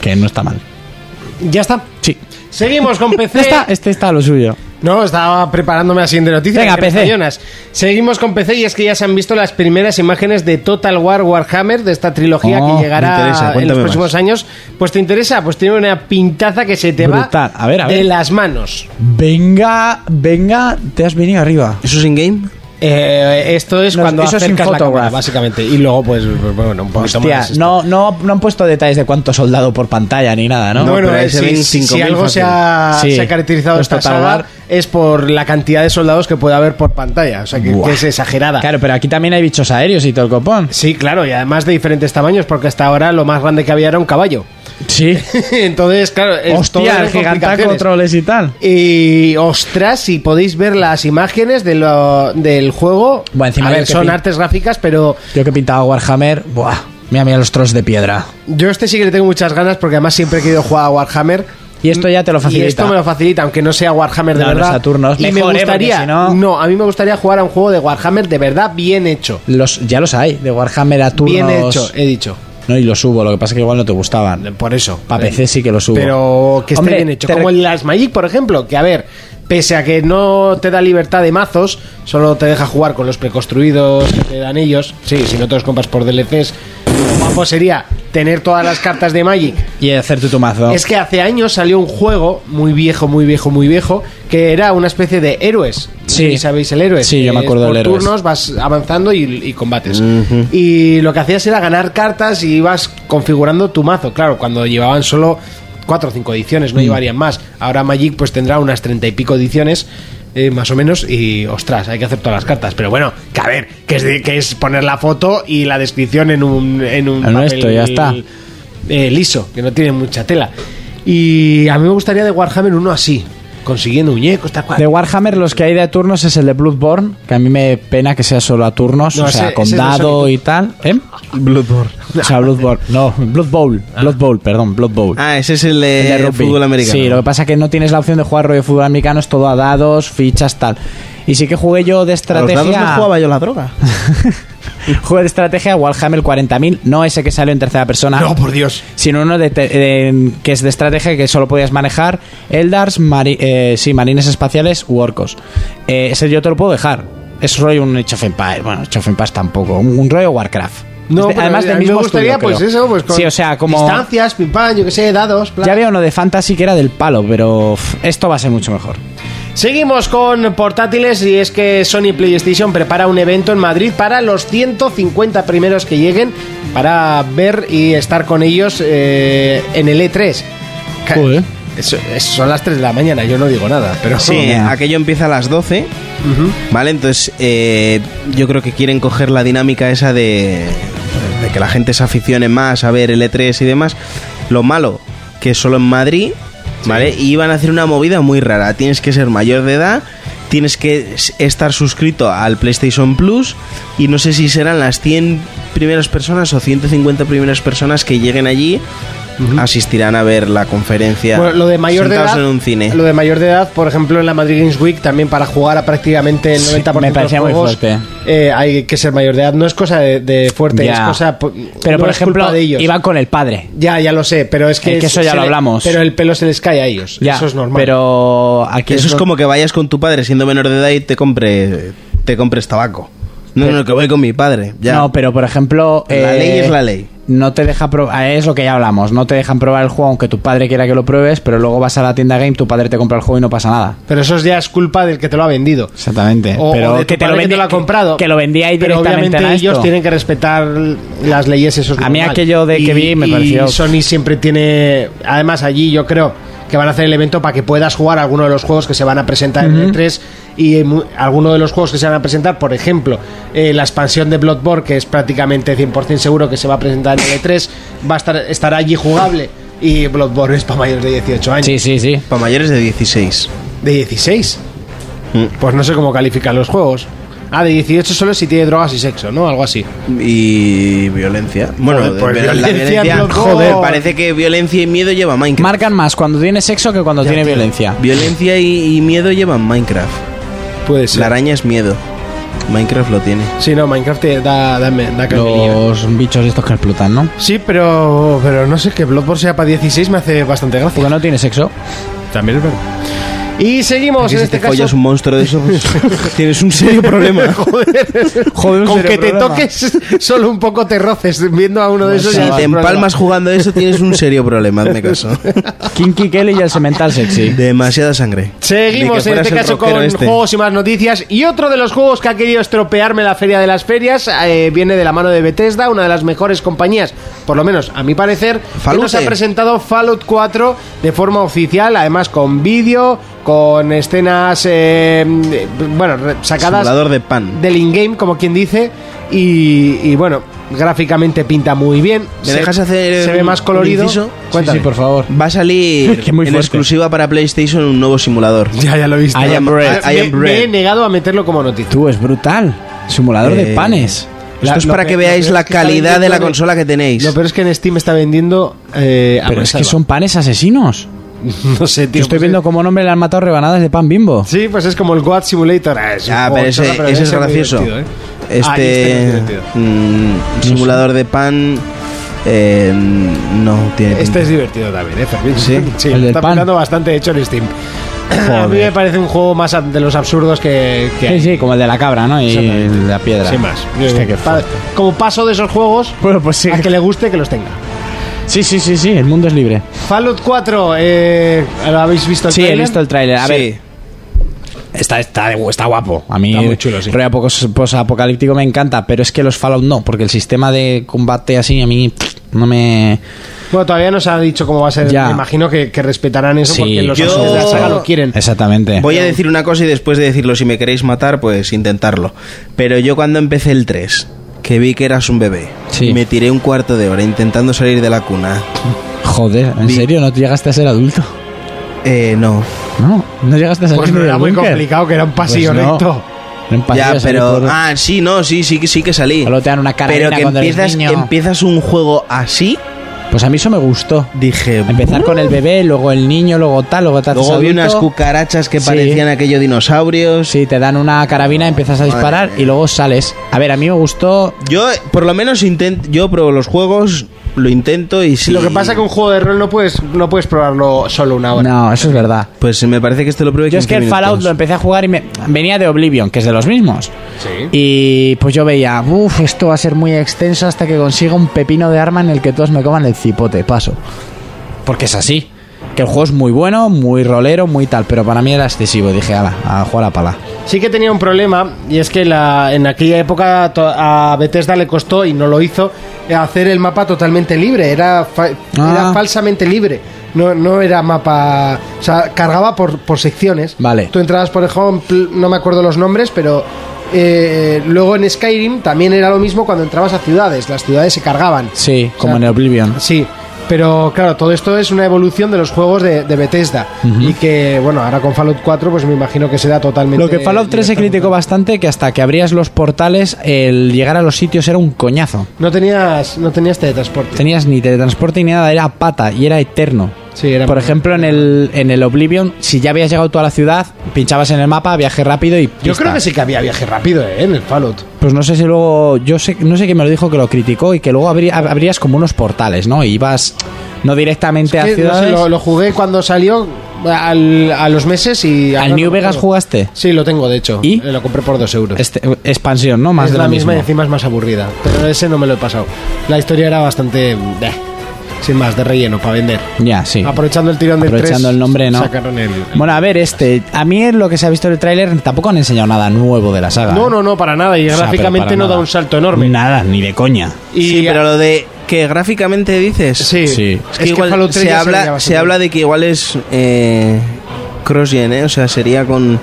[SPEAKER 4] Que no está mal.
[SPEAKER 2] Ya está.
[SPEAKER 4] Sí.
[SPEAKER 2] Seguimos con PC.
[SPEAKER 4] Ya está, este está lo suyo.
[SPEAKER 2] No, estaba preparándome así de noticias.
[SPEAKER 4] Venga,
[SPEAKER 2] que me
[SPEAKER 4] PC.
[SPEAKER 2] fallonas. Seguimos con PC y es que ya se han visto las primeras imágenes de Total War Warhammer, de esta trilogía
[SPEAKER 5] Oh,
[SPEAKER 2] que
[SPEAKER 5] me interesa,
[SPEAKER 2] llegará en los
[SPEAKER 5] cuéntame
[SPEAKER 2] próximos
[SPEAKER 5] más.
[SPEAKER 2] años. Pues te interesa, pues tiene una pintaza que se te
[SPEAKER 4] Brutal.
[SPEAKER 2] va
[SPEAKER 4] A ver, a
[SPEAKER 2] de
[SPEAKER 4] ver.
[SPEAKER 2] las manos.
[SPEAKER 4] Venga, venga, te has venido arriba.
[SPEAKER 5] ¿Eso es in-game?
[SPEAKER 2] Eh, esto es
[SPEAKER 4] No,
[SPEAKER 2] cuando
[SPEAKER 4] eso es
[SPEAKER 2] acercas la
[SPEAKER 4] Infotograph.
[SPEAKER 2] cámara, básicamente. Y luego, pues, pues, bueno, un poquito
[SPEAKER 4] Hostia,
[SPEAKER 2] más. esto.
[SPEAKER 4] no, no, no han puesto detalles de cuánto soldado por pantalla ni nada, ¿no?
[SPEAKER 2] No, bueno,
[SPEAKER 5] pero ahí
[SPEAKER 2] eh,
[SPEAKER 5] se
[SPEAKER 2] si,
[SPEAKER 5] ven
[SPEAKER 2] si- si
[SPEAKER 5] 5.000
[SPEAKER 2] algo se ha,
[SPEAKER 4] fácil.
[SPEAKER 2] se ha
[SPEAKER 4] Sí.
[SPEAKER 2] caracterizado
[SPEAKER 4] Los
[SPEAKER 2] esta
[SPEAKER 4] Total
[SPEAKER 2] saga
[SPEAKER 4] War.
[SPEAKER 2] es por la cantidad de soldados que puede haber por pantalla. O sea, que,
[SPEAKER 4] Buah.
[SPEAKER 2] que es exagerada.
[SPEAKER 4] Claro, pero aquí también hay bichos aéreos y todo el copón.
[SPEAKER 2] Sí, claro, y además de diferentes tamaños, porque hasta ahora lo más grande que había era un caballo.
[SPEAKER 4] Sí.
[SPEAKER 2] Entonces, claro, es todo
[SPEAKER 4] Hostia,
[SPEAKER 2] eran
[SPEAKER 4] el gigantaco,
[SPEAKER 2] complicaciones.
[SPEAKER 4] controles y tal.
[SPEAKER 2] Y ostras, si podéis ver las imágenes de lo- del juego,
[SPEAKER 4] Bueno, encima
[SPEAKER 2] A
[SPEAKER 4] yo
[SPEAKER 2] ver,
[SPEAKER 4] que
[SPEAKER 2] son
[SPEAKER 4] pin-
[SPEAKER 2] artes gráficas, pero
[SPEAKER 4] Yo que pintaba Warhammer, buah. Mira, mira los trolls de piedra.
[SPEAKER 2] yo este sí que le tengo muchas ganas porque además siempre he querido jugar a Warhammer.
[SPEAKER 4] Y esto ya te lo facilita.
[SPEAKER 2] Y esto me lo facilita, aunque no sea Warhammer de
[SPEAKER 4] No, no
[SPEAKER 2] verdad.
[SPEAKER 4] sea turnos.
[SPEAKER 2] Y
[SPEAKER 4] Mejor,
[SPEAKER 2] me
[SPEAKER 4] ¿eh?
[SPEAKER 2] gustaría,
[SPEAKER 4] Porque si no-
[SPEAKER 2] no, a mí me gustaría jugar a un juego de Warhammer de verdad bien hecho,
[SPEAKER 4] Los, ya los hay, de Warhammer a turnos.
[SPEAKER 2] bien hecho, he dicho.
[SPEAKER 4] No, y los subo, lo que pasa es que igual no te gustaban.
[SPEAKER 2] Por eso.
[SPEAKER 4] Para PC sí que los subo.
[SPEAKER 2] Pero que esté
[SPEAKER 4] Hombre,
[SPEAKER 2] bien hecho.
[SPEAKER 4] te
[SPEAKER 2] Como
[SPEAKER 4] rec-
[SPEAKER 2] el Last Magic, por ejemplo, que a ver, pese a que no te da libertad de mazos, solo te deja jugar con los preconstruidos que te dan ellos. Sí, si no te los compras por DLCs, lo guapo sería tener todas las cartas de Magic.
[SPEAKER 4] Y hacerte tu mazo.
[SPEAKER 2] Es que hace años salió un juego muy viejo, muy viejo, muy viejo, que era una especie de héroes. No sé
[SPEAKER 4] Sí.
[SPEAKER 2] si ¿Sabéis el héroe?
[SPEAKER 4] Sí, yo me acuerdo
[SPEAKER 2] por
[SPEAKER 4] del Héroes.
[SPEAKER 2] turnos vas avanzando y, y combates. Y lo que hacías era ganar cartas y ibas configurando tu mazo. Claro, cuando llevaban solo cuatro o cinco ediciones, no
[SPEAKER 4] Mm.
[SPEAKER 2] llevarían más. Ahora Magic pues tendrá unas treinta y pico ediciones. eh, más o menos, y ostras, hay que hacer todas las cartas. Pero bueno, que a ver, que es, de- que es poner la foto y la descripción en un, en un
[SPEAKER 4] En esto, ya está.
[SPEAKER 2] eh, liso, que no tiene mucha tela. Y a mí me gustaría de Warhammer uno así, consiguiendo muñecos, tal cual.
[SPEAKER 4] De Warhammer, los que hay de turnos es el de Bloodborne, que a mí me pena que sea solo a turnos,
[SPEAKER 2] No,
[SPEAKER 4] o sea,
[SPEAKER 2] ese-
[SPEAKER 4] con
[SPEAKER 2] ese es de
[SPEAKER 4] dado
[SPEAKER 2] Sonic.
[SPEAKER 4] y tal. ¿Eh?
[SPEAKER 5] Bloodborne.
[SPEAKER 4] O sea, Bloodborne. No, Blood Bowl. Blood Bowl, perdón, Blood Bowl.
[SPEAKER 5] Ah, ese es el
[SPEAKER 4] El
[SPEAKER 5] de,
[SPEAKER 4] de rugby.
[SPEAKER 5] fútbol americano.
[SPEAKER 4] Sí, lo que pasa es que no tienes la opción de jugar rollo fútbol americano, es todo a dados, fichas, tal. Y sí que jugué yo de
[SPEAKER 5] A los
[SPEAKER 4] estrategia.
[SPEAKER 5] dados no jugaba yo la droga.
[SPEAKER 4] Juego de estrategia Warhammer 40.000, no ese que salió en tercera persona.
[SPEAKER 2] No, por Dios.
[SPEAKER 4] Sino uno de te- de- que es de estrategia que solo podías manejar Eldars, mari- eh, sí, marines espaciales u orcos. Eh, ese yo te lo puedo dejar. Es rollo un Age of Empires. Bueno, Age of Empires tampoco. Un, un rollo Warcraft.
[SPEAKER 2] No,
[SPEAKER 4] Es de-
[SPEAKER 2] pero
[SPEAKER 4] además
[SPEAKER 2] a
[SPEAKER 4] del
[SPEAKER 2] mí
[SPEAKER 4] mismo
[SPEAKER 2] me gustaría,
[SPEAKER 4] estudio,
[SPEAKER 2] pues
[SPEAKER 4] creo.
[SPEAKER 2] eso, pues con
[SPEAKER 4] Sí, o sea, como.
[SPEAKER 2] distancias, pim pam, yo que sé, dados. bla.
[SPEAKER 4] Ya había uno de Fantasy que era del palo, pero uf, esto va a ser mucho mejor.
[SPEAKER 2] Seguimos con portátiles y es que Sony PlayStation prepara un evento en Madrid para los 150 primeros que lleguen para ver y estar con ellos eh, en el E3. Ca-
[SPEAKER 4] Joder.
[SPEAKER 2] Eso- eso son las 3 de la mañana, yo no digo nada, pero
[SPEAKER 5] Sí,
[SPEAKER 4] Ya.
[SPEAKER 5] aquello empieza a las 12. Vale, entonces eh, yo creo que quieren coger la dinámica esa de, de que la gente se aficione más a ver el E3 y demás. Lo malo, que es solo en Madrid, ¿vale? Y van a hacer una movida muy rara. Tienes que ser mayor de edad, tienes que s- estar suscrito al PlayStation Plus y no sé si serán las 100 primeras personas o 150 primeras personas que lleguen allí. Asistirán a ver la conferencia.
[SPEAKER 2] Bueno, lo de mayor de
[SPEAKER 5] sentados
[SPEAKER 2] edad.
[SPEAKER 5] en un cine.
[SPEAKER 2] Lo de mayor de edad, por ejemplo, en la Madrid Games Week, también para jugar a prácticamente el 90%
[SPEAKER 4] Sí,
[SPEAKER 2] de
[SPEAKER 4] me
[SPEAKER 2] los
[SPEAKER 4] parecía muy
[SPEAKER 2] juegos,
[SPEAKER 4] fuerte.
[SPEAKER 2] eh, hay que ser mayor de edad. No es cosa de, de fuerte,
[SPEAKER 4] Ya.
[SPEAKER 2] es cosa. po-
[SPEAKER 4] Pero
[SPEAKER 2] no
[SPEAKER 4] por
[SPEAKER 2] es
[SPEAKER 4] ejemplo,
[SPEAKER 2] culpa de ellos.
[SPEAKER 4] iba con el padre.
[SPEAKER 2] Ya, ya lo sé, pero es que.
[SPEAKER 4] Es que
[SPEAKER 2] es-
[SPEAKER 4] eso ya
[SPEAKER 2] se
[SPEAKER 4] lo
[SPEAKER 2] le-
[SPEAKER 4] hablamos.
[SPEAKER 2] Pero el pelo se les cae a ellos.
[SPEAKER 4] Ya,
[SPEAKER 2] eso es normal.
[SPEAKER 4] Pero aquí
[SPEAKER 5] Eso
[SPEAKER 4] es
[SPEAKER 5] es
[SPEAKER 4] lo-
[SPEAKER 5] como que vayas con tu padre siendo menor de edad y te compre te compres tabaco. No, no, que voy con mi padre. Ya.
[SPEAKER 4] No, eh, pero por ejemplo.
[SPEAKER 5] La ley es la ley.
[SPEAKER 4] No te deja probar. Es lo que ya hablamos. No te dejan probar el juego aunque tu padre quiera que lo pruebes, pero luego vas a la tienda game, tu padre te compra el juego y no pasa nada.
[SPEAKER 2] Pero eso ya es culpa del que te lo ha vendido.
[SPEAKER 4] Exactamente.
[SPEAKER 2] O,
[SPEAKER 4] pero
[SPEAKER 2] o de tu
[SPEAKER 4] que te lo
[SPEAKER 2] padre
[SPEAKER 4] vendía.
[SPEAKER 2] ha
[SPEAKER 4] que-
[SPEAKER 2] comprado.
[SPEAKER 4] Que, lo vendía ahí
[SPEAKER 2] Pero
[SPEAKER 4] directamente.
[SPEAKER 2] obviamente
[SPEAKER 4] a
[SPEAKER 2] ellos
[SPEAKER 4] esto.
[SPEAKER 2] tienen que respetar las leyes, eso es
[SPEAKER 4] A mí
[SPEAKER 2] normal.
[SPEAKER 4] aquello de que
[SPEAKER 2] Y-
[SPEAKER 4] vi me pareció-
[SPEAKER 2] Y Sony siempre tiene. Además, allí yo creo que van a hacer el evento para que puedas jugar alguno de los juegos que se van a presentar en el E3 y eh, mu- alguno de los juegos que se van a presentar, por ejemplo, eh, la expansión de Bloodborne, que es prácticamente 100% seguro que se va a presentar en el E3, va a estar, estará allí jugable y Bloodborne es para mayores de 18 años.
[SPEAKER 4] Sí, sí, sí.
[SPEAKER 5] Para mayores de 16.
[SPEAKER 2] ¿De 16?
[SPEAKER 5] Mm.
[SPEAKER 2] Pues no sé cómo califican los juegos. Ah, de 18 solo si tiene drogas y sexo, ¿no? Algo así.
[SPEAKER 5] Y violencia. Bueno,
[SPEAKER 2] Joder, pues
[SPEAKER 5] de- la
[SPEAKER 2] violencia, Bloodborne.
[SPEAKER 5] joder, parece que violencia y miedo lleva Minecraft.
[SPEAKER 4] Marcan más cuando tiene sexo que cuando tiene violencia.
[SPEAKER 5] Violencia y, y miedo llevan Minecraft.
[SPEAKER 2] Puede ser.
[SPEAKER 5] La araña es miedo. Minecraft lo tiene.
[SPEAKER 2] Sí, no, Minecraft te da, da, me- da canelilla.
[SPEAKER 4] Los bichos estos que explotan, ¿no?
[SPEAKER 2] Sí, pero, pero no sé que Bloodborne sea para 16 me hace bastante gracia.
[SPEAKER 4] Porque no tiene sexo.
[SPEAKER 2] También es verdad. Y seguimos
[SPEAKER 5] Que
[SPEAKER 2] en
[SPEAKER 5] si
[SPEAKER 2] este
[SPEAKER 5] te follas
[SPEAKER 2] caso.
[SPEAKER 5] un monstruo de esos, pues, tienes un serio problema.
[SPEAKER 4] Joder,
[SPEAKER 2] Con que te toques solo un poco te roces viendo a uno de
[SPEAKER 4] Pues
[SPEAKER 2] esos.
[SPEAKER 5] si
[SPEAKER 2] ya
[SPEAKER 5] te
[SPEAKER 2] es un problema.
[SPEAKER 5] empalmas jugando eso, tienes un serio problema, hazme caso.
[SPEAKER 4] Kinky Kelly y el semental sexy.
[SPEAKER 5] Demasiada sangre.
[SPEAKER 2] Seguimos
[SPEAKER 5] Ni que
[SPEAKER 2] en este
[SPEAKER 5] fueras el
[SPEAKER 2] caso con
[SPEAKER 5] rockero este.
[SPEAKER 2] juegos y más noticias. Y otro de los juegos que ha querido estropearme la Feria de las Ferias eh, viene de la mano de Bethesda, una de las mejores compañías, por lo menos a mi parecer, que nos
[SPEAKER 5] Falute.
[SPEAKER 2] ha presentado Fallout 4 de forma oficial, además con vídeo, con escenas, eh, eh, bueno, re- sacadas
[SPEAKER 5] Simulador de pan.
[SPEAKER 2] del in-game, como quien dice. Y, y, bueno, gráficamente pinta muy bien.
[SPEAKER 5] ¿Me dejas hacer
[SPEAKER 2] Se ve
[SPEAKER 5] un-
[SPEAKER 2] más
[SPEAKER 5] un
[SPEAKER 2] colorido.
[SPEAKER 5] inciso?
[SPEAKER 2] Cuéntame.
[SPEAKER 4] Sí, por favor.
[SPEAKER 5] Va a salir
[SPEAKER 4] Que muy
[SPEAKER 5] en
[SPEAKER 4] fuerte.
[SPEAKER 5] exclusiva para PlayStation un nuevo simulador.
[SPEAKER 2] Ya, ya lo he visto.
[SPEAKER 5] I am Red.
[SPEAKER 2] Me-
[SPEAKER 5] I am
[SPEAKER 2] me
[SPEAKER 5] Red.
[SPEAKER 2] he negado a meterlo como noticia.
[SPEAKER 4] Tú, es brutal. Simulador de
[SPEAKER 5] Eh,
[SPEAKER 4] panes.
[SPEAKER 5] Esto es
[SPEAKER 2] lo
[SPEAKER 5] para
[SPEAKER 2] pe-
[SPEAKER 5] que
[SPEAKER 2] lo
[SPEAKER 5] veáis
[SPEAKER 2] peor
[SPEAKER 5] la
[SPEAKER 2] es que está
[SPEAKER 5] calidad de la
[SPEAKER 2] vendiendo-
[SPEAKER 5] consola que tenéis.
[SPEAKER 2] Lo peor es que en Steam está vendiendo. eh, a
[SPEAKER 4] Pero es que
[SPEAKER 2] mansalva.
[SPEAKER 4] son panes asesinos.
[SPEAKER 2] No sé, tío.
[SPEAKER 4] Yo estoy
[SPEAKER 2] pues
[SPEAKER 4] viendo
[SPEAKER 2] es-
[SPEAKER 4] cómo no me le han matado rebanadas de pan bimbo.
[SPEAKER 2] Sí, pues es como el Goat Simulator. Ah, es un
[SPEAKER 5] Ah,
[SPEAKER 2] juego
[SPEAKER 5] pero
[SPEAKER 2] chorra,
[SPEAKER 5] ese,
[SPEAKER 2] pero
[SPEAKER 5] ese es
[SPEAKER 2] debe ser muy
[SPEAKER 5] gracioso.
[SPEAKER 2] divertido, ¿eh? Ah, y este no es
[SPEAKER 5] Este
[SPEAKER 2] divertido.
[SPEAKER 5] mm, simulador de pan eh, no tiene.
[SPEAKER 2] Este
[SPEAKER 5] pinta.
[SPEAKER 2] es divertido también, ¿eh, Fermín? Sí,
[SPEAKER 4] el del
[SPEAKER 2] está
[SPEAKER 4] pan.
[SPEAKER 2] pegando bastante de hecho en Steam. A mí me parece un juego más ab- de los absurdos que, que
[SPEAKER 4] Sí,
[SPEAKER 2] hay.
[SPEAKER 4] sí, como el de la cabra, ¿no? Y
[SPEAKER 2] Exactamente.
[SPEAKER 4] la piedra.
[SPEAKER 2] Sin más.
[SPEAKER 4] Hostia, qué
[SPEAKER 2] Pa-
[SPEAKER 4] fuerte.
[SPEAKER 2] como paso de esos juegos,
[SPEAKER 4] Bueno, pues sí.
[SPEAKER 2] a que le guste, que los tenga.
[SPEAKER 4] Sí, sí, sí, sí, el mundo es libre.
[SPEAKER 2] Fallout 4, eh, ¿lo habéis visto? el
[SPEAKER 4] Sí, he
[SPEAKER 2] tráiler?
[SPEAKER 4] visto el tráiler. A
[SPEAKER 5] Sí.
[SPEAKER 4] ver, Está, está, de- está guapo. A mí,
[SPEAKER 2] Está muy chulo, sí.
[SPEAKER 4] rollo apocos- posapocalíptico me encanta, pero es que los Fallout no, porque el sistema de combate así a mí pff, no me.
[SPEAKER 2] Bueno, todavía no se ha dicho cómo va a ser.
[SPEAKER 4] Ya.
[SPEAKER 2] Me imagino que, que respetarán eso
[SPEAKER 4] Sí.
[SPEAKER 2] porque los
[SPEAKER 5] Yo-
[SPEAKER 2] fans de la saga lo quieren.
[SPEAKER 4] Exactamente.
[SPEAKER 5] Voy a decir una cosa y después de decirlo, si me queréis matar, pues intentarlo. Pero yo cuando empecé el 3, que vi que eras un bebé,
[SPEAKER 4] Sí.
[SPEAKER 5] me tiré un cuarto de hora intentando salir de la cuna.
[SPEAKER 4] Joder, ¿en
[SPEAKER 5] Vi-
[SPEAKER 4] serio? ¿No llegaste a ser adulto?
[SPEAKER 5] Eh, no.
[SPEAKER 4] No, no llegaste a salir
[SPEAKER 2] Pues no
[SPEAKER 4] del
[SPEAKER 2] era muy
[SPEAKER 4] búnker.
[SPEAKER 2] complicado, que era un
[SPEAKER 4] Pues
[SPEAKER 2] pasillo
[SPEAKER 4] no.
[SPEAKER 2] recto.
[SPEAKER 4] Era un pasillo,
[SPEAKER 5] ya,
[SPEAKER 4] salí
[SPEAKER 5] pero.
[SPEAKER 4] por-
[SPEAKER 5] Ah, sí, no, sí, sí, que- sí que salí.
[SPEAKER 4] Solo te dan una carabina
[SPEAKER 5] Pero que
[SPEAKER 4] cuando eres
[SPEAKER 5] empiezas,
[SPEAKER 4] niño.
[SPEAKER 5] empiezas un juego así,
[SPEAKER 4] Pues a mí eso me gustó.
[SPEAKER 5] dije. "Uh".
[SPEAKER 4] Empezar con el bebé, luego el niño, luego tal, luego tal.
[SPEAKER 5] Luego vi unas cucarachas que
[SPEAKER 4] Sí.
[SPEAKER 5] parecían aquello dinosaurios.
[SPEAKER 4] Sí, te dan una carabina, empiezas a disparar
[SPEAKER 5] mía.
[SPEAKER 4] y luego sales. A ver, a mí me gustó.
[SPEAKER 5] Yo, eh, por lo menos, intento. Yo pruebo los juegos, lo intento y si.
[SPEAKER 2] Lo que pasa es que un juego de rol no puedes, no puedes probarlo solo una hora.
[SPEAKER 4] No, eso es verdad.
[SPEAKER 5] Pues me parece que este lo pruebe.
[SPEAKER 4] Yo es que el Fallout lo empecé a jugar y me venía de Oblivion, que es de los mismos.
[SPEAKER 2] Sí.
[SPEAKER 4] Y pues yo veía, uff, esto va a ser muy extenso hasta que consiga un pepino de arma en el que todos me coman el cipote, paso. Porque es así. Que el juego es muy bueno, muy rolero, muy tal, pero para mí era excesivo. Dije, ala, a jugar a pala.
[SPEAKER 2] Sí que tenía un problema, y es que la- en aquella época to- a Bethesda le costó, y no lo hizo, hacer el mapa totalmente libre. Era, fa-
[SPEAKER 4] Ah.
[SPEAKER 2] era falsamente libre. No, no era mapa. O sea, cargaba por, por secciones.
[SPEAKER 4] Vale.
[SPEAKER 2] Tú entrabas, por ejemplo, no me acuerdo los nombres, pero. eh, luego en Skyrim también era lo mismo cuando entrabas a ciudades. Las ciudades se cargaban.
[SPEAKER 4] Sí,
[SPEAKER 2] O
[SPEAKER 4] como
[SPEAKER 2] sea,
[SPEAKER 4] en Oblivion.
[SPEAKER 2] Sí, pero claro, todo esto es una evolución de los juegos de, de Bethesda. Y que, bueno, ahora con Fallout 4, pues me imagino que será totalmente.
[SPEAKER 4] Lo que Fallout 3 se criticó bastante, que hasta que abrías los portales, el llegar a los sitios era un coñazo.
[SPEAKER 2] No tenías, no tenías teletransporte.
[SPEAKER 4] Tenías ni teletransporte ni nada, era a pata y era eterno.
[SPEAKER 2] Sí, era
[SPEAKER 4] Por
[SPEAKER 2] muy-
[SPEAKER 4] ejemplo, en el, en el Oblivion, si ya habías llegado tú a la ciudad, pinchabas en el mapa, viaje rápido y.
[SPEAKER 2] Yo
[SPEAKER 4] pista.
[SPEAKER 2] creo que sí que había viaje rápido, ¿eh? En el Fallout.
[SPEAKER 4] Pues no sé si luego. Yo sé, no sé quién me lo dijo que lo criticó y que luego abrí- ab- abrías como unos portales, ¿no? Y ibas no directamente
[SPEAKER 2] Que,
[SPEAKER 4] a
[SPEAKER 2] no sé,
[SPEAKER 4] ciudades.
[SPEAKER 2] lo, lo jugué cuando salió al- a los meses y. ahora
[SPEAKER 4] ¿Al New
[SPEAKER 2] lo
[SPEAKER 4] Vegas
[SPEAKER 2] tengo.
[SPEAKER 4] jugaste?
[SPEAKER 2] Sí, lo tengo, de hecho.
[SPEAKER 4] ¿Y?
[SPEAKER 2] Eh, Lo compré por dos euros.
[SPEAKER 4] Este- expansión, ¿no? Más
[SPEAKER 2] es
[SPEAKER 4] de
[SPEAKER 2] la
[SPEAKER 4] lo
[SPEAKER 2] misma y
[SPEAKER 4] mismo.
[SPEAKER 2] encima es más aburrida. Pero ese no me lo he pasado. La historia era bastante. beh, sin más, de relleno, para vender.
[SPEAKER 4] Ya, sí.
[SPEAKER 2] Aprovechando el tirón del
[SPEAKER 4] Aprovechando
[SPEAKER 2] 3,
[SPEAKER 4] el nombre, ¿no?
[SPEAKER 2] Sacaron el. el-
[SPEAKER 4] Bueno, a ver, este. A mí es lo que se ha visto en el tráiler tampoco han enseñado nada nuevo de la saga.
[SPEAKER 2] no,
[SPEAKER 4] ¿eh?
[SPEAKER 2] no, no, para nada. Y
[SPEAKER 4] O sea, pero
[SPEAKER 2] gráficamente
[SPEAKER 4] para
[SPEAKER 2] no da
[SPEAKER 4] nada.
[SPEAKER 2] un salto enorme.
[SPEAKER 4] Nada, ni de coña.
[SPEAKER 2] Y
[SPEAKER 5] Sí, pero lo de que gráficamente dices.
[SPEAKER 2] Sí,
[SPEAKER 4] Sí.
[SPEAKER 2] Es
[SPEAKER 5] Es
[SPEAKER 2] que,
[SPEAKER 5] que igual
[SPEAKER 2] Fallout 3
[SPEAKER 5] se,
[SPEAKER 2] ya veía
[SPEAKER 5] habla,
[SPEAKER 2] bastante
[SPEAKER 5] se habla de que igual es. Eh, cross-gen, ¿eh? O sea, sería con.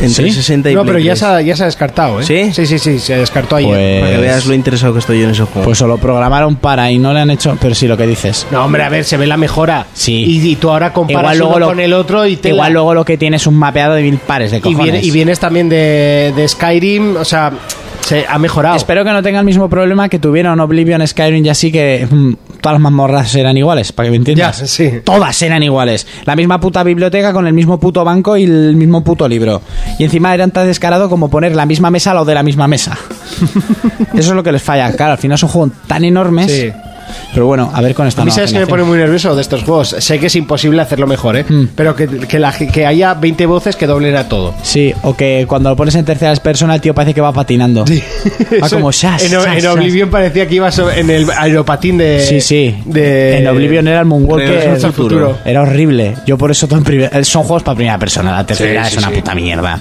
[SPEAKER 5] Entre
[SPEAKER 4] ¿Sí?
[SPEAKER 5] 60 y
[SPEAKER 2] No, pero
[SPEAKER 5] Play
[SPEAKER 2] ya
[SPEAKER 5] 3.
[SPEAKER 2] se, ha, ya se ha descartado, ¿eh?
[SPEAKER 5] ¿Sí?
[SPEAKER 2] Sí, sí, sí, se descartó ayer.
[SPEAKER 4] Pues-
[SPEAKER 5] Para que veas lo interesado que estoy yo en ese juego.
[SPEAKER 4] Pues o lo programaron para y no le han hecho. Pero sí, lo que dices.
[SPEAKER 2] No, hombre, a ver, se ve la mejora.
[SPEAKER 4] Sí.
[SPEAKER 2] Y, y tú ahora comparas
[SPEAKER 4] Igual luego
[SPEAKER 2] uno
[SPEAKER 4] lo-
[SPEAKER 2] con el otro y te
[SPEAKER 4] Igual luego lo que tiene es un mapeado de mil pares de
[SPEAKER 2] y,
[SPEAKER 4] cojones.
[SPEAKER 2] viene- y vienes también de, de Skyrim, o sea, se ha mejorado.
[SPEAKER 4] Espero que no tenga el mismo problema que tuvieron Oblivion, Skyrim y así, que mm, todas las mazmorras eran iguales, para que me entiendas.
[SPEAKER 2] Ya, sí.
[SPEAKER 4] Todas eran iguales. La misma puta biblioteca con el mismo puto banco y el mismo puto libro. Y encima eran tan descarado como poner la misma mesa a lo de la misma mesa. Eso es lo que les falla. Claro, al final son juegos tan enormes.
[SPEAKER 2] Sí.
[SPEAKER 4] Pero bueno, a ver con esta
[SPEAKER 2] A mí
[SPEAKER 4] nueva
[SPEAKER 2] sabes que me pone
[SPEAKER 4] generación.
[SPEAKER 2] muy nervioso de estos juegos. Sé que es imposible hacerlo mejor, ¿eh?
[SPEAKER 4] Hmm.
[SPEAKER 2] Pero que, que, la- que haya 20 voces que doblen a todo.
[SPEAKER 4] Sí, o que cuando lo pones en tercera persona el tío parece que va patinando. Va
[SPEAKER 2] Eso-
[SPEAKER 4] Ah, como shas,
[SPEAKER 2] en,
[SPEAKER 4] shas,
[SPEAKER 2] en
[SPEAKER 4] shas.
[SPEAKER 2] Oblivion parecía que ibas en el aeropatín de.
[SPEAKER 4] Sí, sí.
[SPEAKER 2] De,
[SPEAKER 4] en Oblivion era el Moonwalker.
[SPEAKER 5] Regreso al futuro.
[SPEAKER 4] Era horrible. Yo por eso todo en primer- eh, son juegos para primera persona. La tercera es una puta mierda.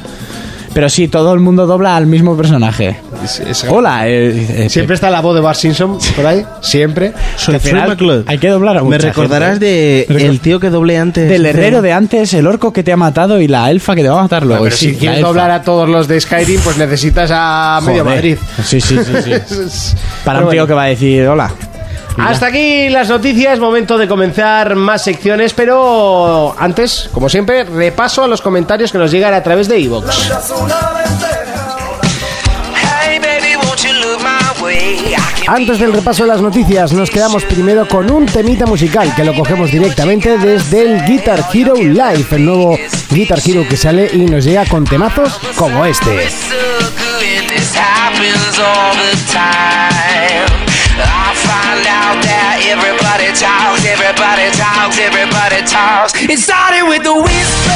[SPEAKER 4] Pero sí, todo el mundo dobla al mismo personaje.
[SPEAKER 2] Es- es-
[SPEAKER 4] Hola. eh, eh,
[SPEAKER 2] Siempre está la voz de Bart Simpson por ahí. Siempre.
[SPEAKER 5] Soy
[SPEAKER 4] al final
[SPEAKER 5] Fred McCloud.
[SPEAKER 4] hay que doblar a
[SPEAKER 5] Me
[SPEAKER 4] mucha
[SPEAKER 5] recordarás
[SPEAKER 4] gente.
[SPEAKER 5] de
[SPEAKER 4] Me recor-
[SPEAKER 5] el tío que doblé antes.
[SPEAKER 4] Del herrero de antes, el orco que te ha matado y la elfa que te va a
[SPEAKER 5] Ah,
[SPEAKER 4] matar luego.
[SPEAKER 2] Pero
[SPEAKER 4] Y
[SPEAKER 2] pues, si
[SPEAKER 4] sí,
[SPEAKER 2] quieres
[SPEAKER 4] la elfa.
[SPEAKER 2] doblar a todos los de Skyrim, pues necesitas a medio
[SPEAKER 4] Joder.
[SPEAKER 2] Madrid.
[SPEAKER 4] Sí, sí, sí. sí. Para
[SPEAKER 2] Pero
[SPEAKER 4] un tío
[SPEAKER 2] bueno.
[SPEAKER 4] que va a decir hola.
[SPEAKER 5] Ah,
[SPEAKER 2] Hasta aquí las noticias, momento de comenzar más secciones, pero antes, como siempre, repaso a los comentarios que nos llegan a través de iVoox.
[SPEAKER 9] Antes del repaso de las noticias, nos quedamos primero con un temita musical que lo cogemos directamente desde el Guitar Hero Live, el nuevo Guitar Hero que sale y nos llega con temazos como este.
[SPEAKER 10] It started with a whisper,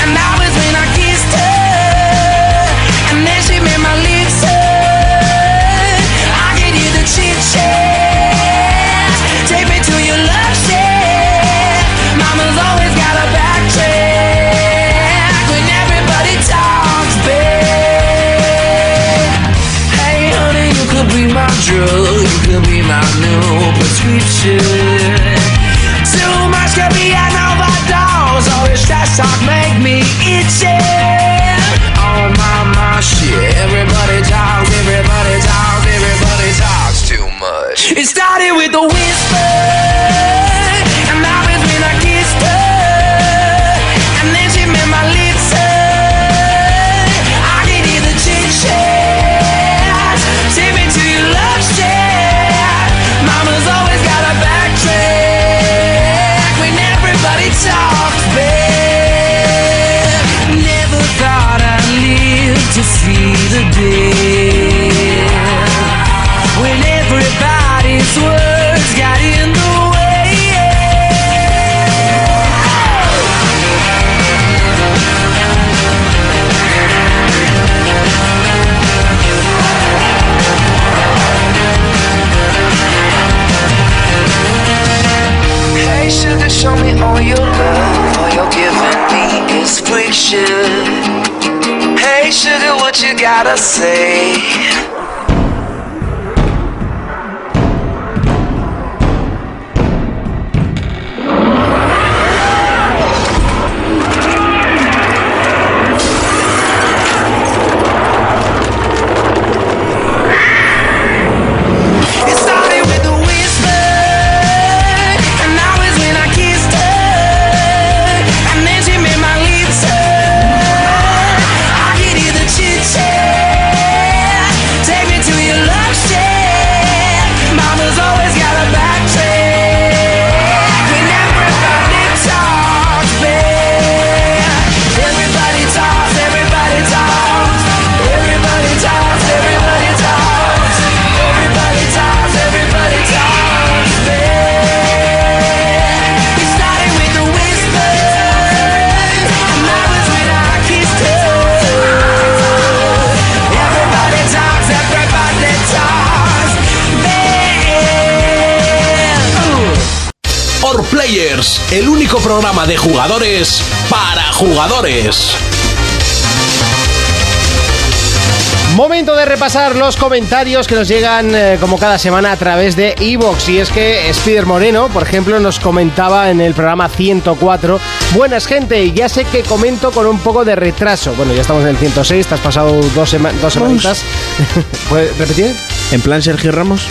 [SPEAKER 10] and that was when I kissed her, and then she made my lips hurt. I can hear the chit chat, take me to your love shack. Mama's always got a backtrack when everybody talks back. Hey honey, you could be my drug, you could be my new prescription. Too much could be an overdose, all this trash talk make me itchy. Oh my my shit, everybody talks, everybody talks, everybody talks too much. It started with a whisper, and now it's when I kissed her, and then she made my lips hurt. I can hear the chit chat. Take me to your love shack. Mama's always got a backtrack when everybody talks back. Never thought I'd live to see the day when everybody's words got in the way. Hey sugar, show me all your love. All you're giving me is friction. Hey sugar, what you gotta say? It started with a whisper, and now it's when I kissed her, and then she made my lips hurt. I can hear the chit chat. Take me to your love shack. Mama's always got a backtrack when everybody talks back. Everybody talks, everybody talks, everybody talks, everybody talks, everybody talks, everybody talks back. It started with a whisper, and that was when I kissed her. Everybody talks, everybody talks back. Ooh.
[SPEAKER 11] Or Players, el único programa de jugadores para jugadores.
[SPEAKER 2] Momento de repasar los comentarios que nos llegan eh, como cada semana a través de Evox. Y es que Spider Moreno, por ejemplo, nos comentaba en el programa 104. Buenas gente, ya sé que comento con un poco de retraso. Bueno, ya estamos en el 106, te has pasado dos, sema- dos semanitas. ¿Puedes repetir?
[SPEAKER 5] En plan Sergio Ramos.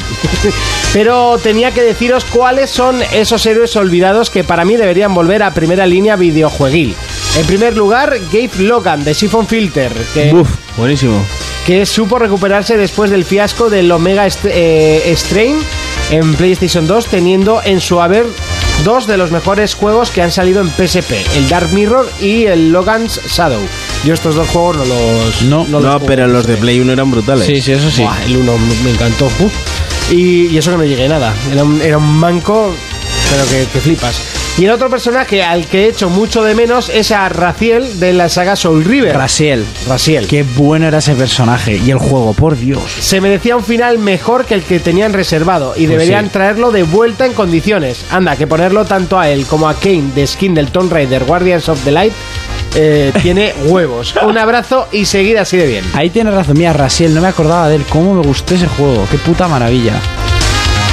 [SPEAKER 2] Pero tenía que deciros cuáles son esos héroes olvidados que para mí deberían volver a primera línea videojueguil. En primer lugar, Gabe Logan de Siphon Filter, que,
[SPEAKER 5] Buf, buenísimo.
[SPEAKER 2] que supo recuperarse después del fiasco del Omega Est- eh, Strain en PlayStation 2, teniendo en su haber dos de los mejores juegos que han salido en PSP, el Dark Mirror y el Logan's Shadow. Yo estos dos juegos no los...
[SPEAKER 4] No,
[SPEAKER 5] No,
[SPEAKER 2] los juego.
[SPEAKER 5] pero los de Play 1 eran brutales.
[SPEAKER 4] Sí, sí, eso sí.
[SPEAKER 2] Buah, el 1 me encantó. uf. Y, y eso que no llegué nada. Era un, era un manco, pero que, que flipas. Y el otro personaje al que he hecho mucho de menos es a Raziel de la saga Soul River.
[SPEAKER 4] Rasiel.
[SPEAKER 2] Raziel.
[SPEAKER 4] Qué bueno era ese personaje y el juego, por Dios.
[SPEAKER 2] Se merecía un final mejor que el que tenían reservado y deberían
[SPEAKER 4] Pues sí.
[SPEAKER 2] traerlo de vuelta en condiciones. Anda, que ponerlo tanto a él como a Kane de skin del Tomb Raider Guardians of the Light eh, tiene huevos. Un abrazo y seguir así de bien.
[SPEAKER 4] Ahí tienes razón, mía, Rasiel, no me acordaba de él. Cómo me gustó ese juego, qué puta maravilla.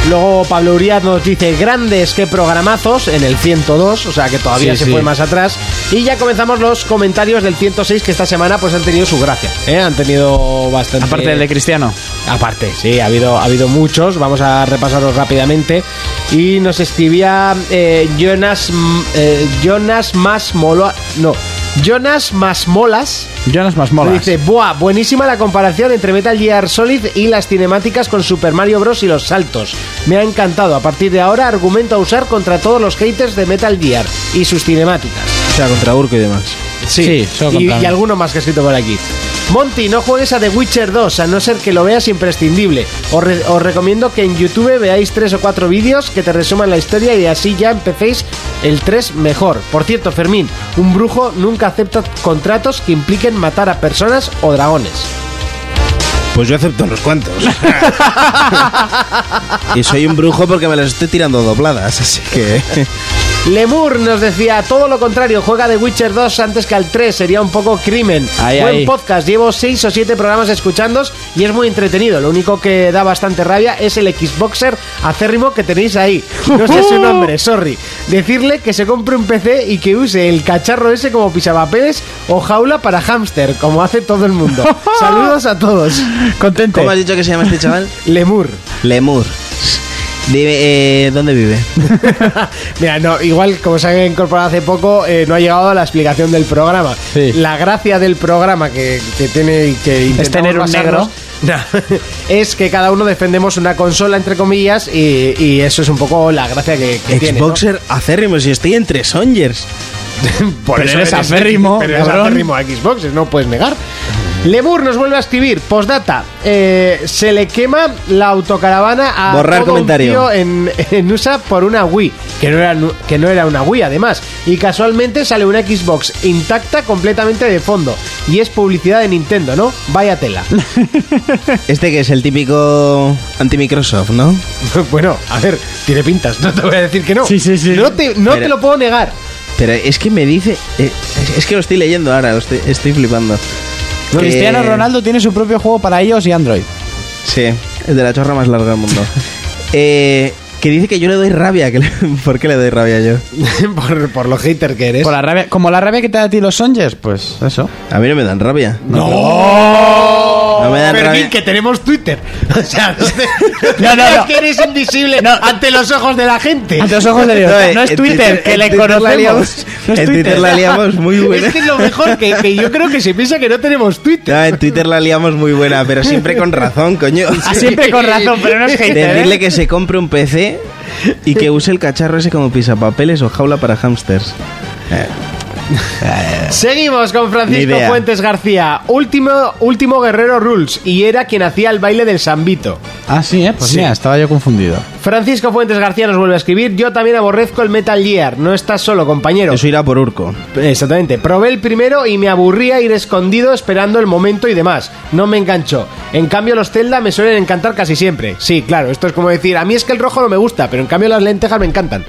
[SPEAKER 2] Luego Pablo Urias nos dice grandes que programazos en el 102, o sea que todavía
[SPEAKER 4] Sí,
[SPEAKER 2] se
[SPEAKER 4] sí.
[SPEAKER 2] fue más atrás. Y ya comenzamos los comentarios del 106 que esta semana pues han tenido su gracia, ¿eh? han tenido bastante.
[SPEAKER 4] Aparte del de Cristiano.
[SPEAKER 2] Aparte, sí, ha habido, ha habido muchos. Vamos a repasarlos rápidamente. Y nos escribía eh, Jonas mm, eh, Jonas más mola, no, Jonas más molas.
[SPEAKER 4] Jonas más mola.
[SPEAKER 2] Dice, buah, buenísima la comparación entre Metal Gear Solid y las cinemáticas con Super Mario Bros. y los saltos. Me ha encantado. A partir de ahora, argumento a usar contra todos los haters de Metal Gear y sus cinemáticas.
[SPEAKER 5] O sea, contra Urco y demás.
[SPEAKER 4] Sí, solo
[SPEAKER 2] y,
[SPEAKER 4] contra
[SPEAKER 2] y
[SPEAKER 4] mí.
[SPEAKER 2] alguno más que he escrito por aquí. Monty, no juegues a The Witcher 2, a no ser que lo veas imprescindible. Os, re- os recomiendo que en YouTube veáis tres o cuatro vídeos que te resuman la historia y así ya empecéis el 3 mejor. Por cierto, Fermín, un brujo nunca acepta contratos que impliquen matar a personas o dragones.
[SPEAKER 5] Pues yo acepto unos cuantos. y soy un brujo porque me las estoy tirando dobladas, así que.
[SPEAKER 2] Lemur nos decía todo lo contrario, juega de Witcher 2 antes que al 3, sería un poco crimen.
[SPEAKER 4] Ay,
[SPEAKER 2] Buen
[SPEAKER 4] ay.
[SPEAKER 2] podcast, llevo 6 o 7 programas escuchándos y es muy entretenido. Lo único que da bastante rabia es el Xboxer acérrimo que tenéis ahí. No sé su nombre, sorry. Decirle que se compre un PC y que use el cacharro ese como pisapapeles o jaula para hámster, como hace todo el mundo. Saludos a todos.
[SPEAKER 4] Contente.
[SPEAKER 5] ¿Cómo has dicho que se llama este chaval?
[SPEAKER 2] Lemur.
[SPEAKER 5] Lemur. Dime, eh, ¿dónde vive?
[SPEAKER 2] Mira, no, igual como se ha incorporado hace poco, eh, no ha llegado a la explicación del programa.
[SPEAKER 4] Sí.
[SPEAKER 2] La gracia del programa que, que tiene y que intentamos
[SPEAKER 4] tener un
[SPEAKER 2] basarnos- No, es que cada uno defendemos una consola, entre comillas, y, y eso es un poco la gracia que, que tiene. ¿no?
[SPEAKER 5] Xboxer acérrimo, si estoy entre Songers.
[SPEAKER 2] Por
[SPEAKER 4] Pero
[SPEAKER 2] eso
[SPEAKER 4] eres aférrimo,
[SPEAKER 2] Pero eres
[SPEAKER 4] cabrón.
[SPEAKER 2] aférrimo a Xbox, no puedes negar. Lemur nos vuelve a escribir, postdata, eh, se le quema la autocaravana a
[SPEAKER 5] Borrar
[SPEAKER 2] todo un
[SPEAKER 5] comentario.
[SPEAKER 2] tío en, en USA por una Wii, que no, era, nu- que no era una Wii además, y casualmente sale una Xbox intacta completamente de fondo, y es publicidad de Nintendo, ¿no? Vaya tela.
[SPEAKER 5] Este que es el típico anti-Microsoft, ¿no?
[SPEAKER 2] bueno, a ver, tiene pintas, no te voy a decir que no.
[SPEAKER 4] Sí, sí, sí.
[SPEAKER 2] No te, no te
[SPEAKER 5] Pero-
[SPEAKER 2] lo puedo negar.
[SPEAKER 5] Pero es que me dice. eh, es, es que lo estoy leyendo ahora, lo estoy, estoy flipando. Que-
[SPEAKER 4] Cristiano Ronaldo tiene su propio juego para iOS y Android.
[SPEAKER 5] Sí, el de la chorra más larga del mundo. Eh, que dice que yo le doy rabia. que le- ¿Por qué le doy rabia yo?
[SPEAKER 2] por, por lo hater que eres.
[SPEAKER 4] Por la rabia, como la rabia que te da a ti los Songers, pues eso.
[SPEAKER 5] A mí no me dan rabia. ¡No! No me dan
[SPEAKER 2] Fermín,
[SPEAKER 5] rabia.
[SPEAKER 2] que tenemos Twitter. O sea, no, te-
[SPEAKER 4] No, no,
[SPEAKER 2] creas
[SPEAKER 4] no.
[SPEAKER 2] que eres invisible ante los ojos de la gente.
[SPEAKER 4] Ante los ojos de Dios.
[SPEAKER 5] eh,
[SPEAKER 4] No, es
[SPEAKER 5] en
[SPEAKER 4] Twitter, que
[SPEAKER 5] en
[SPEAKER 4] le
[SPEAKER 5] Twitter la
[SPEAKER 4] conocemos.
[SPEAKER 5] liamos-
[SPEAKER 4] No es
[SPEAKER 5] en Twitter
[SPEAKER 4] Twitter.
[SPEAKER 5] la liamos muy buena.
[SPEAKER 2] Es que es lo mejor, que, que yo creo que se piensa que no tenemos Twitter.
[SPEAKER 5] No, en Twitter la liamos muy buena, pero siempre con razón, coño.
[SPEAKER 4] Ah, siempre con razón, pero no es hater. ¿eh?
[SPEAKER 5] Decirle que se compre un PC y que use el cacharro ese como pisapapeles o jaula para Eh, hamsters.
[SPEAKER 2] Seguimos con Francisco
[SPEAKER 5] Ni idea.
[SPEAKER 2] Fuentes García, último, último guerrero Rules, y era quien hacía el baile del Sambito.
[SPEAKER 4] Ah, sí, eh. Pues
[SPEAKER 2] Sí.
[SPEAKER 4] mira, estaba yo confundido.
[SPEAKER 2] Francisco Fuentes García nos vuelve a escribir. Yo también aborrezco el Metal Gear. No estás solo, compañero.
[SPEAKER 5] Eso irá por Urco.
[SPEAKER 2] Exactamente. Probé el primero y me aburría ir escondido esperando el momento y demás. No me enganchó. En cambio, los Zelda me suelen encantar casi siempre. Sí, claro, esto es como decir, a mí es que el rojo no me gusta, pero en cambio las lentejas me encantan.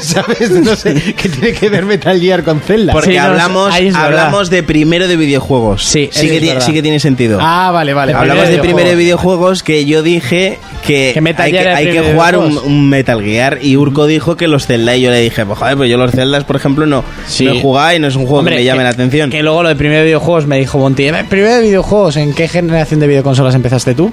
[SPEAKER 2] ¿Sabes? No sé qué tiene que ver Metal Gear con Zelda.
[SPEAKER 5] Porque
[SPEAKER 4] Sí, no,
[SPEAKER 5] hablamos,
[SPEAKER 4] ahí es verdad.
[SPEAKER 5] hablamos de primero de videojuegos.
[SPEAKER 4] Sí, eso
[SPEAKER 5] que
[SPEAKER 4] es
[SPEAKER 5] tiene-
[SPEAKER 4] verdad.
[SPEAKER 5] sí que tiene sentido.
[SPEAKER 2] Ah, vale, vale.
[SPEAKER 5] hablamos de primero de
[SPEAKER 2] videojuego.
[SPEAKER 5] videojuegos que yo dije que,
[SPEAKER 4] Que Metal
[SPEAKER 5] hay que,
[SPEAKER 4] Gear era
[SPEAKER 5] hay
[SPEAKER 4] el
[SPEAKER 5] que
[SPEAKER 4] primer
[SPEAKER 5] jugar un,
[SPEAKER 4] videojuegos.
[SPEAKER 5] un Metal Gear y Urco dijo que los Zelda y yo le dije, pues joder, pues yo los Zeldas, por ejemplo, no,
[SPEAKER 4] Sí.
[SPEAKER 5] no he jugado y no es un juego
[SPEAKER 4] Hombre,
[SPEAKER 5] que me llame la atención.
[SPEAKER 4] Que luego lo de primero de videojuegos me dijo Monti. "Eh, ¿Primero de videojuegos? ¿En qué generación de videoconsolas empezaste tú?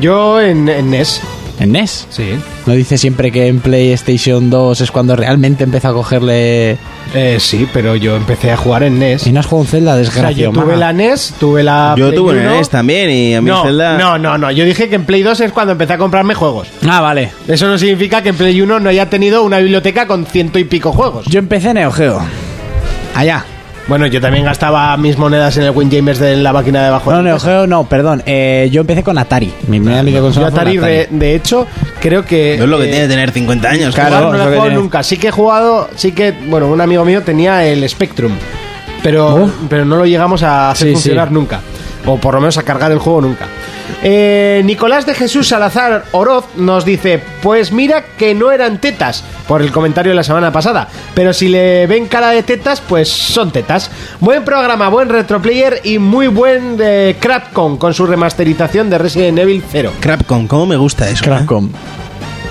[SPEAKER 2] Yo en, en E NES.
[SPEAKER 4] En E NES.
[SPEAKER 2] Sí.
[SPEAKER 4] No dice siempre que en PlayStation 2 es cuando realmente empieza a cogerle.
[SPEAKER 2] Eh, sí, pero yo empecé a jugar en NES.
[SPEAKER 4] Y no has jugado un Zelda,
[SPEAKER 2] O sea,
[SPEAKER 4] desgracia.
[SPEAKER 2] yo tuve la E NES, tuve la.
[SPEAKER 5] yo
[SPEAKER 2] Play
[SPEAKER 5] tuve un
[SPEAKER 2] 1.
[SPEAKER 5] NES también y a mí
[SPEAKER 2] No,
[SPEAKER 5] Zelda...
[SPEAKER 2] no, no, no. Yo dije que en Play 2 es cuando empecé a comprarme juegos.
[SPEAKER 4] Ah, vale.
[SPEAKER 2] Eso no significa que en Play 1 no haya tenido una biblioteca con ciento y pico juegos.
[SPEAKER 4] Yo empecé en Neo Geo.
[SPEAKER 5] Ah,
[SPEAKER 4] Allá.
[SPEAKER 2] bueno, yo también gastaba mis monedas en el Winjamers de la máquina de bajo.
[SPEAKER 4] No, Neo Geo, no, perdón. Eh, yo empecé con Atari. Mi primera
[SPEAKER 2] Yo
[SPEAKER 4] videoconsola fue
[SPEAKER 2] Atari,
[SPEAKER 4] una Atari.
[SPEAKER 2] de, de hecho, creo que.
[SPEAKER 5] No es lo que
[SPEAKER 2] eh,
[SPEAKER 5] tiene tener 50 años.
[SPEAKER 2] jugar
[SPEAKER 4] claro, es
[SPEAKER 2] no lo he
[SPEAKER 4] lo que
[SPEAKER 2] jugado
[SPEAKER 4] tiene.
[SPEAKER 2] nunca. Sí que he jugado, sí que, bueno, un amigo mío tenía el Spectrum, pero,
[SPEAKER 4] Oh.
[SPEAKER 2] pero no lo llegamos a hacer
[SPEAKER 4] Sí,
[SPEAKER 2] funcionar
[SPEAKER 4] sí.
[SPEAKER 2] nunca. O por lo menos a cargar el juego nunca. Eh, Nicolás de Jesús Salazar Oroz nos dice: Pues mira que no eran tetas, por el comentario de la semana pasada. Pero si le ven cara de tetas, pues son tetas. Buen programa, buen retroplayer y muy buen eh, Crapcon con su remasterización de Resident Evil 0.
[SPEAKER 5] Crapcom, ¿cómo me gusta eso?
[SPEAKER 4] Crapcom.
[SPEAKER 5] eh?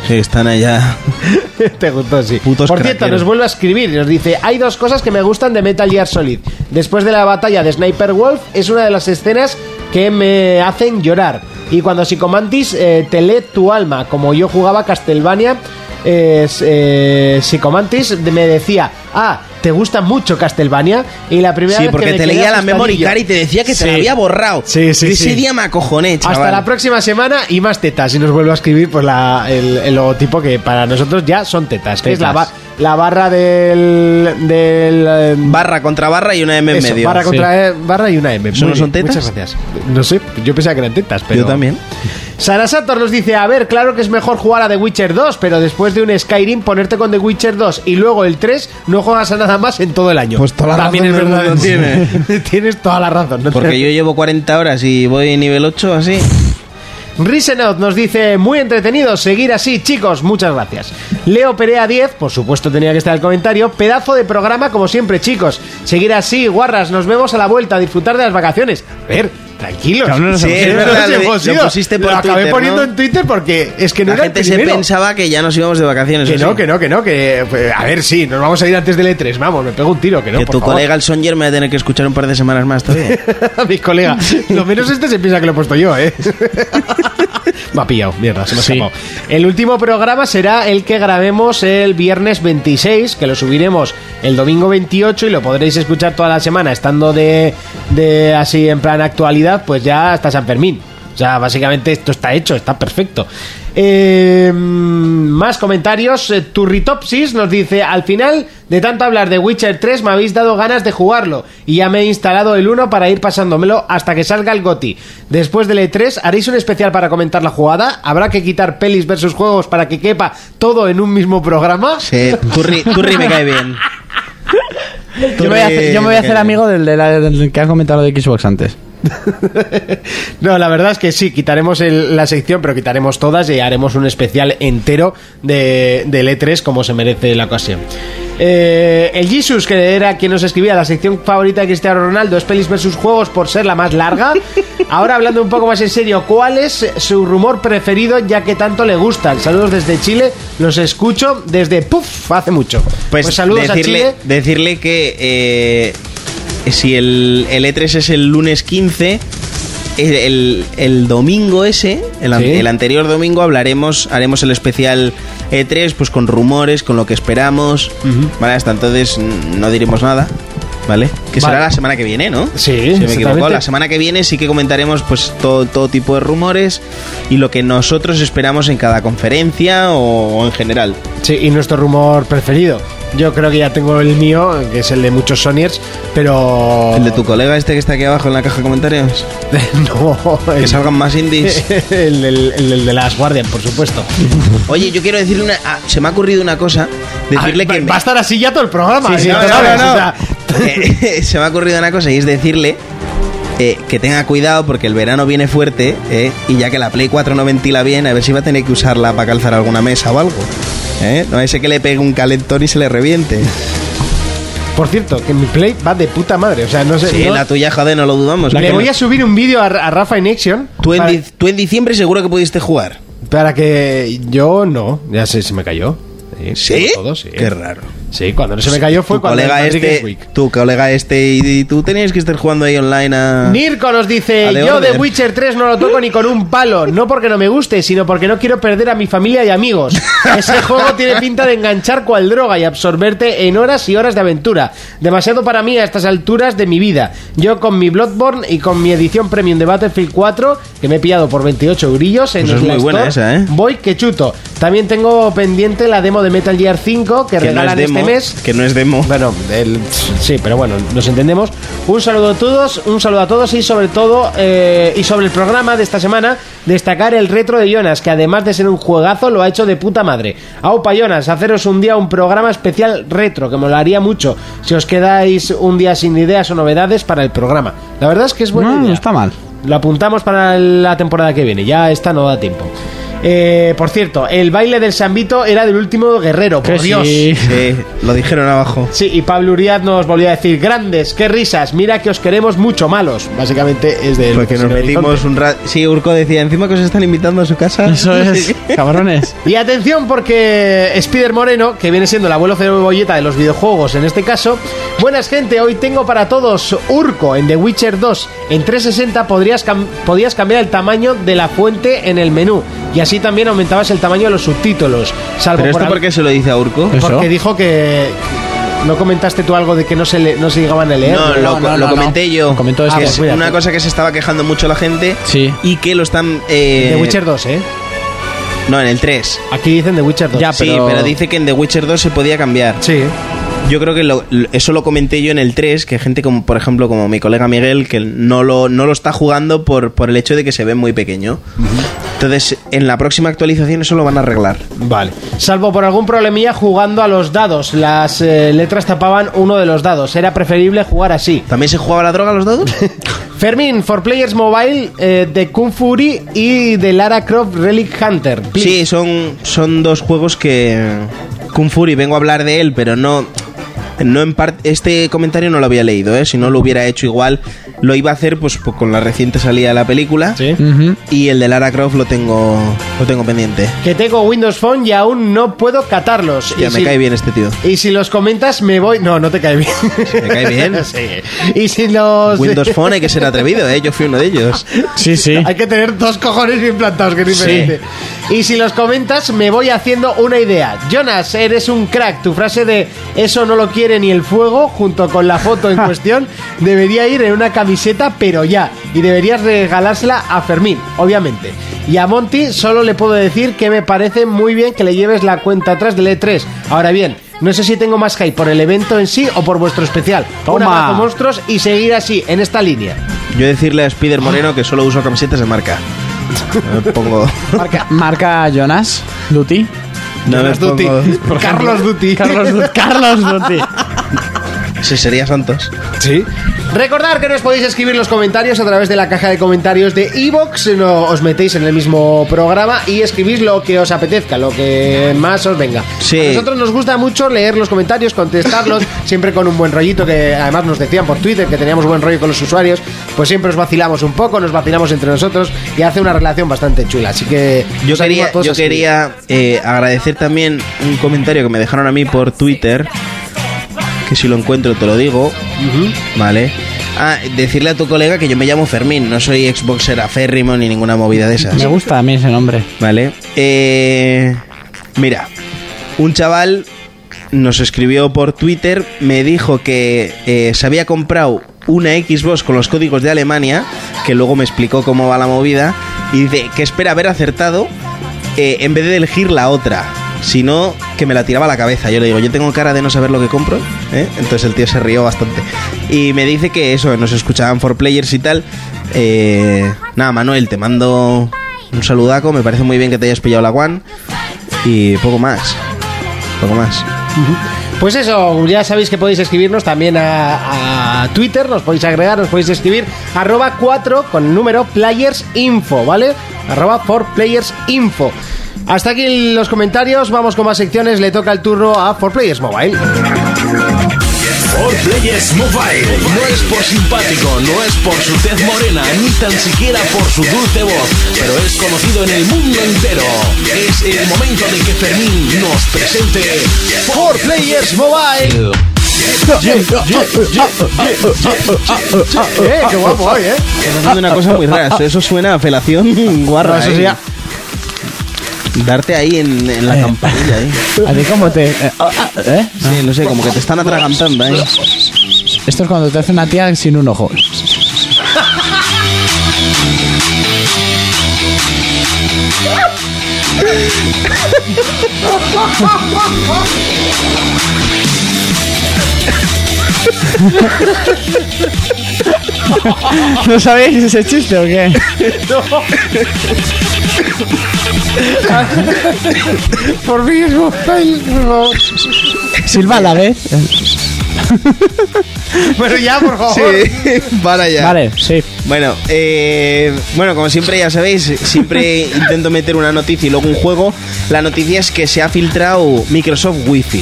[SPEAKER 5] Sí, están allá.
[SPEAKER 2] Te gustó, sí.
[SPEAKER 5] Putos
[SPEAKER 2] Por cierto,
[SPEAKER 5] craqueros.
[SPEAKER 2] nos vuelve a escribir y nos dice: Hay dos cosas que me gustan de Metal Gear Solid. Después de la batalla de Sniper Wolf, es una de las escenas que me hacen llorar. Y cuando Psicomantis eh, te lee tu alma, como yo jugaba Castlevania, eh, s- eh, Psicomantis me decía: Ah, ¿te gusta mucho Castlevania? Y la primera
[SPEAKER 5] Sí,
[SPEAKER 2] vez que
[SPEAKER 5] porque
[SPEAKER 2] me
[SPEAKER 5] te
[SPEAKER 2] quedé
[SPEAKER 5] leía la
[SPEAKER 2] asustadillo.
[SPEAKER 5] memory card y te decía que te la había borrado.
[SPEAKER 2] Sí, sí,
[SPEAKER 5] Y Ese
[SPEAKER 2] sí.
[SPEAKER 5] día me acojoné, chaval.
[SPEAKER 2] Hasta la próxima semana y más tetas. Y nos vuelve a escribir pues, la- el, el logotipo que para nosotros ya son tetas, que es la, ba- la barra del. del eh,
[SPEAKER 5] Barra contra barra y una M en
[SPEAKER 2] eso,
[SPEAKER 5] medio.
[SPEAKER 2] barra contra eh, barra y una M.
[SPEAKER 5] ¿Eso
[SPEAKER 2] Muy
[SPEAKER 5] no son
[SPEAKER 2] bien,
[SPEAKER 5] tetas?
[SPEAKER 2] Muchas gracias. No sé, yo pensaba que eran tetas, pero.
[SPEAKER 5] Yo también.
[SPEAKER 2] Sara Sator nos dice: A ver, claro que es mejor jugar a The Witcher 2, pero después de un Skyrim, ponerte con The Witcher 2 y luego el 3, no juegas a nada más en todo el año.
[SPEAKER 4] Pues toda la
[SPEAKER 2] También
[SPEAKER 4] razón
[SPEAKER 2] es
[SPEAKER 4] del
[SPEAKER 2] verdad.
[SPEAKER 4] mundo
[SPEAKER 2] Tienes, tienes toda la razón. no
[SPEAKER 5] Porque
[SPEAKER 2] te-
[SPEAKER 5] yo llevo 40 horas y voy nivel 8 así.
[SPEAKER 2] Risenot nos dice, muy entretenido, seguir así, chicos, muchas gracias. Leo Perea 10, por supuesto tenía que estar el comentario, pedazo de programa como siempre, chicos. Seguir así, guarras, nos vemos a la vuelta, a disfrutar de las vacaciones. A ver, tranquilos.
[SPEAKER 4] Cabrón, nos
[SPEAKER 5] Sí, hemos es ido. verdad,
[SPEAKER 2] Nos
[SPEAKER 5] lo-
[SPEAKER 2] hemos
[SPEAKER 5] lo
[SPEAKER 2] ido.
[SPEAKER 5] pusiste por
[SPEAKER 2] Lo acabé
[SPEAKER 5] Twitter,
[SPEAKER 2] poniendo
[SPEAKER 5] ¿no?
[SPEAKER 2] en Twitter porque es que no
[SPEAKER 5] La
[SPEAKER 2] era el
[SPEAKER 5] gente se
[SPEAKER 2] primero.
[SPEAKER 5] pensaba que ya nos íbamos de vacaciones.
[SPEAKER 2] Que
[SPEAKER 5] así.
[SPEAKER 2] no, que no, que no, que... pues, A ver, sí, nos vamos a ir antes del E3, vamos, me pego un tiro, que no,
[SPEAKER 5] Que
[SPEAKER 2] por
[SPEAKER 5] tu
[SPEAKER 2] favor.
[SPEAKER 5] colega el Songer me va a tener que escuchar un par de semanas más todavía.
[SPEAKER 2] Mi colega. Lo menos este se piensa que lo he puesto yo, ¿eh? me ha pillado, mierda, se me ha escapado. El último programa será el que grabemos el viernes 26, que lo subiremos el domingo 28 y lo podréis escuchar toda la semana, estando de, de así en plan actualidad, pues ya hasta San Fermín. O sea, básicamente esto está hecho, está perfecto. Eh, más comentarios. Eh, Turritopsis nos dice: Al final de tanto hablar de Witcher 3, me habéis dado ganas de jugarlo. Y ya me he instalado el 1 para ir pasándomelo hasta que salga el GOTI. Después del E3, haréis un especial para comentar la jugada. Habrá que quitar pelis versus juegos para que quepa todo en un mismo programa.
[SPEAKER 5] Sí, Turri, Turri me cae bien.
[SPEAKER 4] Yo me voy a hacer, yo me voy a hacer
[SPEAKER 5] Eh,
[SPEAKER 4] amigo del, de la- del que ha comentado lo de Xbox antes.
[SPEAKER 2] No, la verdad es que sí, quitaremos el- la sección, pero quitaremos todas y haremos un especial entero de, del E3 como se merece la ocasión. Eh, el Jesus, que era quien nos escribía la sección favorita de Cristiano Ronaldo, es pelis versus juegos por ser la más larga. Ahora hablando un poco más en serio, ¿cuál es su rumor preferido ya que tanto le gustan? Saludos desde Chile, los escucho desde puff, hace mucho. Pues,
[SPEAKER 5] Pues,
[SPEAKER 2] saludos
[SPEAKER 5] decirle,
[SPEAKER 2] a Chile.
[SPEAKER 5] decirle que eh, si el, el E3 es el lunes 15, el, el- el domingo ese, el, an-
[SPEAKER 2] Sí.
[SPEAKER 5] el anterior domingo, hablaremos, haremos el especial E3, pues con rumores, con lo que esperamos. Vale, hasta entonces mm, no diremos nada. ¿Vale? Que será
[SPEAKER 2] Vale.
[SPEAKER 5] la semana que viene, ¿no? si
[SPEAKER 2] Sí,
[SPEAKER 5] me equivoco.
[SPEAKER 2] exactamente.
[SPEAKER 5] La semana que viene sí que comentaremos pues todo, todo tipo de rumores y lo que nosotros esperamos en cada conferencia o- o en general.
[SPEAKER 2] Sí, y nuestro rumor preferido. Yo creo que ya tengo el mío, que es el de muchos Sonyers, pero.
[SPEAKER 5] ¿El de tu colega este que está aquí abajo en la caja de comentarios?
[SPEAKER 2] no, el-
[SPEAKER 5] Que salgan más indies.
[SPEAKER 2] el, del- el del de las Guardian, por supuesto.
[SPEAKER 5] Oye, yo quiero decirle una. ah, se me ha ocurrido una cosa. Decirle
[SPEAKER 2] A ver,
[SPEAKER 5] que.
[SPEAKER 2] va, va a estar así ya todo el programa.
[SPEAKER 5] Sí, sí,
[SPEAKER 2] ya
[SPEAKER 5] no,
[SPEAKER 2] lo
[SPEAKER 5] no,
[SPEAKER 2] sabes,
[SPEAKER 5] no,
[SPEAKER 2] o
[SPEAKER 5] no.
[SPEAKER 2] sea,
[SPEAKER 5] Eh, se me ha ocurrido una cosa y es decirle eh, que tenga cuidado porque el verano viene fuerte eh, y ya que la Play 4 no ventila bien, a ver si va a tener que usarla para calzar alguna mesa o algo. ¿Eh? No ese que le pegue un calentón y se le reviente.
[SPEAKER 2] Por cierto, que mi play va de puta madre. O sea, no sé.
[SPEAKER 5] Sí,
[SPEAKER 2] no-
[SPEAKER 5] la tuya, joder, no lo dudamos.
[SPEAKER 2] le
[SPEAKER 5] Pero
[SPEAKER 2] voy a subir un vídeo a, a Rafa en Action.
[SPEAKER 5] tú, en
[SPEAKER 2] para,
[SPEAKER 5] di- tú en diciembre seguro que pudiste jugar.
[SPEAKER 2] para que yo no. Ya sé, se me cayó.
[SPEAKER 5] ¿Sí?
[SPEAKER 2] como todo, sí.
[SPEAKER 5] Qué raro.
[SPEAKER 2] Sí, cuando no se me cayó fue
[SPEAKER 5] tu
[SPEAKER 2] cuando.
[SPEAKER 5] colega
[SPEAKER 2] el Madrid Games
[SPEAKER 5] este,
[SPEAKER 2] Week.
[SPEAKER 5] tu colega este y, y tú tenías que estar jugando ahí online a...
[SPEAKER 2] Nirko nos dice,
[SPEAKER 5] A The
[SPEAKER 2] yo de
[SPEAKER 5] Order".
[SPEAKER 2] Witcher 3 no lo toco ni con un palo, no porque no me guste, sino porque no quiero perder a mi familia y amigos. Ese juego tiene pinta de enganchar cual droga y absorberte en horas y horas de aventura. Demasiado para mí a estas alturas de mi vida. Yo con mi Bloodborne y con mi edición premium de Battlefield 4, que me he pillado por 28 grillos en
[SPEAKER 5] Pues es
[SPEAKER 2] la
[SPEAKER 5] muy buena esa,
[SPEAKER 2] Store,
[SPEAKER 5] ¿eh?
[SPEAKER 2] voy que chuto. También tengo pendiente la demo de Metal Gear 5 que,
[SPEAKER 5] que no es
[SPEAKER 2] regalan
[SPEAKER 5] demo,
[SPEAKER 2] este mes.
[SPEAKER 5] que no es demo.
[SPEAKER 2] Bueno, el- sí, pero bueno, nos entendemos. Un saludo a todos, un saludo a todos y sobre todo, eh, y sobre el programa de esta semana, destacar el retro de Jonas, que además de ser un juegazo, lo ha hecho de puta madre. Aupa Jonas, haceros un día un programa especial retro, que molaría mucho si os quedáis un día sin ideas o novedades para el programa. La verdad es que es buena
[SPEAKER 4] No, no
[SPEAKER 2] idea.
[SPEAKER 4] está mal.
[SPEAKER 2] Lo apuntamos para la temporada que viene, ya esta no da tiempo. Eh, por cierto, el baile del Sambito era del último guerrero, por
[SPEAKER 4] Que
[SPEAKER 2] Dios.
[SPEAKER 4] sí.
[SPEAKER 5] Oh, Sí, lo dijeron abajo.
[SPEAKER 2] Sí, y Pablo Uriad nos volvió a decir, grandes, qué risas, mira que os queremos mucho malos. Básicamente es de...
[SPEAKER 5] Porque nos metimos un rato. Sí, Urco decía, encima que os están invitando a su casa.
[SPEAKER 4] Eso es, cabrones.
[SPEAKER 2] Y atención porque Spider Moreno, que viene siendo el abuelo cebolleta de los videojuegos en este caso, buenas gente, hoy tengo para todos Urco en The Witcher 2. En 360 podrías cam- podías cambiar el tamaño de la fuente en el menú y así también aumentabas el tamaño de los subtítulos. Salvo
[SPEAKER 5] ¿Pero
[SPEAKER 2] por
[SPEAKER 5] esto
[SPEAKER 2] al-
[SPEAKER 5] por qué se lo dice a Urco?
[SPEAKER 4] Eso.
[SPEAKER 2] porque dijo que no comentaste tú algo de que no se le- no se llegaban a leer.
[SPEAKER 5] No, lo,
[SPEAKER 4] no,
[SPEAKER 5] lo
[SPEAKER 4] no.
[SPEAKER 5] comenté yo.
[SPEAKER 4] Comentó esto.
[SPEAKER 5] que
[SPEAKER 2] Ah,
[SPEAKER 5] es
[SPEAKER 2] pues,
[SPEAKER 5] una
[SPEAKER 2] cuídate.
[SPEAKER 5] cosa que se estaba quejando mucho la gente.
[SPEAKER 4] Sí.
[SPEAKER 5] Y que lo están. eh,
[SPEAKER 2] The Witcher 2, ¿eh?
[SPEAKER 5] No, en el 3.
[SPEAKER 2] Aquí dicen The Witcher 2.
[SPEAKER 4] Ya,
[SPEAKER 5] Sí,
[SPEAKER 4] pero-
[SPEAKER 5] pero dice que en The Witcher 2 se podía cambiar.
[SPEAKER 2] Sí.
[SPEAKER 5] Yo creo que lo- lo- eso lo comenté yo en el 3, que gente como, por ejemplo, como mi colega Miguel, que no lo, no lo está jugando por, por el hecho de que se ve muy pequeño. Entonces, en la próxima actualización eso lo van a arreglar.
[SPEAKER 2] Vale. Salvo por algún problemilla jugando a los dados. Las eh, letras tapaban uno de los dados. Era preferible jugar así.
[SPEAKER 5] ¿También se jugaba la droga a los dados?
[SPEAKER 2] Fermín, for Players Mobile eh, de Kung Fury y de Lara Croft Relic Hunter. please.
[SPEAKER 5] Sí, son, son dos juegos que. Kung Fury, vengo a hablar de él, pero no. No en parte. Este comentario no lo había leído, ¿eh? Si no lo hubiera hecho igual, lo iba a hacer pues, pues, con la reciente salida de la película.
[SPEAKER 4] Ujú.
[SPEAKER 5] Y el de Lara Croft lo tengo. Lo tengo pendiente.
[SPEAKER 2] Que tengo Windows Phone y aún no puedo catarlos.
[SPEAKER 5] Ya
[SPEAKER 2] Y
[SPEAKER 5] me
[SPEAKER 2] si-
[SPEAKER 5] cae bien este tío.
[SPEAKER 2] Y si los comentas, me voy. No, no te cae bien.
[SPEAKER 5] Me cae bien.
[SPEAKER 2] Sí. Y si los.
[SPEAKER 5] Windows Phone hay que ser atrevido, ¿eh? Yo fui uno de ellos.
[SPEAKER 4] Sí, sí.
[SPEAKER 2] Hay que tener dos cojones bien plantados, que es diferente. Y si los comentas, me voy haciendo una idea. Jonas, eres un crack. Tu frase de eso no lo quiere ni el fuego, junto con la foto en cuestión, debería ir en una camiseta, pero ya. Y deberías regalársela a Fermín, obviamente. Y a Monty solo le puedo decir que me parece muy bien que le lleves la cuenta atrás del E3. Ahora bien, no sé si tengo más hype por el evento en sí o por vuestro especial. Un
[SPEAKER 4] Toma.
[SPEAKER 2] abrazo, monstruos, y seguir así, en esta línea.
[SPEAKER 5] Yo decirle a Spider Moreno que solo uso camisetas de marca. No me pongo.
[SPEAKER 2] Marca.
[SPEAKER 4] Marca Jonas, Duty.
[SPEAKER 5] No me
[SPEAKER 2] Carlos Duty.
[SPEAKER 5] pongo.
[SPEAKER 2] Carlos Duty.
[SPEAKER 4] Carlos, Du- Carlos Duty.
[SPEAKER 5] Ese sería Santos.
[SPEAKER 2] Sí. Recordad que nos podéis escribir los comentarios a través de la caja de comentarios de Evox. No os metéis en el mismo programa y escribís lo que os apetezca, lo que más os venga.
[SPEAKER 5] Sí.
[SPEAKER 2] A nosotros nos gusta mucho leer los comentarios, contestarlos, siempre con un buen rollito, que además nos decían por Twitter que teníamos buen rollo con los usuarios. Pues siempre os vacilamos un poco, nos vacilamos entre nosotros y hace una relación bastante chula. Así que
[SPEAKER 5] Yo
[SPEAKER 2] os animo
[SPEAKER 5] quería,
[SPEAKER 2] a todos a
[SPEAKER 5] yo
[SPEAKER 2] escribir.
[SPEAKER 5] quería eh, agradecer también un comentario que me dejaron a mí por Twitter, que si lo encuentro te lo digo, ¿vale? Ah, decirle a tu colega que yo me llamo Fermín, no soy Xboxer aférrimo ni ninguna movida de esas,
[SPEAKER 4] Me gusta a mí ese nombre.
[SPEAKER 5] ¿vale? Eh, mira, un chaval nos escribió por Twitter, me dijo que eh, se había comprado una Xbox con los códigos de Alemania, que luego me explicó cómo va la movida, y dice que espera haber acertado eh, en vez de elegir la otra. sino que me la tiraba a la cabeza. Yo le digo, yo tengo cara de no saber lo que compro, ¿eh? entonces el tío se rió bastante. Y me dice que eso, nos escuchaban for players y tal. Eh, nada, Manuel, te mando un saludaco, me parece muy bien que te hayas pillado la One y poco más, poco más.
[SPEAKER 2] Pues eso, ya sabéis que podéis escribirnos también a, a Twitter, nos podéis agregar, nos podéis escribir arroba 4 con el número players info, ¿vale? Arroba 4 players info. Hasta aquí los comentarios, vamos con más secciones, le toca el turno a 4 Players Mobile.
[SPEAKER 8] For Players Mobile.
[SPEAKER 11] No es por simpático, no es por su tez morena, ni tan siquiera por su dulce voz, pero es conocido en el mundo entero. Es el momento de que Fermín nos presente For Players Mobile.
[SPEAKER 2] ¡Eh, qué guapo hoy, eh!
[SPEAKER 5] Estás haciendo una cosa muy rara, eso suena a felación guarra.
[SPEAKER 2] No, eso
[SPEAKER 5] ¿eh?
[SPEAKER 2] sí, ya.
[SPEAKER 5] Darte ahí en, en la campanilla, ¿eh?
[SPEAKER 4] ¿A ti cómo te...? eh, ah, ¿eh?
[SPEAKER 5] Sí, no sé, como que te están atragantando, ¿eh?
[SPEAKER 4] Esto es cuando te hace una tía sin un ojo. ¿No sabéis ese chiste o qué?
[SPEAKER 2] Por mí es mobile, por favor.
[SPEAKER 4] Silva a la vez.
[SPEAKER 2] Bueno, ya, por favor.
[SPEAKER 5] Sí, para allá.
[SPEAKER 4] Vale, sí.
[SPEAKER 5] Bueno, eh, bueno, como siempre ya sabéis, siempre intento meter una noticia y luego un juego. La noticia es que se ha filtrado Microsoft Wi-Fi.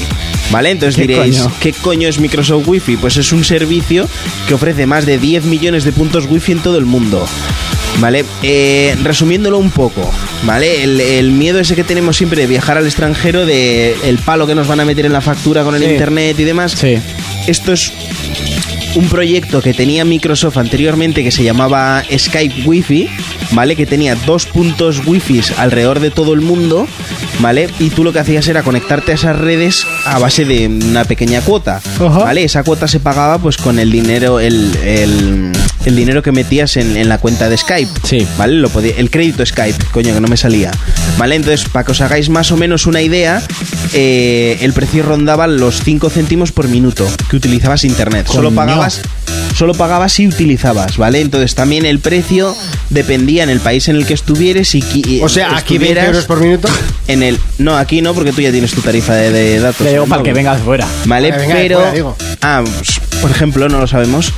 [SPEAKER 5] ¿Vale? Entonces
[SPEAKER 4] ¿Qué
[SPEAKER 5] diréis,
[SPEAKER 4] coño?
[SPEAKER 5] ¿qué coño es Microsoft Wi-Fi? Pues es un servicio que ofrece más de 10 millones de puntos Wi-Fi en todo el mundo. ¿Vale? Eh, resumiéndolo un poco, ¿vale? El, el miedo ese que tenemos siempre de viajar al extranjero, de el palo que nos van a meter en la factura con el
[SPEAKER 4] Sí.
[SPEAKER 5] internet y demás.
[SPEAKER 4] Sí.
[SPEAKER 5] Esto es un proyecto que tenía Microsoft anteriormente que se llamaba Skype Wi-Fi, ¿vale? Que tenía dos puntos Wi-Fi alrededor de todo el mundo, ¿vale? Y tú lo que hacías era conectarte a esas redes a base de una pequeña cuota,
[SPEAKER 4] Ajá.
[SPEAKER 5] ¿vale? Esa cuota se pagaba pues con el dinero, el, el- el dinero que metías en, en la cuenta de Skype,
[SPEAKER 4] Sí.
[SPEAKER 5] ¿vale? Lo podía- el crédito Skype, coño, que no me salía, ¿vale? Entonces, para que os hagáis más o menos una idea, eh, el precio rondaba los 5 céntimos por minuto que utilizabas internet. Solo
[SPEAKER 4] Coño.
[SPEAKER 5] pagabas solo pagabas si utilizabas, ¿vale? Entonces también el precio dependía en el país en el que estuvieras y qui-
[SPEAKER 2] O sea, aquí 20
[SPEAKER 5] estuvieras
[SPEAKER 2] euros por minuto.
[SPEAKER 5] en el no, aquí no porque tú ya tienes tu tarifa de, de datos.
[SPEAKER 4] Le digo
[SPEAKER 5] ¿no?
[SPEAKER 4] para que venga de fuera.
[SPEAKER 5] Vale,
[SPEAKER 2] Para que venga de
[SPEAKER 5] pero
[SPEAKER 2] fuera, digo.
[SPEAKER 5] ah, pues, por ejemplo, no lo sabemos.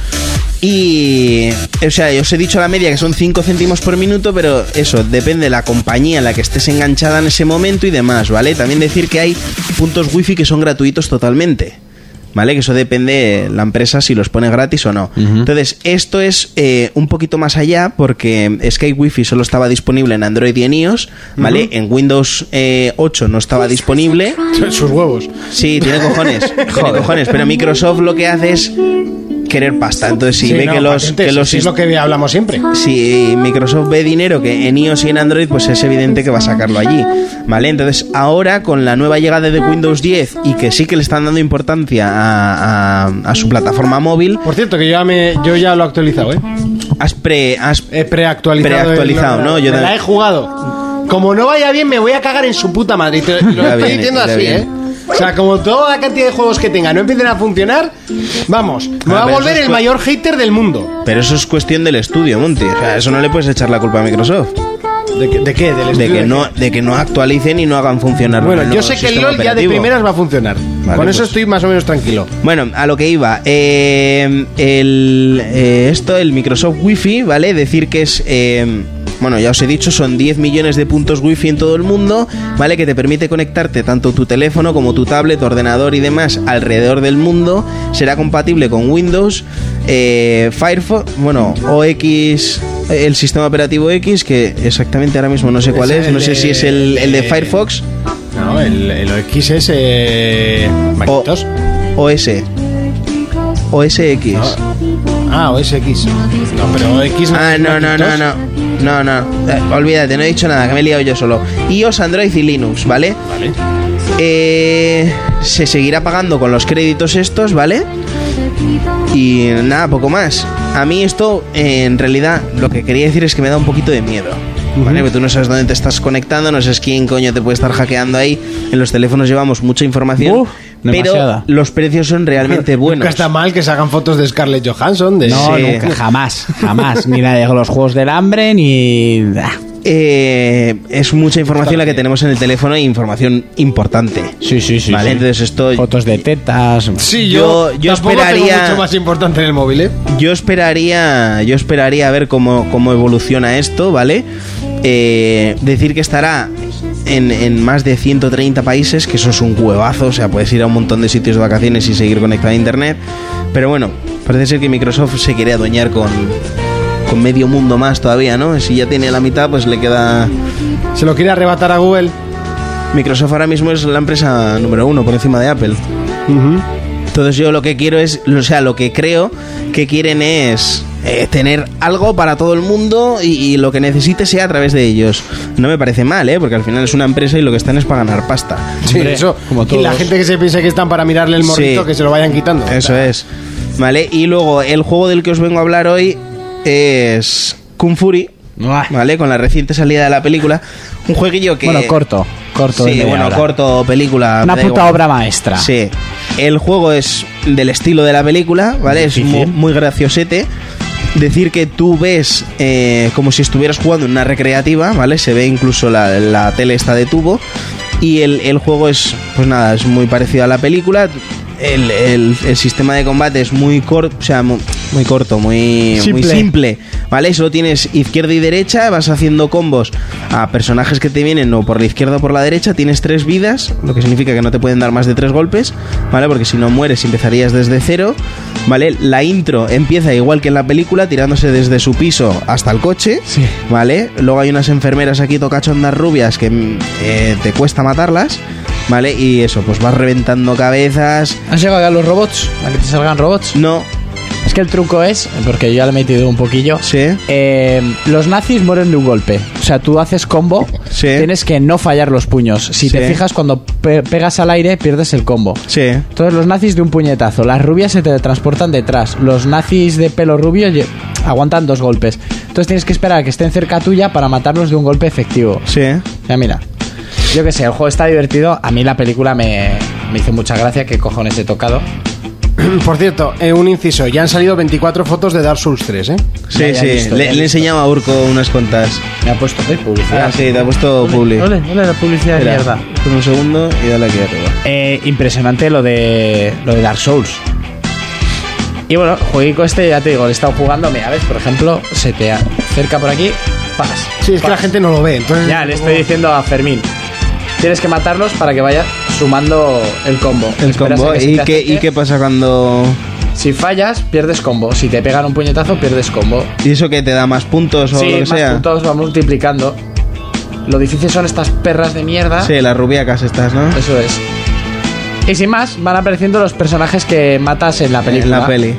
[SPEAKER 5] Y, o sea, yo os he dicho la media que son 5 céntimos por minuto, pero eso depende de la compañía en la que estés enganchada en ese momento y demás, ¿vale? También decir que hay puntos wifi que son gratuitos totalmente, ¿vale? Que eso depende de la empresa si los pone gratis o no. Entonces, esto es eh, un poquito más allá porque eh, Skype Wifi solo estaba disponible en Android y en iOS, ¿vale? En Windows eh, 8 no estaba disponible.
[SPEAKER 2] Sus huevos.
[SPEAKER 5] Sí, tiene cojones. tiene cojones. Pero Microsoft lo que hace es querer pasta. Entonces, si
[SPEAKER 2] Mm. Sí,
[SPEAKER 5] ve
[SPEAKER 2] no,
[SPEAKER 5] que los.
[SPEAKER 2] patentes,
[SPEAKER 5] Que los
[SPEAKER 2] es lo que hablamos siempre.
[SPEAKER 5] si Microsoft ve dinero que en iOS y en Android, pues es evidente que va a sacarlo allí. ¿Vale? Entonces, ahora con la nueva llegada de Windows 10 y que sí que le están dando importancia a, a- a su plataforma móvil,
[SPEAKER 2] Por cierto, que yo ya, me, yo ya lo he actualizado, ¿eh?
[SPEAKER 5] has pre. has-
[SPEAKER 2] He preactualizado. el-
[SPEAKER 5] Preactualizado, ¿no? Yo
[SPEAKER 2] me la
[SPEAKER 5] también.
[SPEAKER 2] he jugado. Como no vaya bien, me voy a cagar en su puta madre. Y te- lo
[SPEAKER 5] Ya
[SPEAKER 2] estoy
[SPEAKER 5] viene,
[SPEAKER 2] diciendo
[SPEAKER 5] ya
[SPEAKER 2] así,
[SPEAKER 5] viene.
[SPEAKER 2] ¿eh? O sea, como toda la cantidad de juegos que tenga no empiecen a funcionar, vamos, me va
[SPEAKER 5] Ah,
[SPEAKER 2] a
[SPEAKER 5] pero
[SPEAKER 2] volver
[SPEAKER 5] eso es
[SPEAKER 2] el
[SPEAKER 5] cu-
[SPEAKER 2] mayor hater del mundo.
[SPEAKER 5] pero eso es cuestión del estudio, Monty. O sea, eso no le puedes echar la culpa a Microsoft.
[SPEAKER 2] ¿De, qué- de qué? Del
[SPEAKER 5] De
[SPEAKER 2] estudio
[SPEAKER 5] que
[SPEAKER 2] de
[SPEAKER 5] no,
[SPEAKER 2] qué?
[SPEAKER 5] de que no actualicen y no hagan funcionar.
[SPEAKER 2] Bueno,
[SPEAKER 5] el
[SPEAKER 2] yo
[SPEAKER 5] nuevo
[SPEAKER 2] sé que el
[SPEAKER 5] sistema
[SPEAKER 2] LOL ya de
[SPEAKER 5] operativo.
[SPEAKER 2] primeras va a funcionar.
[SPEAKER 5] Vale,
[SPEAKER 2] Con eso
[SPEAKER 5] pues.
[SPEAKER 2] estoy más o menos tranquilo.
[SPEAKER 5] Bueno, a lo que iba. eh, el, eh, esto, el Microsoft Wi-Fi, ¿vale? Decir que es. eh, bueno, ya os he dicho, son 10 millones de puntos Wi-Fi en todo el mundo, ¿vale? Que te permite conectarte tanto tu teléfono como tu tablet, ordenador y demás alrededor del mundo. Será compatible con Windows, eh, Firefox, bueno, OX, eh, el sistema operativo X, que exactamente ahora mismo no sé cuál
[SPEAKER 2] Es
[SPEAKER 5] es,
[SPEAKER 2] el
[SPEAKER 5] no sé
[SPEAKER 2] de-
[SPEAKER 5] si es el, el de
[SPEAKER 2] eh,
[SPEAKER 5] Firefox
[SPEAKER 2] No, el, el OX es. Eh,
[SPEAKER 5] o
[SPEAKER 2] Macintosh.
[SPEAKER 5] OS. OSX.
[SPEAKER 2] Ah, OSX. No, pero OX no
[SPEAKER 5] Ah,
[SPEAKER 2] es
[SPEAKER 5] no, no, no,
[SPEAKER 2] Macintosh.
[SPEAKER 5] no. No, no. Eh, olvídate, no he dicho nada, que me he liado yo solo. iOS, Android y Linux, ¿vale? Vale. se seguirá pagando con los créditos estos, ¿vale? Y nada, poco más. A mí esto, eh, en realidad, lo que quería decir es que me da un poquito de miedo. ¿vale? Porque tú no sabes dónde te estás conectando, no sabes quién coño te puede estar hackeando ahí. En los teléfonos llevamos mucha información,
[SPEAKER 4] Uf,
[SPEAKER 5] pero
[SPEAKER 4] demasiada.
[SPEAKER 5] los precios son realmente buenos.
[SPEAKER 2] Nunca está mal que se hagan fotos de Scarlett Johansson. De...
[SPEAKER 4] No,
[SPEAKER 5] Sí.
[SPEAKER 4] nunca, jamás, jamás. ni la de los juegos del hambre, ni. Ah,
[SPEAKER 5] Eh, es mucha información la que tenemos en el teléfono e información importante.
[SPEAKER 4] Sí, sí, sí.
[SPEAKER 5] Vale,
[SPEAKER 4] sí.
[SPEAKER 5] entonces esto
[SPEAKER 4] Fotos de tetas.
[SPEAKER 2] Sí,
[SPEAKER 5] yo-
[SPEAKER 2] yo,
[SPEAKER 5] yo
[SPEAKER 2] tampoco
[SPEAKER 5] esperaría-
[SPEAKER 2] tengo mucho más importante en el móvil, ¿eh?
[SPEAKER 5] Yo esperaría, yo esperaría a ver cómo, cómo evoluciona esto, ¿vale? Eh, decir que estará en, en más de 130 países, que eso es un huevazo, o sea, puedes ir a un montón de sitios de vacaciones y seguir conectado a Internet. Pero bueno, parece ser que Microsoft se quiere adueñar con, con medio mundo más todavía, ¿no? Si ya tiene la mitad, pues le queda...
[SPEAKER 2] Se lo quiere arrebatar a Google.
[SPEAKER 5] Microsoft ahora mismo es la empresa número uno por encima de Apple. Entonces yo lo que quiero es, o sea, lo que creo que quieren es eh, tener algo para todo el mundo y, y lo que necesite sea a través de ellos. No me parece mal, ¿eh? Porque al final es una empresa y lo que están es para ganar pasta.
[SPEAKER 2] Sí,
[SPEAKER 4] Hombre,
[SPEAKER 2] eso.
[SPEAKER 4] como
[SPEAKER 2] y la
[SPEAKER 4] todos.
[SPEAKER 2] gente que se piensa que están para mirarle el
[SPEAKER 5] Sí.
[SPEAKER 2] morrito, que se lo vayan quitando.
[SPEAKER 5] Eso es. ¿Vale? Y luego el juego del que os vengo a hablar hoy es Kung Fury.
[SPEAKER 4] Buah.
[SPEAKER 5] ¿Vale? Con la reciente salida de la película. Un jueguillo que...
[SPEAKER 4] Bueno, corto. Corto. de
[SPEAKER 5] Sí,
[SPEAKER 4] media
[SPEAKER 5] bueno,
[SPEAKER 4] hora.
[SPEAKER 5] corto, película.
[SPEAKER 4] Una
[SPEAKER 5] me
[SPEAKER 4] puta
[SPEAKER 5] da igual.
[SPEAKER 4] obra maestra.
[SPEAKER 5] Sí. El juego es del estilo de la película, ¿vale? Es mu- muy,
[SPEAKER 4] Difícil.
[SPEAKER 5] graciosete. Decir que tú ves eh, como si estuvieras jugando en una recreativa, ¿vale? Se ve incluso la, la tele está de tubo. Y el, el juego es, pues nada, es muy parecido a la película. El, el- el sistema de combate es muy corto, o sea, mu- muy, corto, muy simple. muy
[SPEAKER 4] Simple.
[SPEAKER 5] simple, ¿vale? Solo tienes izquierda y derecha, vas haciendo combos a personajes que te vienen o por la izquierda o por la derecha, tienes tres vidas, lo que significa que no te pueden dar más de tres golpes, ¿vale? Porque si no mueres empezarías desde cero, ¿vale? La intro empieza igual que en la película, tirándose desde su piso hasta el coche,
[SPEAKER 4] Sí.
[SPEAKER 5] ¿vale? Luego hay unas enfermeras aquí tocachondas rubias que mm, eh, te cuesta matarlas, ¿vale? Y eso, pues vas reventando cabezas.
[SPEAKER 4] ¿Has llegado a los robots? ¿A que te salgan robots?
[SPEAKER 5] No,
[SPEAKER 4] Es que el truco es, porque yo ya le he metido un poquillo.
[SPEAKER 5] Sí.
[SPEAKER 4] eh, los nazis mueren de un golpe. O sea, tú haces combo,
[SPEAKER 5] Sí.
[SPEAKER 4] tienes que no fallar los puños. Si te
[SPEAKER 5] Sí.
[SPEAKER 4] fijas, cuando pe- pegas al aire, pierdes el combo.
[SPEAKER 5] sí.
[SPEAKER 4] Todos los nazis de un puñetazo. Las rubias se te transportan detrás. Los nazis de pelo rubio lle- aguantan dos golpes. Entonces tienes que esperar a que estén cerca tuya para matarlos de un golpe efectivo.
[SPEAKER 5] Sí.
[SPEAKER 4] Ya mira. Yo que sé, el juego está divertido. A mí la película me, me hizo mucha gracia. ¿Qué cojones he tocado?
[SPEAKER 2] Por cierto, eh, un inciso. Ya han salido 24 fotos de Dark Souls 3, ¿eh?
[SPEAKER 5] Sí,
[SPEAKER 4] Ya, ya
[SPEAKER 5] sí,
[SPEAKER 4] he visto,
[SPEAKER 5] le,
[SPEAKER 4] ya he
[SPEAKER 5] le he
[SPEAKER 4] visto.
[SPEAKER 5] enseñado a Urco unas cuantas.
[SPEAKER 4] Me ha puesto de publicidad.
[SPEAKER 5] Ah, sí, te ha puesto Publi.
[SPEAKER 4] Ole, ole, la publicidad de
[SPEAKER 5] Espera,
[SPEAKER 4] mierda.
[SPEAKER 5] Con un segundo y dale aquí arriba.
[SPEAKER 4] Eh, impresionante lo de lo de Dark Souls. Y bueno, jueguico este, ya te digo, le he estado jugando, mira, ves, por ejemplo, se te acerca por aquí, paz.
[SPEAKER 2] Sí, es que la gente no lo ve. Entonces,
[SPEAKER 4] Ya, le estoy diciendo a Fermín, tienes que matarlos para que vaya sumando el combo.
[SPEAKER 5] El
[SPEAKER 4] Esperas a
[SPEAKER 5] combo.
[SPEAKER 4] que se
[SPEAKER 5] ¿Y
[SPEAKER 4] te
[SPEAKER 5] qué,
[SPEAKER 4] acerque.
[SPEAKER 5] ¿Y qué pasa cuando.?
[SPEAKER 4] Si fallas, pierdes combo. Si te pegan un puñetazo, pierdes combo.
[SPEAKER 5] ¿Y eso que te da más puntos o
[SPEAKER 4] sí,
[SPEAKER 5] lo que
[SPEAKER 4] más
[SPEAKER 5] sea?
[SPEAKER 4] puntos va multiplicando. Lo difícil son estas perras de mierda.
[SPEAKER 5] Sí, las rubiacas estas, ¿no?
[SPEAKER 4] Eso es. Y sin más, van apareciendo los personajes que matas en la
[SPEAKER 5] En
[SPEAKER 4] película.
[SPEAKER 5] la peli.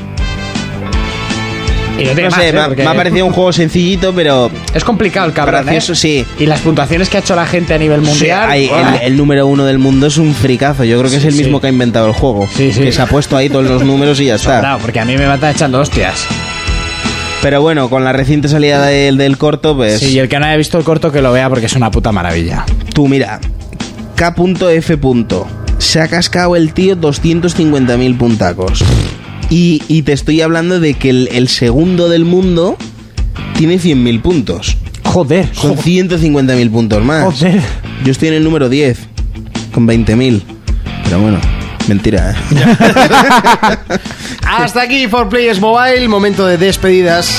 [SPEAKER 4] Y no tiene
[SPEAKER 5] No
[SPEAKER 4] más,
[SPEAKER 5] sé,
[SPEAKER 4] ¿eh?
[SPEAKER 5] me ha-
[SPEAKER 4] Porque
[SPEAKER 5] me ha parecido un juego sencillito, pero.
[SPEAKER 4] Es complicado el cabrón,
[SPEAKER 5] Gracioso,
[SPEAKER 4] ¿eh?
[SPEAKER 5] sí.
[SPEAKER 4] Y las puntuaciones que ha hecho la gente a nivel mundial.
[SPEAKER 5] Sí, hay-
[SPEAKER 4] ¡buah!
[SPEAKER 5] el, el número uno del mundo es un fricazo. Yo creo que es
[SPEAKER 4] Sí,
[SPEAKER 5] el mismo
[SPEAKER 4] sí.
[SPEAKER 5] que ha inventado el juego.
[SPEAKER 4] Sí, sí.
[SPEAKER 5] Que se ha puesto ahí todos los números y ya está.
[SPEAKER 4] Sobrado, porque a mí me matan echando hostias.
[SPEAKER 5] Pero bueno, con la reciente salida del, del corto, pues.
[SPEAKER 4] Sí, y el que no haya visto el corto que lo vea porque es una puta maravilla.
[SPEAKER 5] Tú mira, K.F. Se ha cascado el tío 250.000 puntacos. Y, y te estoy hablando de que el, el segundo del mundo tiene 100.000 puntos.
[SPEAKER 4] Joder,
[SPEAKER 5] Son 150.000 puntos más.
[SPEAKER 4] joder.
[SPEAKER 5] Yo estoy en el número 10, con 20.000. Pero bueno, mentira, ¿eh?
[SPEAKER 2] Hasta aquí For Players Mobile. Momento de despedidas.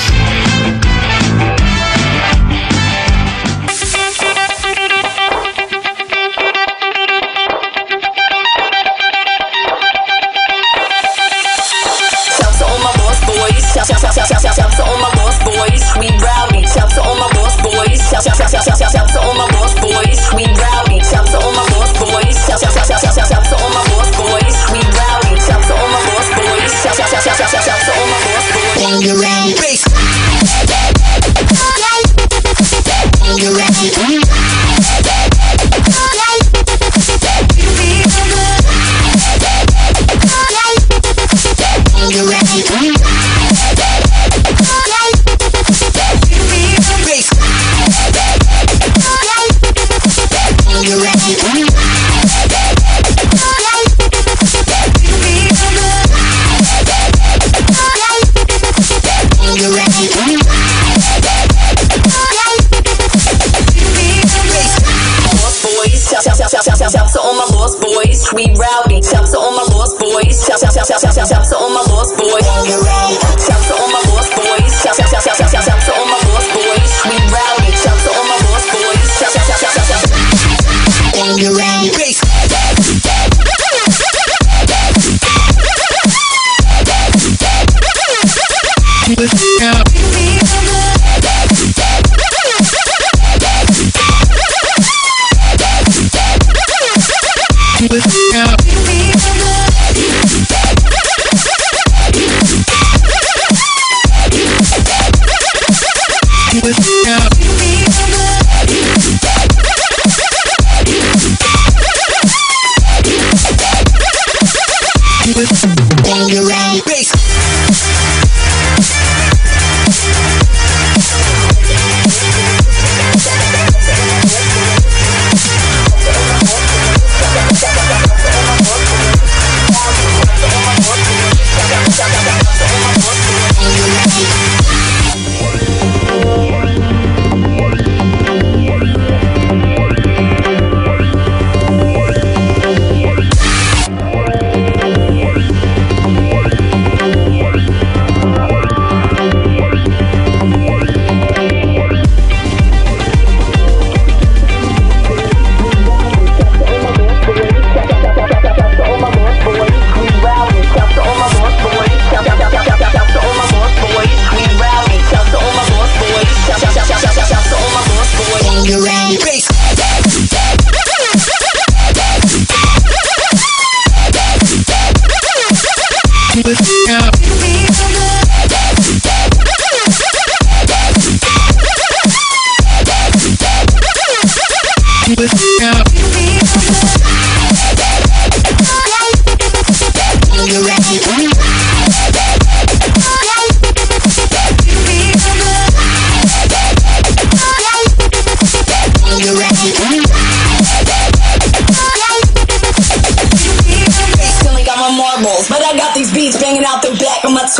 [SPEAKER 10] Shout to all my boss boys. Shout, shout, shout, shout, shout, shout, shout to all my boss boys. We rowdy. Shout to all my boss boys. Shout, shout, shout, shout, shout, shout, shout to all my boss boys. We rowdy. Shout to all my boss boys. Shout, shout, shout, shout, shout, shout, shout to all my boss boys. We rowdy. Shout to all my boss boys. Shout, shout, shout, shout, shout, shout, shout to all my boss boys. Bang your ass. Bang your ass.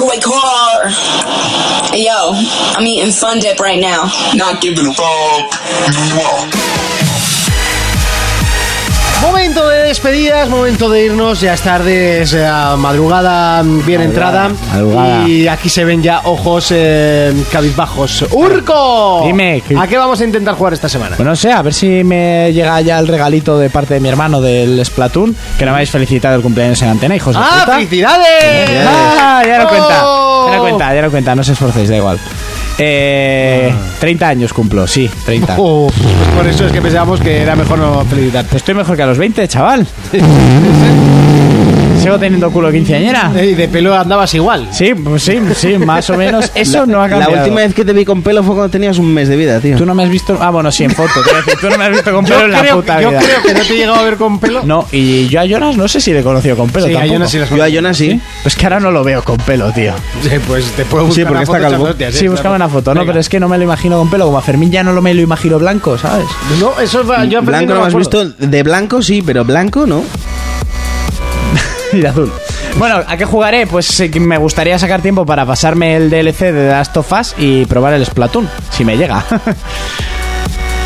[SPEAKER 12] Wake hard. Yo, I'm eating Fun Dip right now. Not giving a fuck.
[SPEAKER 2] Momento de despedidas, momento de irnos, ya es tarde, es eh, madrugada, mm, bien entrada.
[SPEAKER 4] madrugada.
[SPEAKER 2] Y aquí se ven ya ojos eh, cabizbajos. ¡Urco!
[SPEAKER 4] Dime, ¿qué-
[SPEAKER 2] ¿A qué vamos a intentar jugar esta semana?
[SPEAKER 4] Pues no sé, a ver si me llega ya el regalito de parte de mi hermano del Splatoon, que no me habéis felicitado el cumpleaños en antena,
[SPEAKER 5] Pues
[SPEAKER 4] hijos de
[SPEAKER 2] ¡Ah,
[SPEAKER 4] puta.
[SPEAKER 2] felicidades!
[SPEAKER 4] Ah, ya lo cuenta.
[SPEAKER 2] ¡Oh!
[SPEAKER 4] Ya lo cuenta, ya lo cuenta, no os esforcéis, da igual. Eh, 30 años cumplo, sí, 30.
[SPEAKER 2] Ah. Oh, por eso es que pensábamos que era mejor no felicitarte.
[SPEAKER 4] Estoy mejor que a los 20, chaval. Sigo teniendo culo quinceañera.
[SPEAKER 2] Y de pelo andabas igual.
[SPEAKER 4] Sí, pues sí, sí, más o menos. Eso no ha
[SPEAKER 5] La
[SPEAKER 4] cambiado.
[SPEAKER 5] última vez que te vi con pelo fue cuando tenías un mes de vida, tío.
[SPEAKER 4] Tú no me has visto. Ah, bueno, sí, en foto. quiero decir, tú no me has visto con pelo en la
[SPEAKER 2] creo,
[SPEAKER 4] puta
[SPEAKER 2] yo
[SPEAKER 4] vida.
[SPEAKER 2] creo que no te he llegado a ver con pelo.
[SPEAKER 4] No, y yo a Jonas no sé si le he conocido con pelo
[SPEAKER 2] Sí, a
[SPEAKER 4] tampoco.
[SPEAKER 2] Jonas sí las
[SPEAKER 5] Yo a Jonas sí.
[SPEAKER 4] Pues que ahora no lo veo con pelo, tío.
[SPEAKER 2] Sí, pues te puedo buscar
[SPEAKER 5] Sí, porque
[SPEAKER 2] una
[SPEAKER 5] está
[SPEAKER 2] foto
[SPEAKER 5] calvo.
[SPEAKER 2] echando hostias,
[SPEAKER 4] Sí,
[SPEAKER 2] eh,
[SPEAKER 4] buscaba una
[SPEAKER 2] claro.
[SPEAKER 4] foto, ¿no?
[SPEAKER 2] Venga.
[SPEAKER 4] Pero es que no me lo imagino con pelo. Como a Fermín ya no lo me lo imagino blanco, ¿sabes?
[SPEAKER 2] No, eso es va- yo aprendí,
[SPEAKER 5] Blanco no
[SPEAKER 2] no
[SPEAKER 5] lo
[SPEAKER 2] me
[SPEAKER 5] has
[SPEAKER 2] acuerdo.
[SPEAKER 5] visto. De blanco sí, pero blanco no.
[SPEAKER 4] Y de azul. Bueno, ¿a qué jugaré? Pues sí que me gustaría sacar tiempo para pasarme el DLC de The Last of Us y probar el Splatoon, si me llega.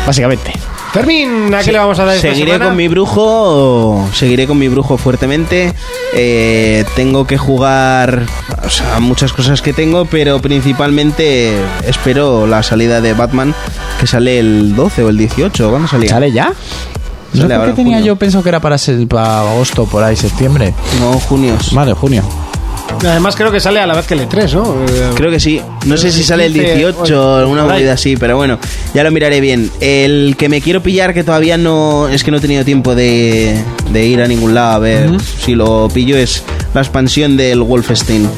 [SPEAKER 4] Básicamente.
[SPEAKER 2] Fermín, ¿a qué le vamos a dar esta
[SPEAKER 5] Seguiré
[SPEAKER 2] semana?
[SPEAKER 5] con mi brujo, seguiré con mi brujo fuertemente. Eh, tengo que jugar o sea, muchas cosas que tengo, pero principalmente espero la salida de Batman, que sale el 12 o el 18. ¿Cuándo salía?
[SPEAKER 4] ¿Sale ya? No sé
[SPEAKER 5] Sale
[SPEAKER 4] por
[SPEAKER 5] ahora
[SPEAKER 4] qué
[SPEAKER 5] en
[SPEAKER 4] tenía
[SPEAKER 5] junio.
[SPEAKER 4] yo pensado que era para, se- para agosto, por ahí, septiembre.
[SPEAKER 5] No, junio.
[SPEAKER 4] Vale, junio.
[SPEAKER 2] Además creo que sale a la vez que el E3, ¿no? Eh,
[SPEAKER 5] Creo que sí. No sé si sale el 18 o alguna
[SPEAKER 2] por ahí.
[SPEAKER 5] movida así, pero bueno, ya lo miraré bien. El que me quiero pillar, que todavía no. Es que no he tenido tiempo de, de ir a ningún lado a ver si lo pillo, es la expansión del Wolfenstein.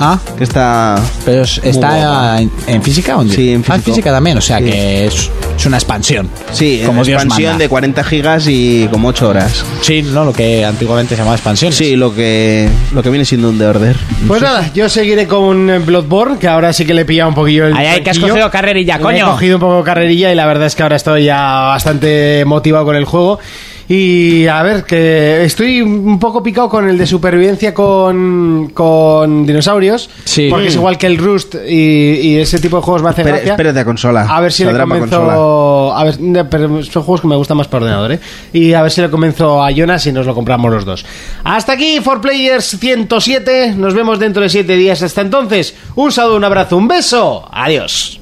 [SPEAKER 4] Ah,
[SPEAKER 5] Que está.
[SPEAKER 4] pero es-
[SPEAKER 5] muy
[SPEAKER 4] está
[SPEAKER 5] guapa.
[SPEAKER 4] en, en física o en
[SPEAKER 5] Sí, en
[SPEAKER 4] Ah, en
[SPEAKER 5] físico.
[SPEAKER 4] física también, o sea
[SPEAKER 5] Sí.
[SPEAKER 4] que es, es una expansión.
[SPEAKER 5] Sí,
[SPEAKER 4] como Dios
[SPEAKER 5] expansión
[SPEAKER 4] manda.
[SPEAKER 5] de 40 gigas y como 8 horas.
[SPEAKER 4] Sí, no, lo que antiguamente se llamaba expansión.
[SPEAKER 5] Sí, lo que, lo que viene siendo un de order.
[SPEAKER 2] Pues nada, yo seguiré con eh, Bloodborne, que ahora sí que le he pillado un poquillo el.
[SPEAKER 4] Ay, ay, que has
[SPEAKER 2] tranquillo.
[SPEAKER 4] cogido carrerilla,
[SPEAKER 2] Le He
[SPEAKER 4] coño.
[SPEAKER 2] cogido un poco carrerilla y la verdad es que ahora estoy ya bastante motivado con el juego. Y a ver, que estoy un poco picado con el de supervivencia con, con dinosaurios.
[SPEAKER 4] Sí. Mm.
[SPEAKER 2] Porque es igual que el Rust y, y ese tipo de juegos me hacen
[SPEAKER 5] Espera-
[SPEAKER 2] gracia.
[SPEAKER 5] espérate a consola.
[SPEAKER 2] A ver si le
[SPEAKER 5] Saldrá para
[SPEAKER 2] convenzo. A ver, no, pero son juegos que me gustan más por ordenador, ¿eh? Y a ver si le convenzo a Jonas y nos lo compramos los dos. Hasta aquí, For Players 107. Nos vemos dentro de 7 días. Hasta entonces, un saludo, un abrazo, un beso. Adiós.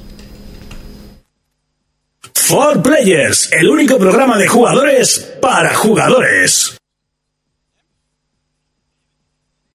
[SPEAKER 8] For Players, el único programa de jugadores para jugadores.